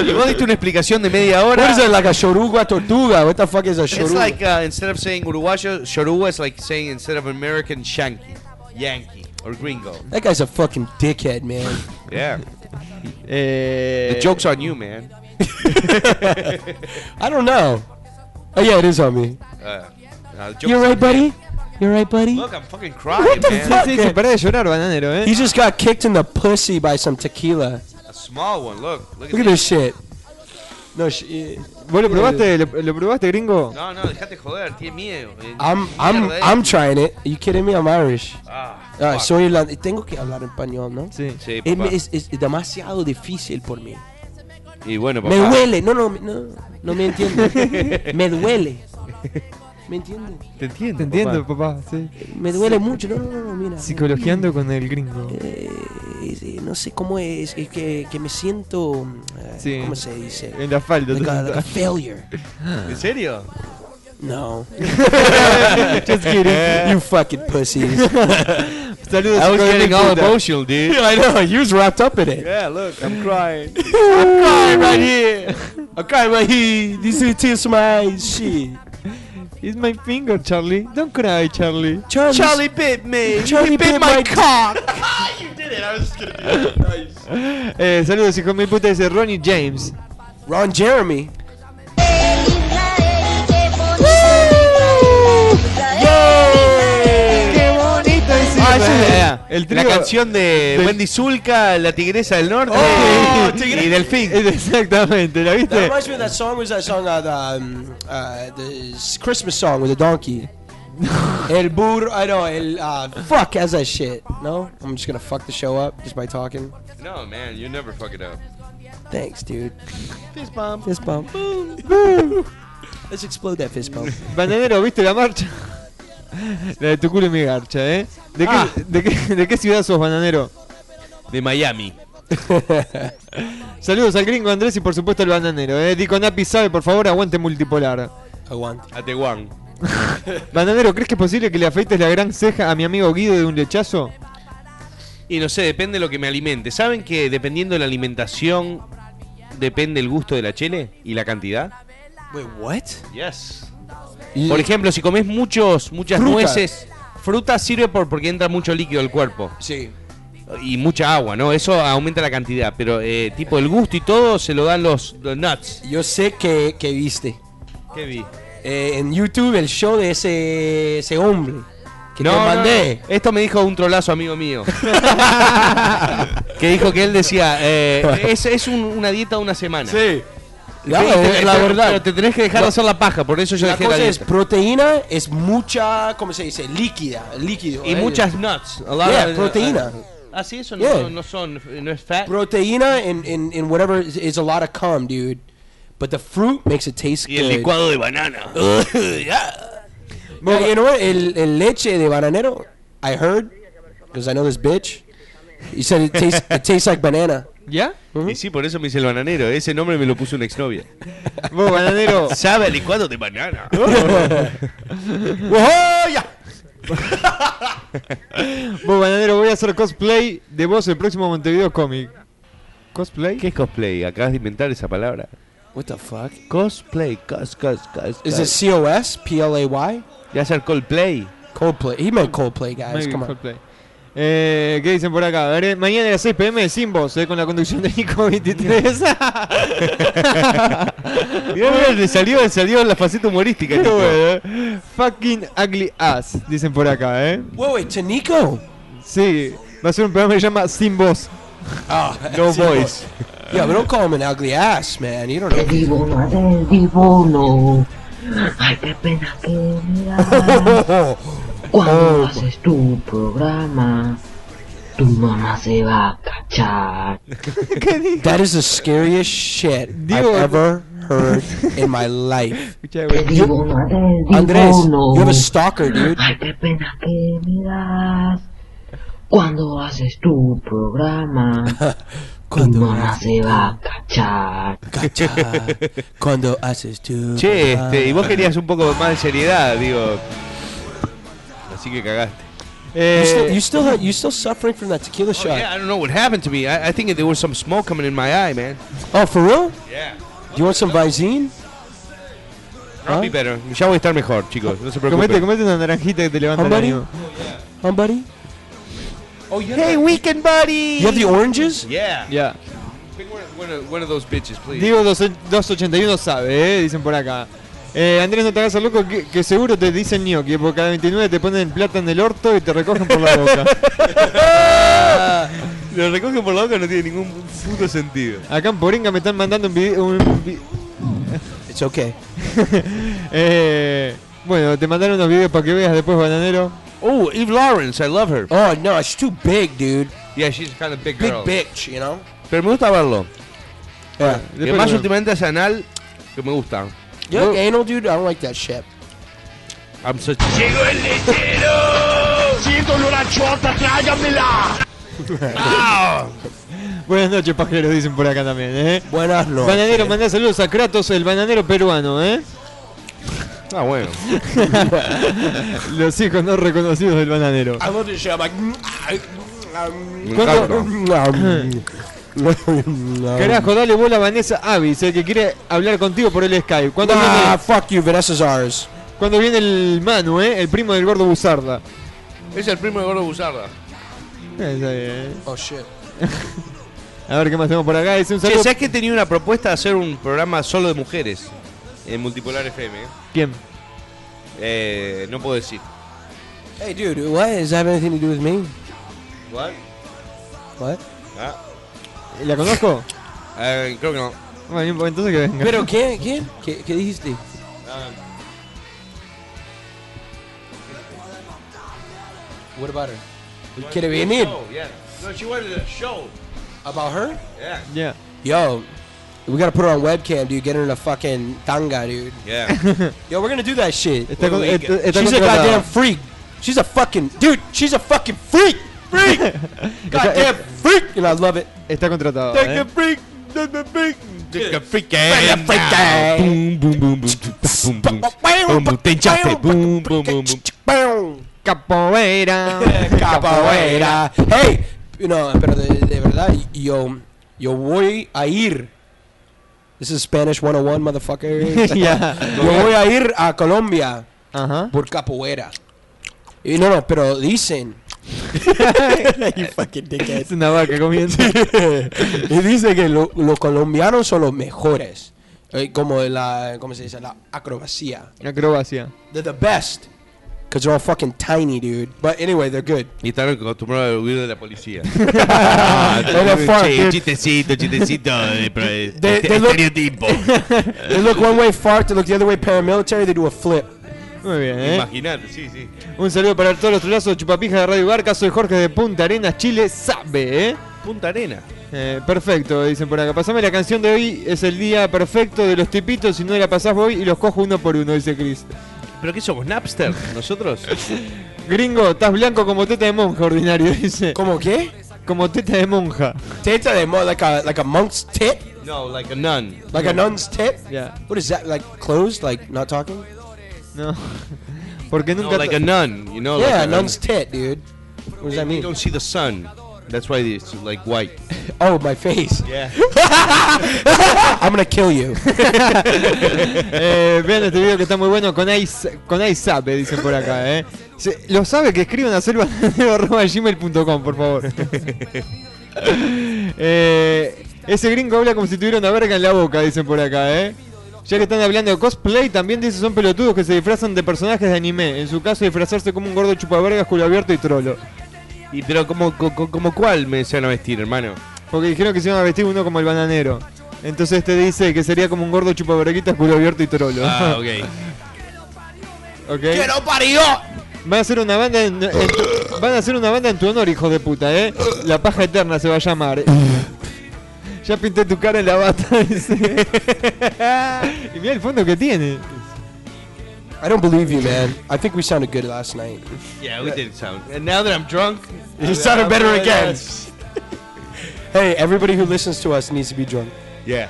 Speaker 2: Y vos diste una explicación de media hora.
Speaker 3: what is it, like a chorugua tortuga? What the fuck is a chorugua?
Speaker 2: It's like uh, instead of saying uruguayo, Yoruba is like saying instead of American, shanky, yankee, or gringo.
Speaker 3: That guy's a fucking dickhead, man.
Speaker 2: Yeah.
Speaker 1: Eh,
Speaker 2: The joke's on you, man. Uh,
Speaker 3: I don't know. Oh yeah, it is on me.
Speaker 2: Uh, uh, the joke's
Speaker 3: You're
Speaker 2: on
Speaker 3: right, buddy. You're right, buddy.
Speaker 2: Look, I'm fucking crying,
Speaker 3: What the
Speaker 2: man.
Speaker 3: fuck?
Speaker 1: Sí, sí, pará de llorar, bananero,
Speaker 3: He
Speaker 1: eh.
Speaker 3: just got kicked in the pussy by some tequila.
Speaker 2: A small one. Look. Look at,
Speaker 3: Look at
Speaker 2: this.
Speaker 3: this shit. No, sh- eh,
Speaker 1: ¿Vos lo probaste, lo, lo probaste, gringo?
Speaker 2: No, no, dejate joder. Tiene miedo. eh.
Speaker 3: I'm I'm
Speaker 2: Mierda, eh.
Speaker 3: I'm trying it. Are you kidding me? I'm Irish.
Speaker 2: Ah,
Speaker 3: Uh,
Speaker 2: fuck.
Speaker 3: soy la- tengo que hablar en español, ¿no?
Speaker 1: Sí.
Speaker 2: Sí,
Speaker 3: Es,
Speaker 2: papá.
Speaker 3: es, es demasiado difícil por mí.
Speaker 2: Y bueno, papá.
Speaker 3: Me duele. No, no, no, no me entiende. me duele. ¿Me entiende?
Speaker 2: Te entiendo.
Speaker 1: Te entiendo, papá. sí.
Speaker 3: Me duele mucho. No, no, no, no, mira.
Speaker 1: Psicologiando con el gringo.
Speaker 3: Eh, eh, no sé cómo es, es que, que me siento, eh,
Speaker 1: Sí.
Speaker 3: ¿cómo se dice?
Speaker 2: Eh,
Speaker 1: En la falda.
Speaker 3: Like a, like a failure.
Speaker 2: ¿En serio?
Speaker 3: No.
Speaker 1: Just kidding.
Speaker 3: you fucking pussies.
Speaker 1: Saludos.
Speaker 2: I was
Speaker 1: hijo de
Speaker 2: getting
Speaker 1: mil
Speaker 2: all
Speaker 1: puta.
Speaker 2: emotional, dude.
Speaker 3: I know, you was wrapped up in it.
Speaker 2: Yeah, look, I'm crying.
Speaker 3: I cried right here. These are tears from my eyes. Shit.
Speaker 1: It's my finger, Charlie. Don't cry, Charlie.
Speaker 3: Charlie's,
Speaker 2: Charlie bit me.
Speaker 3: Charlie
Speaker 2: He bit,
Speaker 3: bit
Speaker 2: my,
Speaker 3: my
Speaker 2: cock.
Speaker 1: Eh, saludos, hijo de mil puta. Dice Ronnie James.
Speaker 3: Ron Jeremy.
Speaker 1: Ah, ese es el
Speaker 2: la
Speaker 1: trío-
Speaker 2: canción de
Speaker 1: del-
Speaker 2: Wendy Zulka, La Tigresa del Norte
Speaker 1: Oh,
Speaker 2: y Delfín.
Speaker 1: Exactamente, ¿la
Speaker 3: That
Speaker 1: viste?
Speaker 3: reminds me of that song. Was that song? Uh, the, um, uh, the s- Christmas song with the donkey. el burro. I know. El uh, fuck has that shit. No, I'm just gonna fuck the show up just by talking.
Speaker 2: No, man, you never fuck it up.
Speaker 3: Thanks, dude. Fist bump. Let's explode that fist bump.
Speaker 1: Bananero, ¿viste la marcha? La de tu culo y mi garcha, ¿eh? ¿De qué, de qué- de qué ciudad sos, bananero?
Speaker 2: De Miami.
Speaker 1: Saludos al gringo Andrés y por supuesto al bananero, ¿eh? Dico Napi sabe, por favor, aguante multipolar.
Speaker 3: Aguante.
Speaker 2: A Tehuán.
Speaker 1: Bananero, ¿crees que es posible que le afeites la gran ceja a mi amigo Guido de un lechazo?
Speaker 2: Y no sé, depende de lo que me alimente. ¿Saben que dependiendo de la alimentación depende el gusto de la chele y la cantidad?
Speaker 3: Wait, what?
Speaker 2: Yes. Por ejemplo, si comes muchos, muchas
Speaker 3: Fruta.
Speaker 2: nueces, fruta sirve por, porque entra mucho líquido al cuerpo
Speaker 3: Sí.
Speaker 2: y mucha agua, ¿no? Eso aumenta la cantidad, pero eh, tipo el gusto y todo se lo dan los, los nuts.
Speaker 3: Yo sé que, que viste
Speaker 2: ¿Qué vi?
Speaker 3: eh, en YouTube el show de ese, ese hombre que te mandé.
Speaker 2: Esto me dijo un trolazo amigo mío. que dijo que él decía, eh, es, es un- una dieta de una semana.
Speaker 1: Sí.
Speaker 3: La,
Speaker 2: Pero te-
Speaker 3: la
Speaker 2: pero-
Speaker 3: verdad.
Speaker 2: pero te tenés que dejar de hacer la paja, por eso yo
Speaker 3: La
Speaker 2: dejé la
Speaker 3: cosa es
Speaker 2: dieta.
Speaker 3: proteína, es mucha, ¿cómo se dice? Líquida, líquido.
Speaker 2: y
Speaker 3: eh.
Speaker 2: muchas nuts. a lot
Speaker 3: Yeah,
Speaker 2: of-
Speaker 3: proteína.
Speaker 2: Ah, sí, eso
Speaker 3: Yeah.
Speaker 2: no, no son, no es fat.
Speaker 3: Proteína and, and, and whatever is, is a lot of cum, dude. But the fruit makes it taste
Speaker 10: Y el
Speaker 3: good.
Speaker 10: licuado de banana.
Speaker 3: Well, you know what? El, el leche de bananero, I heard, because I know this bitch. He said it tastes, it tastes like banana.
Speaker 1: ¿Ya?
Speaker 2: Y sí, por eso me hice el bananero. Ese nombre me lo puso una exnovia.
Speaker 1: Vos, bananero.
Speaker 2: Oh.
Speaker 10: Sabe a licuado de banana.
Speaker 1: vos, bananero, voy a hacer cosplay de vos el próximo Montevideo Comic. ¿Cosplay?
Speaker 2: ¿Qué es cosplay? Acabas de inventar esa palabra.
Speaker 3: What the fuck?
Speaker 2: Cosplay, cos, cos, cos.
Speaker 3: Is it C-O-S? P-L-A-Y?
Speaker 2: Voy a hacer cosplay.
Speaker 3: Coldplay. He meant Coldplay, guys.
Speaker 1: Maybe
Speaker 3: Come on.
Speaker 1: cosplay. Eh, ¿Qué dicen por acá? A ver, eh, mañana a las 6 pm sin vos, eh, con la conducción de Nico 23.
Speaker 2: Mirá, mirá, le salió, le salió la faceta humorística.
Speaker 1: Qué
Speaker 2: tipo.
Speaker 1: bueno, eh. Fucking ugly ass, dicen por acá, ¿eh?
Speaker 3: Wait, wait, to Nico?
Speaker 1: Sí, va a ser un programa que se llama Sin Voz.
Speaker 3: Oh,
Speaker 1: No Voice.
Speaker 3: yeah, but don't call him an ugly ass, man. You don't know.
Speaker 7: Ay, qué pena que mira.
Speaker 3: Oh,
Speaker 7: Cuando haces tu programa, tu mamá se va a cachar.
Speaker 3: That is the scariest shit I've
Speaker 1: Digo-
Speaker 3: ever heard in my life.
Speaker 1: Escuchá,
Speaker 7: Te
Speaker 1: güey.
Speaker 7: digo, no te digo,
Speaker 3: Andres,
Speaker 7: no.
Speaker 3: you have a stalker, dude.
Speaker 7: Ay, qué pena que miras. Cuando haces tu programa, tu
Speaker 3: Cuando
Speaker 7: mamá se va a cachar.
Speaker 3: Cacha. Cuando haces tu.
Speaker 2: Che, este, y vos querías un poco más de seriedad, digo. Así que cagaste.
Speaker 3: You still,
Speaker 1: Eh,
Speaker 3: you still, you still suffering from that tequila
Speaker 2: Oh,
Speaker 3: shot?
Speaker 2: yeah, I don't know what happened to me. I, I think there was some smoke coming in my eye, man.
Speaker 3: Oh, for real?
Speaker 2: Yeah.
Speaker 3: You want some Visine?
Speaker 2: I'll be better. Ya voy a estar mejor, chicos. No se
Speaker 1: comete,
Speaker 2: preocupen.
Speaker 1: comete una naranjita que te levanta el
Speaker 3: Somebody?
Speaker 1: ánimo.
Speaker 3: Huh, buddy?
Speaker 2: Oh, hey, weekend buddy.
Speaker 3: You have the oranges?
Speaker 2: Yeah.
Speaker 1: Ya.
Speaker 2: Pick one, one of- one of those bitches, please.
Speaker 1: Digo 281 sabe, eh, dicen por acá. Eh, Andrés, no te hagas el loco, que, que seguro te dicen ñoqui, porque cada 29 te ponen plata en el orto y te recogen por la boca.
Speaker 2: Lo recogen por la boca no tiene ningún puto sentido.
Speaker 1: Acá en Poringa me están mandando un video.
Speaker 3: It's okay.
Speaker 1: eh, bueno, te mandaron unos videos para que veas después, bananero.
Speaker 2: Oh, Eve Lawrence, I love her.
Speaker 3: Oh no, she's too big, dude.
Speaker 2: Yeah, she's kind of big
Speaker 3: Big
Speaker 2: girl.
Speaker 3: bitch, you know.
Speaker 2: Pero me gusta verlo.
Speaker 3: Yeah.
Speaker 2: Que
Speaker 1: Después
Speaker 2: más
Speaker 1: lo-
Speaker 2: últimamente hace anal, que me gusta.
Speaker 3: You like anal, dude? I don't like that shit.
Speaker 2: I'm such
Speaker 11: ¡Llegó el lechero! ¡Siento olor a chota, tráigamela!
Speaker 1: Buenas noches, pajeros, dicen por acá también, eh.
Speaker 3: Buenas noches.
Speaker 1: Bananero, mandá saludos a Kratos, el bananero peruano, eh.
Speaker 2: Ah, bueno.
Speaker 1: Los hijos no reconocidos del bananero.
Speaker 3: I love this shit. I'm like. mm, ah, mm, ah, mm,
Speaker 2: encanta.
Speaker 3: mm, mm.
Speaker 1: Carajo, dale bola a Vanessa Avis, el que quiere hablar contigo por el Skype. ¿Cuándo,
Speaker 3: Nah,
Speaker 1: viene,
Speaker 3: fuck you. Vanessa's ours.
Speaker 1: cuándo viene el Manu, eh? El primo del gordo Buzarda.
Speaker 2: Es el primo de Gordo Buzarda.
Speaker 1: Eh, está bien.
Speaker 3: Oh shit.
Speaker 1: A ver qué más tenemos por acá. Dice un
Speaker 2: Che,
Speaker 1: saludo.
Speaker 2: ¿sabes que tenía una propuesta de hacer un programa solo de mujeres? En Multipolar FM. eh?
Speaker 1: ¿Quién?
Speaker 2: Eh, no puedo decir.
Speaker 3: Hey, dude. What does that have anything to do with me?
Speaker 2: ¿What?
Speaker 3: What?
Speaker 2: Ah,
Speaker 1: ¿La conozco?
Speaker 2: eh, creo que no.
Speaker 1: Bueno, pues, entonces que venga.
Speaker 3: Pero ¿quién? ¿Quién? ¿Qué, qué dijiste?
Speaker 2: Ah,
Speaker 3: What about her? ¿Quiere venir?
Speaker 2: Oh, yeah. No, she wanted a show.
Speaker 3: About her?
Speaker 2: Yeah.
Speaker 1: Ya.
Speaker 3: Yo, we gotta put her on webcam, dude. Get her in a fucking tanga, dude.
Speaker 2: Yeah.
Speaker 3: Yo, we're gonna do that shit.
Speaker 1: Está, con-
Speaker 2: Bueno,
Speaker 1: está- está
Speaker 3: She's a
Speaker 1: contratada.
Speaker 3: goddamn freak. She's a fucking dude. She's a fucking freak. Freak.
Speaker 1: Está-
Speaker 3: Goddamn freak. And I love it.
Speaker 1: Está contratado. eh.
Speaker 2: freak. Take a freak. Boom,
Speaker 3: Freak.
Speaker 2: boom, boom, boom. Boom, boom. Boom, boom. Te hinchaste. Boom, boom, boom, boom.
Speaker 1: Capoeira.
Speaker 3: Capoeira. Hey, no, pero de, de verdad, yo, yo voy a ir. This is Spanish 101, motherfucker.
Speaker 1: Yeah.
Speaker 3: Yo voy a ir a Colombia
Speaker 1: Ajá.
Speaker 3: por capoeira. Y no, no, pero dicen. you fucking dickhead.
Speaker 1: Es una vaca comiendo.
Speaker 3: y dice que lo- los colombianos son los mejores. Eh, como la, ¿cómo se dice? La acrobacia.
Speaker 1: Acrobacia.
Speaker 3: They're the best. Because they're all fucking tiny, dude. But anyway, they're good.
Speaker 2: Y están acostumbrados a huir de la policía.
Speaker 1: Ah,
Speaker 3: What the fuck,
Speaker 2: Sí,
Speaker 3: dude?
Speaker 2: chistecito, chistecito. eh, pero, eh,
Speaker 3: They-
Speaker 2: este-
Speaker 3: they look-
Speaker 2: estereotipo.
Speaker 3: They look one way fart, they look the other way paramilitary, they do a flip.
Speaker 1: Muy bien, ¿eh?
Speaker 2: Imagínate, sí, sí.
Speaker 1: Un saludo para todos los trolazos chupapija de Radio Barca. Soy Jorge de Punta Arenas, Chile. Sabe, ¿eh?
Speaker 2: Punta Arena.
Speaker 1: Eh, perfecto, dicen por acá. Pasame la canción de hoy. Es el día perfecto de los tipitos. Si no la pasás voy y los cojo uno por uno, dice Chris.
Speaker 2: ¿Pero qué somos, Napster? ¿Nosotros?
Speaker 1: Gringo, estás blanco como teta de monja ordinario, dice.
Speaker 3: ¿Cómo qué?
Speaker 1: Como teta de monja.
Speaker 3: Teta de mo- like a like a monk's tit,
Speaker 2: no, like a nun.
Speaker 3: like a nun's tit.
Speaker 1: Ya.
Speaker 3: What is that? Like closed? Like not talking?
Speaker 1: No. Porque
Speaker 2: No,
Speaker 1: nunca.
Speaker 2: like a nun, you know?
Speaker 3: yeah,
Speaker 2: Oh, like a
Speaker 3: nun's tit, dude. What does that
Speaker 2: You
Speaker 3: mean?
Speaker 2: don't see the sun. That's why it's like white.
Speaker 3: Oh, my face.
Speaker 2: Yeah.
Speaker 3: I'm gonna kill you.
Speaker 1: Eh, vean este video que está muy bueno con Ice, con Sabe, dicen por acá, ¿eh? Se- lo sabe que escriban a selvanadeo.gmail.com, por favor. Eh, ese gringo habla como si tuviera una verga en la boca, dicen por acá, ¿eh? Ya que están hablando de cosplay, también dicen son pelotudos que se disfrazan de personajes de anime. En su caso, disfrazarse como un gordo chupavergas, culo abierto y trolo.
Speaker 2: Y pero como, como, como cuál me se van a vestir, hermano.
Speaker 1: Porque dijeron que se iban a vestir uno como el bananero. Entonces te dice que sería como un gordo chupaverguitas, culo abierto y trolo.
Speaker 2: Ah, ok.
Speaker 1: ¿Ok?
Speaker 3: ¡Quiero parió!
Speaker 1: Van a hacer una banda en, en tu- van a hacer una banda en tu honor, hijo de puta, ¿eh? La paja eterna se va a llamar. eh. ya pinté tu cara en la bata. dice. y mira el fondo que tiene.
Speaker 3: I don't believe you, man. I think we sounded good last night.
Speaker 2: Yeah, we did sound. And now that I'm drunk,
Speaker 3: You sounded better again. Hey, everybody who listens to us needs to be drunk.
Speaker 2: Yeah.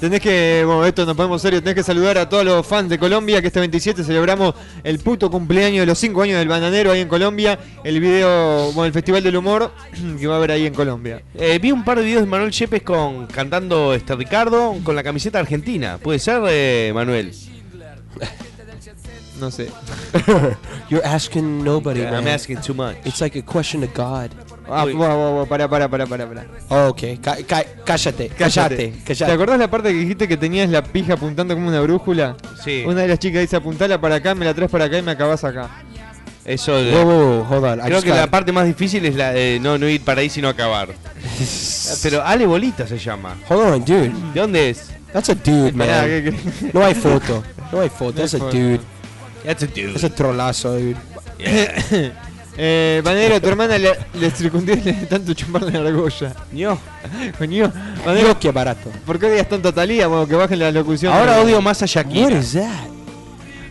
Speaker 1: Tenés que, bueno, esto nos ponemos serio, tenés que saludar a todos los fans de Colombia, que este 27 celebramos el puto cumpleaños de los 5 años del bananero ahí en Colombia, el video, bueno, el Festival del Humor que va a haber ahí en Colombia.
Speaker 2: Eh, vi un par de videos de Manuel Yepes con cantando este Ricardo con la camiseta argentina. ¿Puede ser, eh, Manuel?
Speaker 1: No sé.
Speaker 3: You're asking nobody,
Speaker 2: I'm
Speaker 3: man.
Speaker 2: asking too much.
Speaker 3: It's like a question to God.
Speaker 1: Ah,
Speaker 2: Uy.
Speaker 1: bueno, bueno, para, para, para, para, para.
Speaker 3: Oh, okay. Ca- ca- cállate, cállate,
Speaker 1: ¿Te
Speaker 3: cállate.
Speaker 1: acordás la parte que dijiste que tenías la pija apuntando como una brújula?
Speaker 2: Sí.
Speaker 1: Una de las chicas dice apuntala para acá, me la traes para acá y me acabás acá.
Speaker 2: Eso. eh,
Speaker 3: Whoa, whoa, whoa, hold on. I
Speaker 2: creo
Speaker 3: just
Speaker 2: que la
Speaker 3: got
Speaker 2: parte más difícil es la de no, no ir para ahí sino acabar. Pero Ale Bolita se llama.
Speaker 3: Hold on, dude.
Speaker 2: ¿De dónde es?
Speaker 3: That's a dude,
Speaker 1: Mirá,
Speaker 3: man.
Speaker 1: ¿qué querés?
Speaker 3: No hay foto. No hay foto. That's
Speaker 1: hay
Speaker 3: a
Speaker 1: foto.
Speaker 3: dude.
Speaker 2: That's a dude.
Speaker 3: That's a trolazo, dude.
Speaker 1: eh, Vanero, tu hermana le, le circundí de tanto chuparle la argolla.
Speaker 2: Ño.
Speaker 1: Coño, Vanero,
Speaker 3: Digo que barato.
Speaker 1: ¿por qué odias tanto a Talía? Bueno, que bajen la locución.
Speaker 2: Ahora odio más a
Speaker 3: What
Speaker 2: Shakira.
Speaker 3: is that?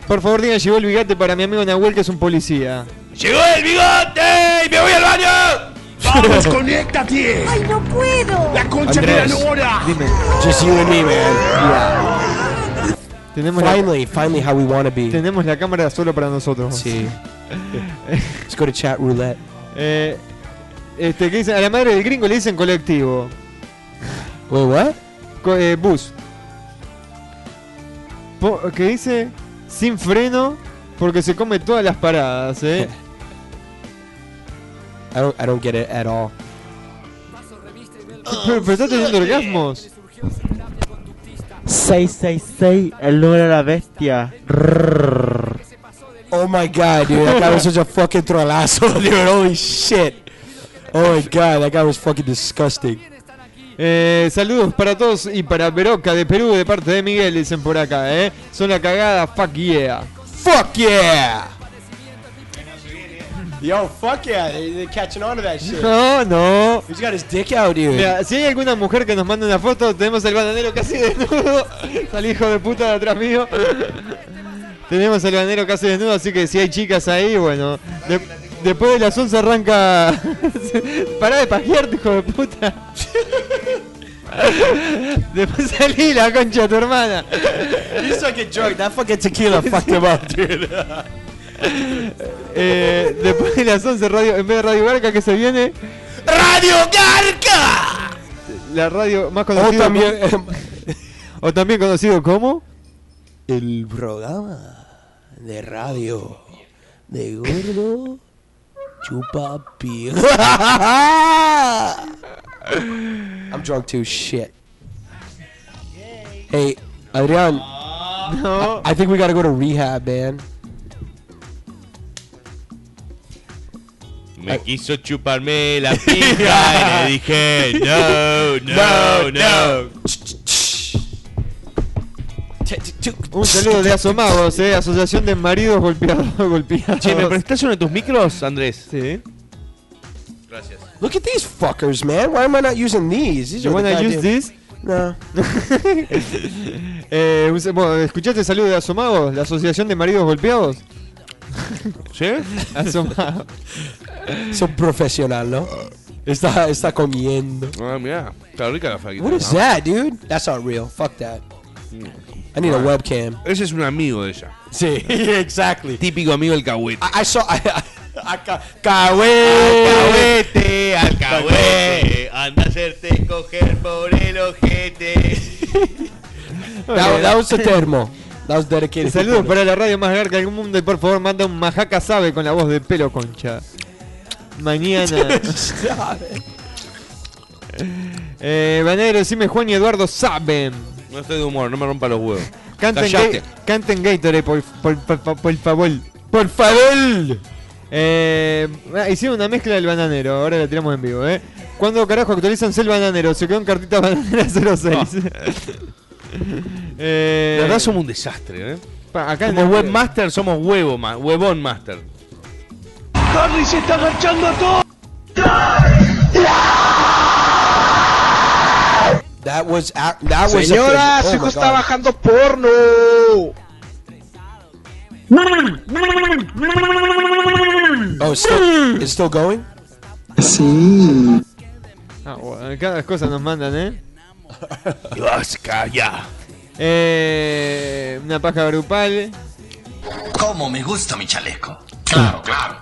Speaker 1: Por favor, digan, llegó el bigate para mi amigo Nahuel, que es un policía.
Speaker 10: ¡Llegó el bigote! ¡Y me voy al baño! ¡Vamos, conéctate!
Speaker 8: ¡Ay, no puedo!
Speaker 10: ¡La concha de
Speaker 3: Andrés,
Speaker 10: la lora!
Speaker 3: Just you and me, man.
Speaker 1: Tenemos, la,
Speaker 3: Finally, finally, how we want to be.
Speaker 1: tenemos la cámara solo para nosotros.
Speaker 3: Sí. Let's go to chat roulette.
Speaker 1: Eh, este, ¿qué dicen? A la madre del gringo le dicen colectivo.
Speaker 3: Wait, what?
Speaker 1: Co- eh, bus. Po- que dice sin freno porque se come todas las paradas, ¿eh?
Speaker 3: I don't, I don't get it at all.
Speaker 1: pero, pero está teniendo orgasmos.
Speaker 8: 666, el número de la bestia.
Speaker 3: Oh my god, dude, that guy was such a fucking trolazo, dude. Holy shit. Oh my god, that guy was fucking disgusting.
Speaker 1: Eh, saludos para todos y para Peroca de Perú de parte de Miguel, dicen por acá, ¿eh? Son la cagada, fuck yeah.
Speaker 3: Fuck yeah! Yo, fuck yeah, they, they're catching on to that shit.
Speaker 1: No, no.
Speaker 3: He's got his dick out, dude.
Speaker 1: Mira, si hay alguna mujer que nos manda una foto, tenemos al bananero casi desnudo. Salí hijo de puta de atrás mío. tenemos al bananero casi desnudo, así que si hay chicas ahí, bueno. de- después de las 11 arranca. Pará de pajearte, hijo de puta. Después salí la concha de tu hermana.
Speaker 3: You suck at drug. That fucking tequila fucked him up, dude.
Speaker 1: Eh, después de las 11 radio, en vez de Radio Garca que se viene,
Speaker 4: ¡Radio Garca!
Speaker 1: la radio más conocida.
Speaker 4: O también-
Speaker 1: como- o también conocido como.
Speaker 3: El programa de radio de gordo chupa pija. I'm drunk too. Shit. Hey, Adrian.
Speaker 1: No.
Speaker 3: I, I think we gotta go to rehab, man.
Speaker 2: Me quiso chuparme la pija y le dije no, no, no.
Speaker 1: Un saludo de Asomagos, eh, Asociación de Maridos Golpeados. golpeados.
Speaker 2: Che, ¿me prestás uno de tus micros, Andrés?
Speaker 1: Sí.
Speaker 2: Gracias.
Speaker 3: Look at these fuckers, man. Why am I not using these? these
Speaker 1: You
Speaker 3: are the
Speaker 1: wanna use
Speaker 3: goddamn-
Speaker 1: this?
Speaker 3: No.
Speaker 1: Eh, un sa- bueno, ¿Escuchaste el saludo de Asomagos, la Asociación de Maridos Golpeados?
Speaker 2: ¿Sí?
Speaker 1: Asomagos.
Speaker 3: Son profesional, ¿no? Está, está comiendo.
Speaker 2: Ah, mira, está rica la flaquita.
Speaker 3: What is that, dude? That's not real. Fuck that. I need a webcam.
Speaker 2: Ese es un amigo de ella.
Speaker 3: Sí, exactly.
Speaker 2: Típico amigo del cahuete.
Speaker 3: I, I saw. I, I, I ca- Cahuete.
Speaker 2: Alcahuete, alcahuete, anda a hacerte coger por el ojete.
Speaker 3: That, that was a termo. That was dedicated.
Speaker 1: Saludos para la radio más larga del mundo y por favor manda un majaca sabe con la voz de pelo concha. Mañana.
Speaker 3: Stop it.
Speaker 1: eh, van a ir a decirme Juan y Eduardo saben.
Speaker 2: No estoy de humor, no me rompa los huevos.
Speaker 1: Canten,
Speaker 2: Callate.
Speaker 1: Ga- canten Gatorade, por, por, por, por- por favor. ¡Por favor! Eh, ah, hicieron una mezcla del bananero, ahora la tiramos en vivo, ¿eh? ¿Cuándo carajo actualizan el bananero? Se quedó en cartita bananera 06. eh,
Speaker 2: De verdad somos un desastre, ¿eh?
Speaker 1: pa- acá en
Speaker 2: Somos
Speaker 1: el-
Speaker 2: webmaster, somos huevo, ma- huevón master.
Speaker 11: Harry se está agachando a todo.
Speaker 3: That was. a- That was. a termo. Oh
Speaker 6: Señora, su
Speaker 3: my
Speaker 6: hijo está
Speaker 3: God.
Speaker 6: bajando porno.
Speaker 3: Oh, it's still, it's still going.
Speaker 9: Sí.
Speaker 1: Ah, bueno, cada cosa nos mandan, ¿eh?
Speaker 10: Dios, calla.
Speaker 1: Eh, una paja grupal.
Speaker 11: ¿Cómo me gusta mi chaleco? Claro, claro.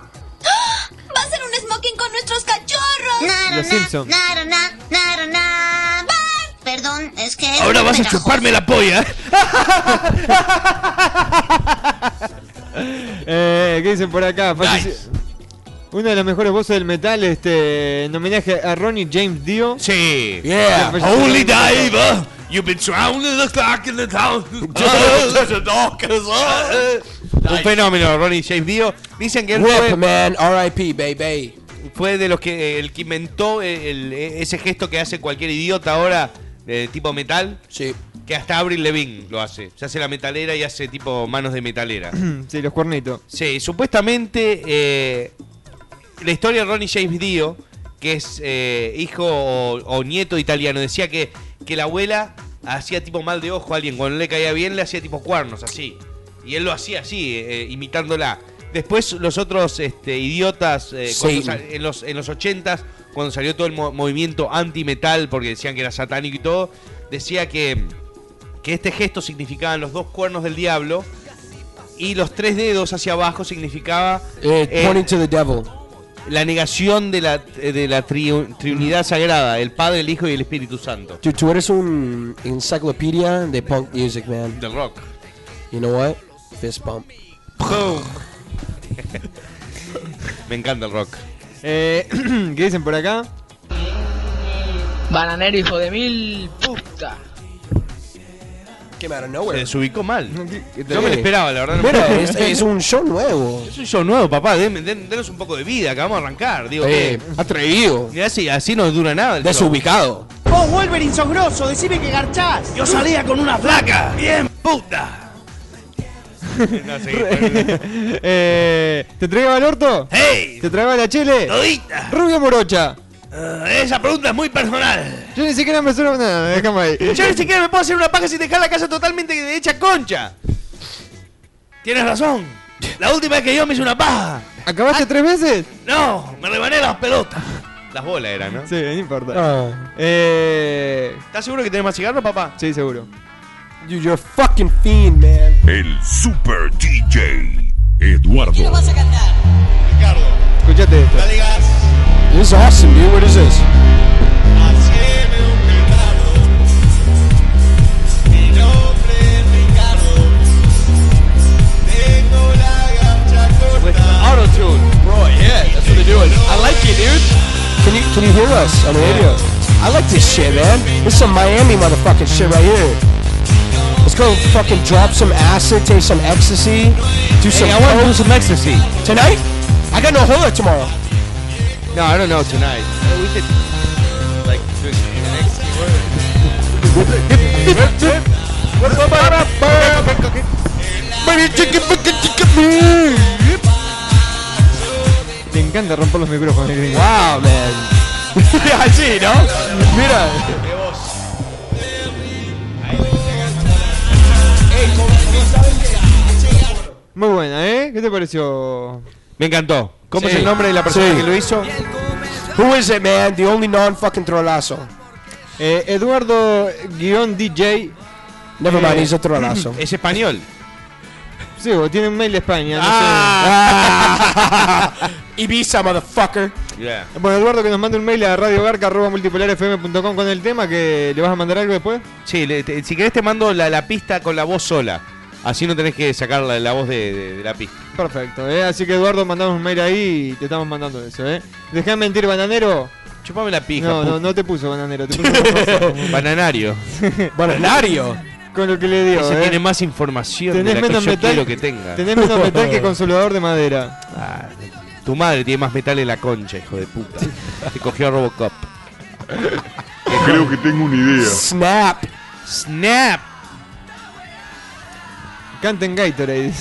Speaker 12: ¡Va a ser un smoking con nuestros cachorros!
Speaker 1: Los Simpson.
Speaker 12: ¡Nara, na, nara, na! ¡Bye! Perdón, es que. es
Speaker 10: Ahora
Speaker 12: muy
Speaker 10: vas a
Speaker 12: pegajoso.
Speaker 10: chuparme la polla.
Speaker 1: Eh, ¿Qué dicen por acá? Falleció- Una de las mejores voces del metal, este, en homenaje a Ronnie James Dio.
Speaker 10: Sí.
Speaker 1: Yeah.
Speaker 10: Holy diver. You've been drowning the clock in the town. Oh, there's a dog.
Speaker 2: Eh,
Speaker 10: Oh.
Speaker 2: Un fenómeno, Ronnie James Dio. Dicen que él
Speaker 3: Rip,
Speaker 2: fue,
Speaker 3: man. R.I.P. Baby.
Speaker 2: fue de los que eh, el que inventó eh, el- el- ese gesto que hace cualquier idiota ahora de tipo metal.
Speaker 3: Sí.
Speaker 2: Que hasta Avril Levine lo hace. Se hace la metalera y hace tipo manos de metalera.
Speaker 1: sí, los cuernitos.
Speaker 2: Sí, supuestamente eh, la historia de Ronnie James Dio, que es eh, hijo o, o nieto de italiano, decía que, que la abuela hacía tipo mal de ojo a alguien. Cuando no le caía bien, le hacía tipo cuernos, así. Y él lo hacía así, eh, imitándola. Después los otros este, idiotas, eh, cuando
Speaker 3: Satan.
Speaker 2: sal- en, los, en los 80s, cuando salió todo el mo- movimiento anti-metal, porque decían que era satánico y todo, decía que, que este gesto significaban los dos cuernos del diablo y los tres dedos hacia abajo significaba
Speaker 3: Eh,
Speaker 2: Eh,
Speaker 3: pointing to the devil.
Speaker 2: la negación de la, eh, de la triu- triunidad sagrada, el Padre, el Hijo y el Espíritu Santo.
Speaker 3: Dude, tú eres un enciclopedia de punk music, man.
Speaker 2: Del rock.
Speaker 3: You know what? Fist bump.
Speaker 2: Boom. Me encanta el rock.
Speaker 1: Eh, ¿Qué dicen por acá?
Speaker 6: Bananero, hijo de mil puta.
Speaker 3: Came out of
Speaker 2: Eh, Se
Speaker 3: nowhere.
Speaker 2: desubicó mal.
Speaker 3: te-
Speaker 2: No me lo esperaba, la verdad. no me lo
Speaker 3: Bueno,
Speaker 2: esperaba.
Speaker 3: es, eh, es un show nuevo.
Speaker 2: Es un show nuevo, papá. den- den- denos un poco de vida, que vamos a arrancar. Digo,
Speaker 3: Eh, atrevido.
Speaker 2: que- así, así no dura nada. el show.
Speaker 3: Desubicado.
Speaker 4: Vos, Wolverine, sos grosso, decime que garchás.
Speaker 11: Yo salía con una flaca. Bien, puta.
Speaker 2: No, seguí, bueno.
Speaker 1: Eh, ¿Te entregaba el orto?
Speaker 11: ¡Hey!
Speaker 1: ¿Te tragaba la chile?
Speaker 11: Todita.
Speaker 1: Rubio Morocha.
Speaker 11: Ah,
Speaker 2: Eh,
Speaker 11: esa pregunta es muy personal.
Speaker 1: Yo ni siquiera me suena nada, déjame ahí.
Speaker 2: Yo ni siquiera me puedo hacer una paja sin dejar la casa totalmente hecha concha.
Speaker 11: Tienes razón. La última vez que yo me hice una paja.
Speaker 1: ¿Acabaste tres veces?
Speaker 11: No, me rebané las pelotas.
Speaker 2: Las bolas eran, ¿no?
Speaker 1: Sí, no importa. Eh,
Speaker 2: Ah. ¿Estás seguro que tenés más cigarros, papá?
Speaker 1: Sí, seguro.
Speaker 3: Dude, you're a fucking fiend, man.
Speaker 13: El Super DJ Eduardo.
Speaker 11: vas a cantar? Ricardo.
Speaker 1: Escuchate esto.
Speaker 11: Dale gas.
Speaker 3: This is awesome, dude. What is this?
Speaker 11: Haceme un pecado. Mi nombre es Ricardo. Tengo la garcha corta.
Speaker 2: Auto-tune.
Speaker 11: Bro, yeah, that's what they're doing. I like it, dude.
Speaker 3: Can you can you hear us on the radio? I like this shit, man. This is some Miami motherfucking shit right here. Let's go fucking drop some acid, take some ecstasy, do some.
Speaker 14: I wanna do
Speaker 3: some ecstasy tonight. I got no hola tomorrow.
Speaker 2: No, I don't know tonight. Uh, we could, like, do the next
Speaker 1: Te encanta romper los micrófonos, gringo.
Speaker 3: Wow, Oh, man. Así, ¿no? Mira.
Speaker 1: Muy buena, ¿eh? ¿Qué te pareció?
Speaker 2: Me encantó.
Speaker 1: ¿Cómo es el nombre de la persona que lo hizo?
Speaker 3: Who is it, man? The only non-fucking trolazo.
Speaker 1: Eh, Eduardo guión DJ.
Speaker 3: Never mind, hizo trolazo.
Speaker 2: Es español.
Speaker 1: Sí, o tiene un mail de España. no
Speaker 2: Ah,
Speaker 3: Ibiza, motherfucker.
Speaker 2: Yeah.
Speaker 1: sé. Bueno, Eduardo, que nos mande un mail a radiogarca.multipolarfm.com con el tema, que le vas a mandar algo después.
Speaker 2: Sí, le- te- si querés te mando la, la pista con la voz sola. Así no tenés que sacar la, la voz de, de- de la pista.
Speaker 1: Perfecto, ¿eh? Así que Eduardo, mandamos un mail ahí y te estamos mandando eso, ¿eh? Dejá de mentir, bananero.
Speaker 2: Chupame la pija.
Speaker 1: No,
Speaker 2: pu-
Speaker 1: no, no te puso bananero, te puso otra cosa.
Speaker 2: Bananario.
Speaker 3: Bananario.
Speaker 1: Con lo que le dio,
Speaker 2: Ese
Speaker 1: eh.
Speaker 2: tiene más información
Speaker 1: Tenés
Speaker 2: de la
Speaker 1: menos
Speaker 2: que yo
Speaker 1: metal-
Speaker 2: quiero que tenga.
Speaker 1: Tenés menos metal que consolador de madera.
Speaker 2: Ah, tu madre tiene más metal en la concha, hijo de puta. Te cogió a Robocop.
Speaker 13: Creo que tengo una idea.
Speaker 3: Snap.
Speaker 2: Snap.
Speaker 1: Canten Gatorade.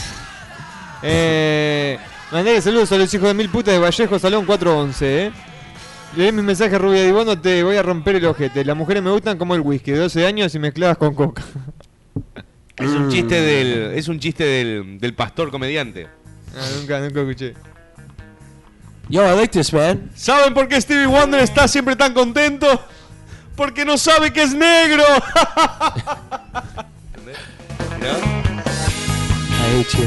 Speaker 1: Eh, mandale saludos a los hijos de mil putas de Vallejo, Salón 411, eh. Leí mis mensajes, Rubia Dibono, te voy a romper el ojete. Las mujeres me gustan como el whisky, de 12 años y mezcladas con coca.
Speaker 2: Es un chiste del. Es un chiste del, del pastor comediante.
Speaker 1: Ah, nunca, nunca escuché.
Speaker 3: Yo, I like this, man.
Speaker 2: ¿Saben por qué Stevie Wonder está siempre tan contento? Porque no sabe que es negro.
Speaker 3: I hate you.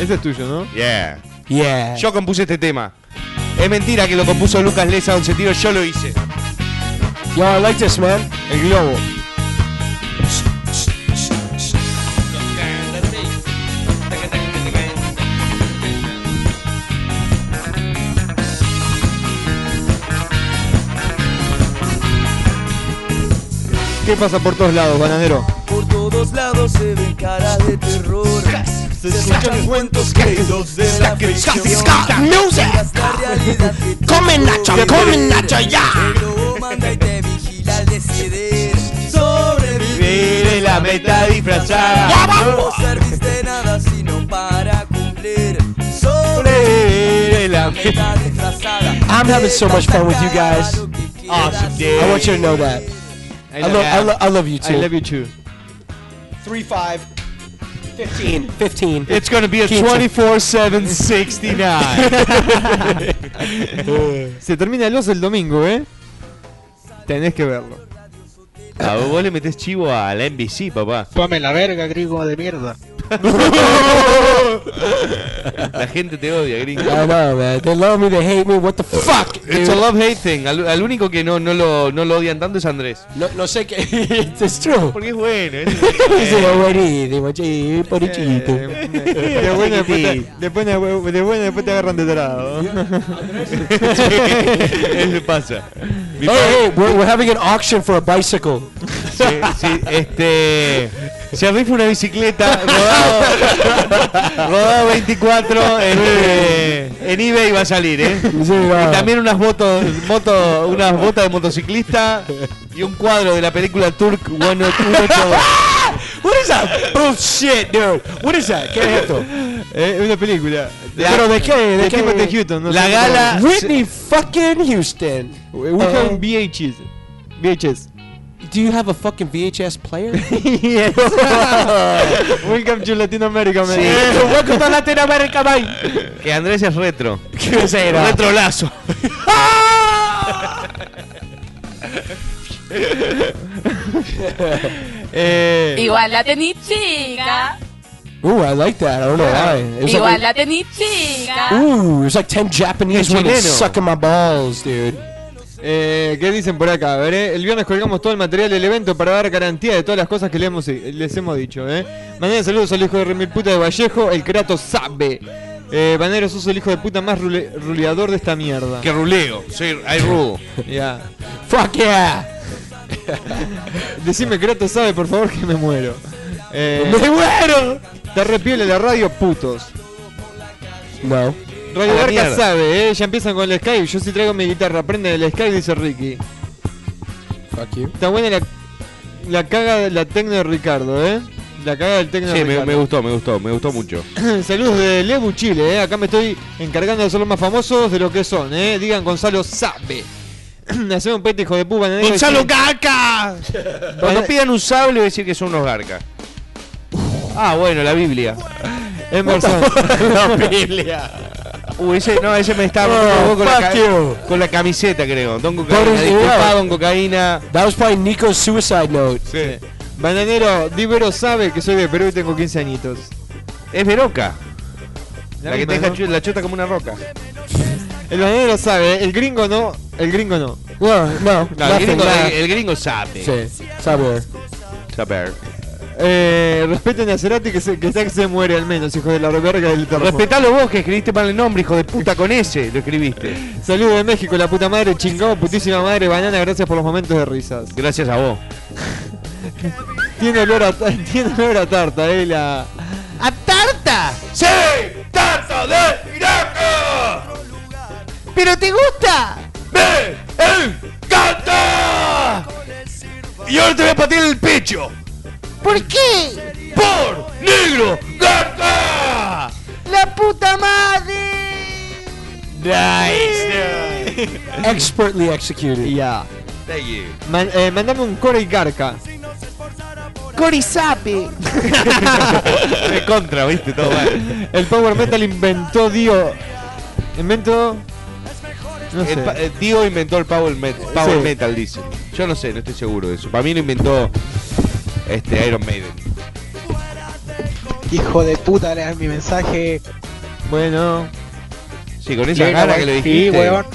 Speaker 1: Ese es tuyo, ¿no?
Speaker 2: Yeah.
Speaker 3: Yeah.
Speaker 2: Yo compuse este tema. Es mentira que lo compuso Lucas Lesa 11 tiros, yo lo hice.
Speaker 3: Yo, I like this, man.
Speaker 1: El globo. ¿Qué pasa por todos lados, bananero?
Speaker 11: Por todos lados se ven caras de terror. Se escuchan cuentos creídos de la ficción.
Speaker 3: Music. Come Nacho, come Nacho, ya.
Speaker 11: manda y te vigila al decidir sobrevivir
Speaker 2: en la meta disfrazada.
Speaker 11: No servís de nada sino para cumplir
Speaker 3: Sobrevivir
Speaker 11: en la meta disfrazada.
Speaker 3: I'm having so much fun with you guys.
Speaker 2: Awesome,
Speaker 3: I want you to know that. I,
Speaker 1: love
Speaker 3: love, I,
Speaker 1: you.
Speaker 3: lo- I love you
Speaker 1: I
Speaker 3: too.
Speaker 1: love you too.
Speaker 3: 3 5 15 15.
Speaker 2: It's gonna be a 24-7 69.
Speaker 1: Se termina el oso el domingo, ¿eh? Tenés que verlo.
Speaker 2: A vos le metés chivo a la NBC, papá.
Speaker 6: Pame la verga, gringo de mierda.
Speaker 2: La gente te odia, gringo.
Speaker 3: I know, man. They love me, they hate me. What the fuck?
Speaker 2: It's a
Speaker 3: dude?
Speaker 2: love hate thing. Al, al único que no, no, lo, no lo odian tanto es Andrés.
Speaker 3: No, no sé qué. It's true.
Speaker 2: Porque es bueno. es-
Speaker 3: Dice, "Abuelito, muchachito, porichito".
Speaker 1: De buena después te, de buena- de buena después te agarran de dorado.
Speaker 2: Eso pasa. Mi
Speaker 3: Hey,
Speaker 2: padre-
Speaker 3: hey, we're, we're having an auction for a bicycle.
Speaker 2: Sí, sí, este. Se rifa una bicicleta rodado, rodado 24 este, en eBay va a salir, ¿eh?
Speaker 3: va.
Speaker 2: Y también unas motos, moto, unas botas de motociclista y un cuadro de la película Turk 182.
Speaker 3: What is that bullshit, dude? What is that? ¿Qué es esto?
Speaker 1: Eh, una película.
Speaker 2: La-
Speaker 3: ¿Pero de qué? ¿De
Speaker 1: de
Speaker 3: qué?
Speaker 1: Timothy Hutton, no
Speaker 2: La
Speaker 1: sé
Speaker 2: gala.
Speaker 3: Whitney fucking Houston.
Speaker 1: We we have
Speaker 3: Ah.
Speaker 1: VHS. VHS.
Speaker 3: Do you have a fucking VHS player?
Speaker 1: yes. Welcome to Latin America, man.
Speaker 3: Welcome to Latin America, man.
Speaker 2: Que Andrés es retro.
Speaker 3: ¿Qué será?
Speaker 2: Retrolazo.
Speaker 1: Eh,
Speaker 14: Igual la tenis chica.
Speaker 3: Ooh, I like that. I don't know why. It was
Speaker 14: Igual
Speaker 3: like,
Speaker 14: la tenis chica.
Speaker 3: ooh, it's like 10 Japanese
Speaker 1: Es
Speaker 3: women
Speaker 1: chileno.
Speaker 3: sucking my balls, dude.
Speaker 1: eh, ¿Qué dicen por acá? A ver, eh, el viernes colgamos todo el material del evento para dar garantía de todas las cosas que le hemos- les hemos dicho. Eh. Mañana saludos al hijo de Remil Puta de Vallejo, el Kratos sabe. Eh, Banero, sos el hijo de puta más rule- ruleador de esta mierda.
Speaker 2: Que ruleo, soy, hay rubo.
Speaker 1: Ya. Fuck yeah. Decime Kratos sabe, por favor, que me muero. Eh,
Speaker 3: ¡Me muero!
Speaker 1: Te repiele la radio, putos.
Speaker 3: No.
Speaker 1: Radio
Speaker 3: A la
Speaker 1: Garca
Speaker 3: mierda.
Speaker 1: sabe, ¿eh? ya empiezan con el Skype. Yo sí traigo mi guitarra, aprende el Skype, dice Ricky.
Speaker 3: Fuck you.
Speaker 1: Está buena la, la caga de la tecno de Ricardo, ¿eh? La caga del tecno
Speaker 2: Sí,
Speaker 1: de
Speaker 2: me,
Speaker 1: Ricardo.
Speaker 2: me gustó, me gustó, me gustó mucho.
Speaker 1: Saludos de Lebu Chile, ¿eh? acá me estoy encargando de ser los más famosos de lo que son, ¿eh? digan Gonzalo sabe. Hacemos un pete hijo de puta. Bananero,
Speaker 2: ¡Gonzalo
Speaker 1: y-
Speaker 2: Garca! Cuando pidan un sable, voy a decir que son unos garca. Ah, bueno, la Biblia.
Speaker 1: Emerson.
Speaker 2: la Biblia. Uy, ese, no, ese me estaba
Speaker 3: Oh,
Speaker 2: con, la
Speaker 3: fuck
Speaker 2: ca-
Speaker 3: you.
Speaker 2: con la camiseta, creo. Don
Speaker 3: Pobre
Speaker 2: Cocaína, disculpa,
Speaker 3: idea.
Speaker 2: Don Cocaína.
Speaker 3: That was probably Nico's suicide note.
Speaker 2: Sí.
Speaker 1: Bananero, Divero sabe que soy de Perú y tengo 15 añitos.
Speaker 2: Es Veroca.
Speaker 1: La
Speaker 2: La, que
Speaker 1: misma,
Speaker 2: te deja
Speaker 1: ¿no?
Speaker 2: chu- la chota como una roca.
Speaker 1: El bananero sabe, ¿eh? el gringo no, el gringo no.
Speaker 3: Well, no,
Speaker 2: No, el
Speaker 3: nothing,
Speaker 2: gringo,
Speaker 3: nah.
Speaker 2: el, el gringo sabe.
Speaker 3: Sí, sabe.
Speaker 2: Saber.
Speaker 1: Eh, respeten a Cerati que, se, que está que se muere al menos, hijo de la verga del terror.
Speaker 2: Respetalo vos que escribiste mal el nombre, hijo de puta, con ese lo escribiste.
Speaker 1: Saludos de México, la puta madre, chingado, putísima madre, banana, gracias por los momentos de risas.
Speaker 2: Gracias a vos.
Speaker 1: Tiene olor a, ta- tiene olor a tarta, eh, la...
Speaker 2: ¡A tarta! ¡Sí! ¡Tarta de Iraca!
Speaker 4: ¡Pero te gusta!
Speaker 2: ¡Me encanta! Y ahora te voy a patear el pecho.
Speaker 4: ¿Por qué?
Speaker 2: ¡Por negro garca!
Speaker 4: ¡La puta madre!
Speaker 2: Nice.
Speaker 3: Expertly executed.
Speaker 1: Yeah.
Speaker 2: Thank you.
Speaker 1: Man- eh, mandame un Corey Garca.
Speaker 4: ¡Corizape!
Speaker 2: De contra, viste, todo mal.
Speaker 1: El Power Metal inventó Dio. Inventó... No sé.
Speaker 2: El pa- eh, Dio inventó el power, met- power
Speaker 1: Sí.
Speaker 2: metal, dice. Yo no sé, no estoy seguro de eso. Para mí lo inventó este Iron Maiden.
Speaker 6: Hijo de puta, lean mi mensaje.
Speaker 1: Bueno.
Speaker 2: Sí, con esa cara que le
Speaker 6: Sí,
Speaker 2: dijiste.
Speaker 6: weón.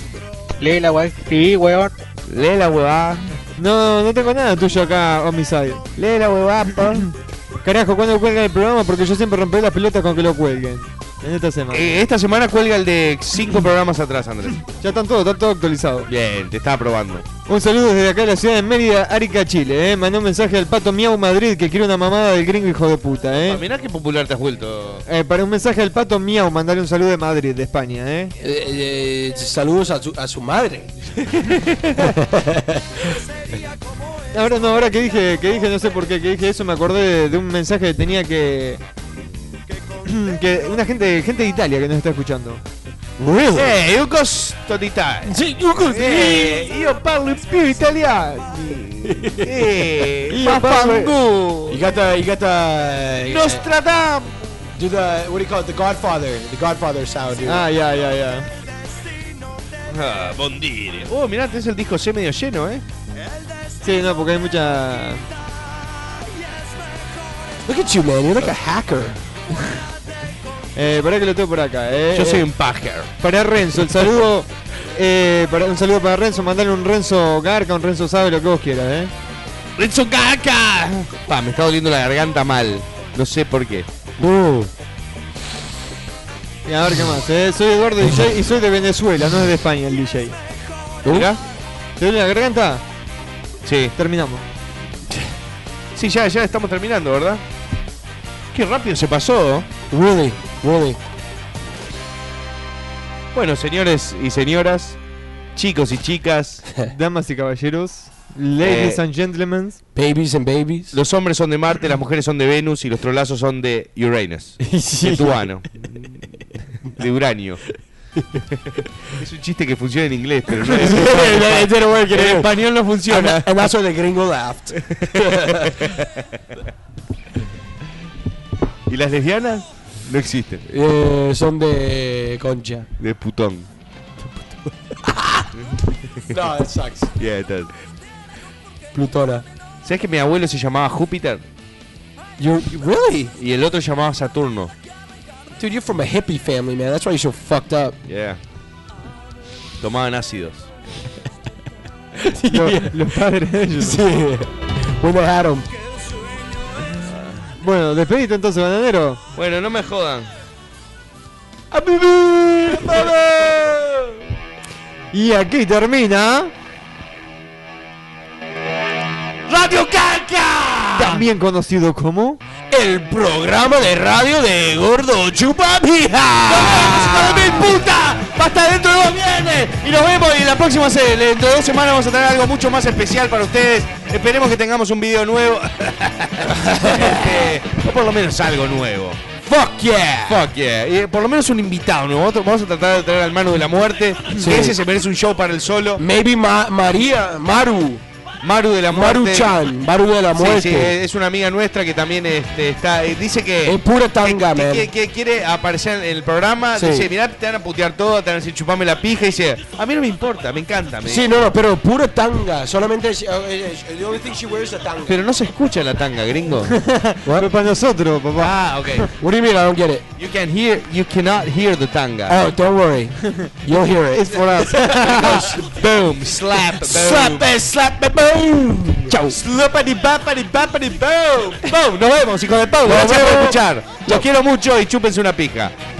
Speaker 6: Lee la weón. Sí, weón.
Speaker 2: Lee la huevada.
Speaker 1: No, no tengo nada tuyo acá, Homicide.
Speaker 2: Lee la huevada, Paul.
Speaker 1: Carajo, ¿cuándo cuelgan el programa? Porque yo siempre romperé las pelotas con que lo cuelguen. En esta semana.
Speaker 2: Eh, esta semana cuelga el de cinco programas atrás, Andrés.
Speaker 1: Ya están todos, están todos actualizados.
Speaker 2: Bien, te estaba probando.
Speaker 1: Un saludo desde acá de la ciudad de Mérida, Arica, Chile, eh. Mandó un mensaje al pato Miau Madrid que quiere una mamada del gringo hijo de puta,
Speaker 2: Ah,
Speaker 1: eh.
Speaker 2: mirá qué popular te has vuelto.
Speaker 1: Eh, para un mensaje al pato Miau, mandale un saludo de Madrid, de España, eh.
Speaker 3: Eh, eh, saludos a su, a su madre.
Speaker 1: Ahora no, ahora que dije, que dije, no sé por qué, que dije eso, me acordé de, de un mensaje que tenía que. que una gente, gente de Italia que nos está escuchando.
Speaker 3: Really?
Speaker 2: Eh, io costo di te. Eh, io parlo in più italiano. Eh,
Speaker 3: Io parlo-
Speaker 2: vaffanculo.
Speaker 3: You got the, you got the.
Speaker 2: Nostradamus.
Speaker 3: Do the what do you call it? The Godfather, the Godfather sound. Dude.
Speaker 1: Ah, ya, ya, ya.
Speaker 2: Ah, bondire. Oh, mirá, tenés el disco C medio lleno, eh.
Speaker 1: Sí, no, porque hay mucha.
Speaker 3: Look at you, man. You're like a hacker.
Speaker 1: Eh, pará que lo tengo por acá, eh.
Speaker 2: Yo soy
Speaker 1: Eh,
Speaker 2: un pajer.
Speaker 1: Para Renzo, el saludo. eh, para, un saludo para Renzo, mandale un Renzo Garca, un Renzo sabe lo que vos quieras, eh.
Speaker 2: Renzo Caca. Pa, me está doliendo la garganta mal. No sé por qué.
Speaker 1: Uh. Y a ver qué más, eh. Soy Eduardo DJ y soy de Venezuela, no es de España el DJ.
Speaker 2: ¿Mirá?
Speaker 1: ¿Te duele la garganta?
Speaker 2: Sí.
Speaker 1: Terminamos.
Speaker 2: Sí, ya, ya estamos terminando, ¿verdad? Qué rápido se pasó.
Speaker 3: Really, really.
Speaker 2: Bueno, señores y señoras, chicos y chicas,
Speaker 1: Damas y caballeros, ladies
Speaker 2: Eh.
Speaker 1: and gentlemen.
Speaker 3: Babies and babies.
Speaker 2: los hombres son de Marte, las mujeres son de Venus y los trolazos son de Uranus. De Tuano. De uranio. Es un chiste que funciona en inglés, pero no es.
Speaker 3: It didn't
Speaker 2: En
Speaker 3: work it didn't work.
Speaker 2: español no
Speaker 3: And,
Speaker 2: funciona.
Speaker 3: tha- and that's why the gringo laughed.
Speaker 2: ¿Y las lesbianas? No existen.
Speaker 3: Eh, son de concha.
Speaker 2: De putón.
Speaker 3: No, that sucks.
Speaker 2: Yeah, it does.
Speaker 3: Plutona.
Speaker 2: ¿Sabes que mi abuelo se llamaba Júpiter?
Speaker 3: You really?
Speaker 2: Y el otro llamaba Saturno.
Speaker 3: Dude, you're from a hippie family, man. That's why you're so fucked up.
Speaker 2: Yeah. Tomaban ácidos.
Speaker 1: Los- los padres de ellos.
Speaker 3: Sí. When they had 'em.
Speaker 1: Bueno, despedite entonces, bananero.
Speaker 2: Bueno, no me jodan.
Speaker 1: ¡A vivir! Y aquí termina.
Speaker 10: ¡Radio Caca!
Speaker 1: También conocido como.
Speaker 10: El programa de radio de Gordo Chupapija.
Speaker 4: ¡Mil puta! ¡Basta dentro de dos viernes!
Speaker 2: Y nos vemos y en la próxima se- dentro de dos semanas vamos a tener algo mucho más especial para ustedes. Esperemos que tengamos un video nuevo. Este, o por lo menos algo nuevo.
Speaker 10: Fuck yeah.
Speaker 2: Fuck yeah. Y eh, por lo menos un invitado nuevo. Otro- Vamos a tratar de traer al Manu de la Muerte.
Speaker 3: Sí.
Speaker 2: Ese se merece un show para el solo.
Speaker 3: Maybe Ma- María, Maru.
Speaker 2: Maru de la Muerte.
Speaker 3: Maru-chan, Maru de la
Speaker 2: Sí,
Speaker 3: Muerte.
Speaker 2: sí,
Speaker 1: eh,
Speaker 2: eh, es una amiga nuestra que también este, está. eh, Dice que.
Speaker 3: Es pura tanga,
Speaker 2: que-
Speaker 3: man.
Speaker 2: que- que quiere aparecer en el programa.
Speaker 3: Sí.
Speaker 2: Dice, mirá, te van a putear todo, te van a decir chupame la pija. Y dice, a mí no me importa, me encanta. me
Speaker 3: Sí, no, no, pero pura tanga. Solamente. she- uh, eh, eh, the only thing she wears is a tanga.
Speaker 2: Pero no se escucha la tanga, gringo.
Speaker 1: Fue para nosotros, papá.
Speaker 2: Ah, ok.
Speaker 3: What do you mean? I don't get it.
Speaker 2: You can hear, you cannot hear the tanga.
Speaker 3: Oh, don't worry. You'll hear it.
Speaker 1: It's for us.
Speaker 2: boom, slap, boom.
Speaker 10: Slap it, slap it, boom. Chau. Slapity, bappity, bappity, boom.
Speaker 2: Boom, nos vemos, hijo de Pau. Gracias por escuchar. Los quiero mucho y chúpense una pija.
Speaker 10: Ah!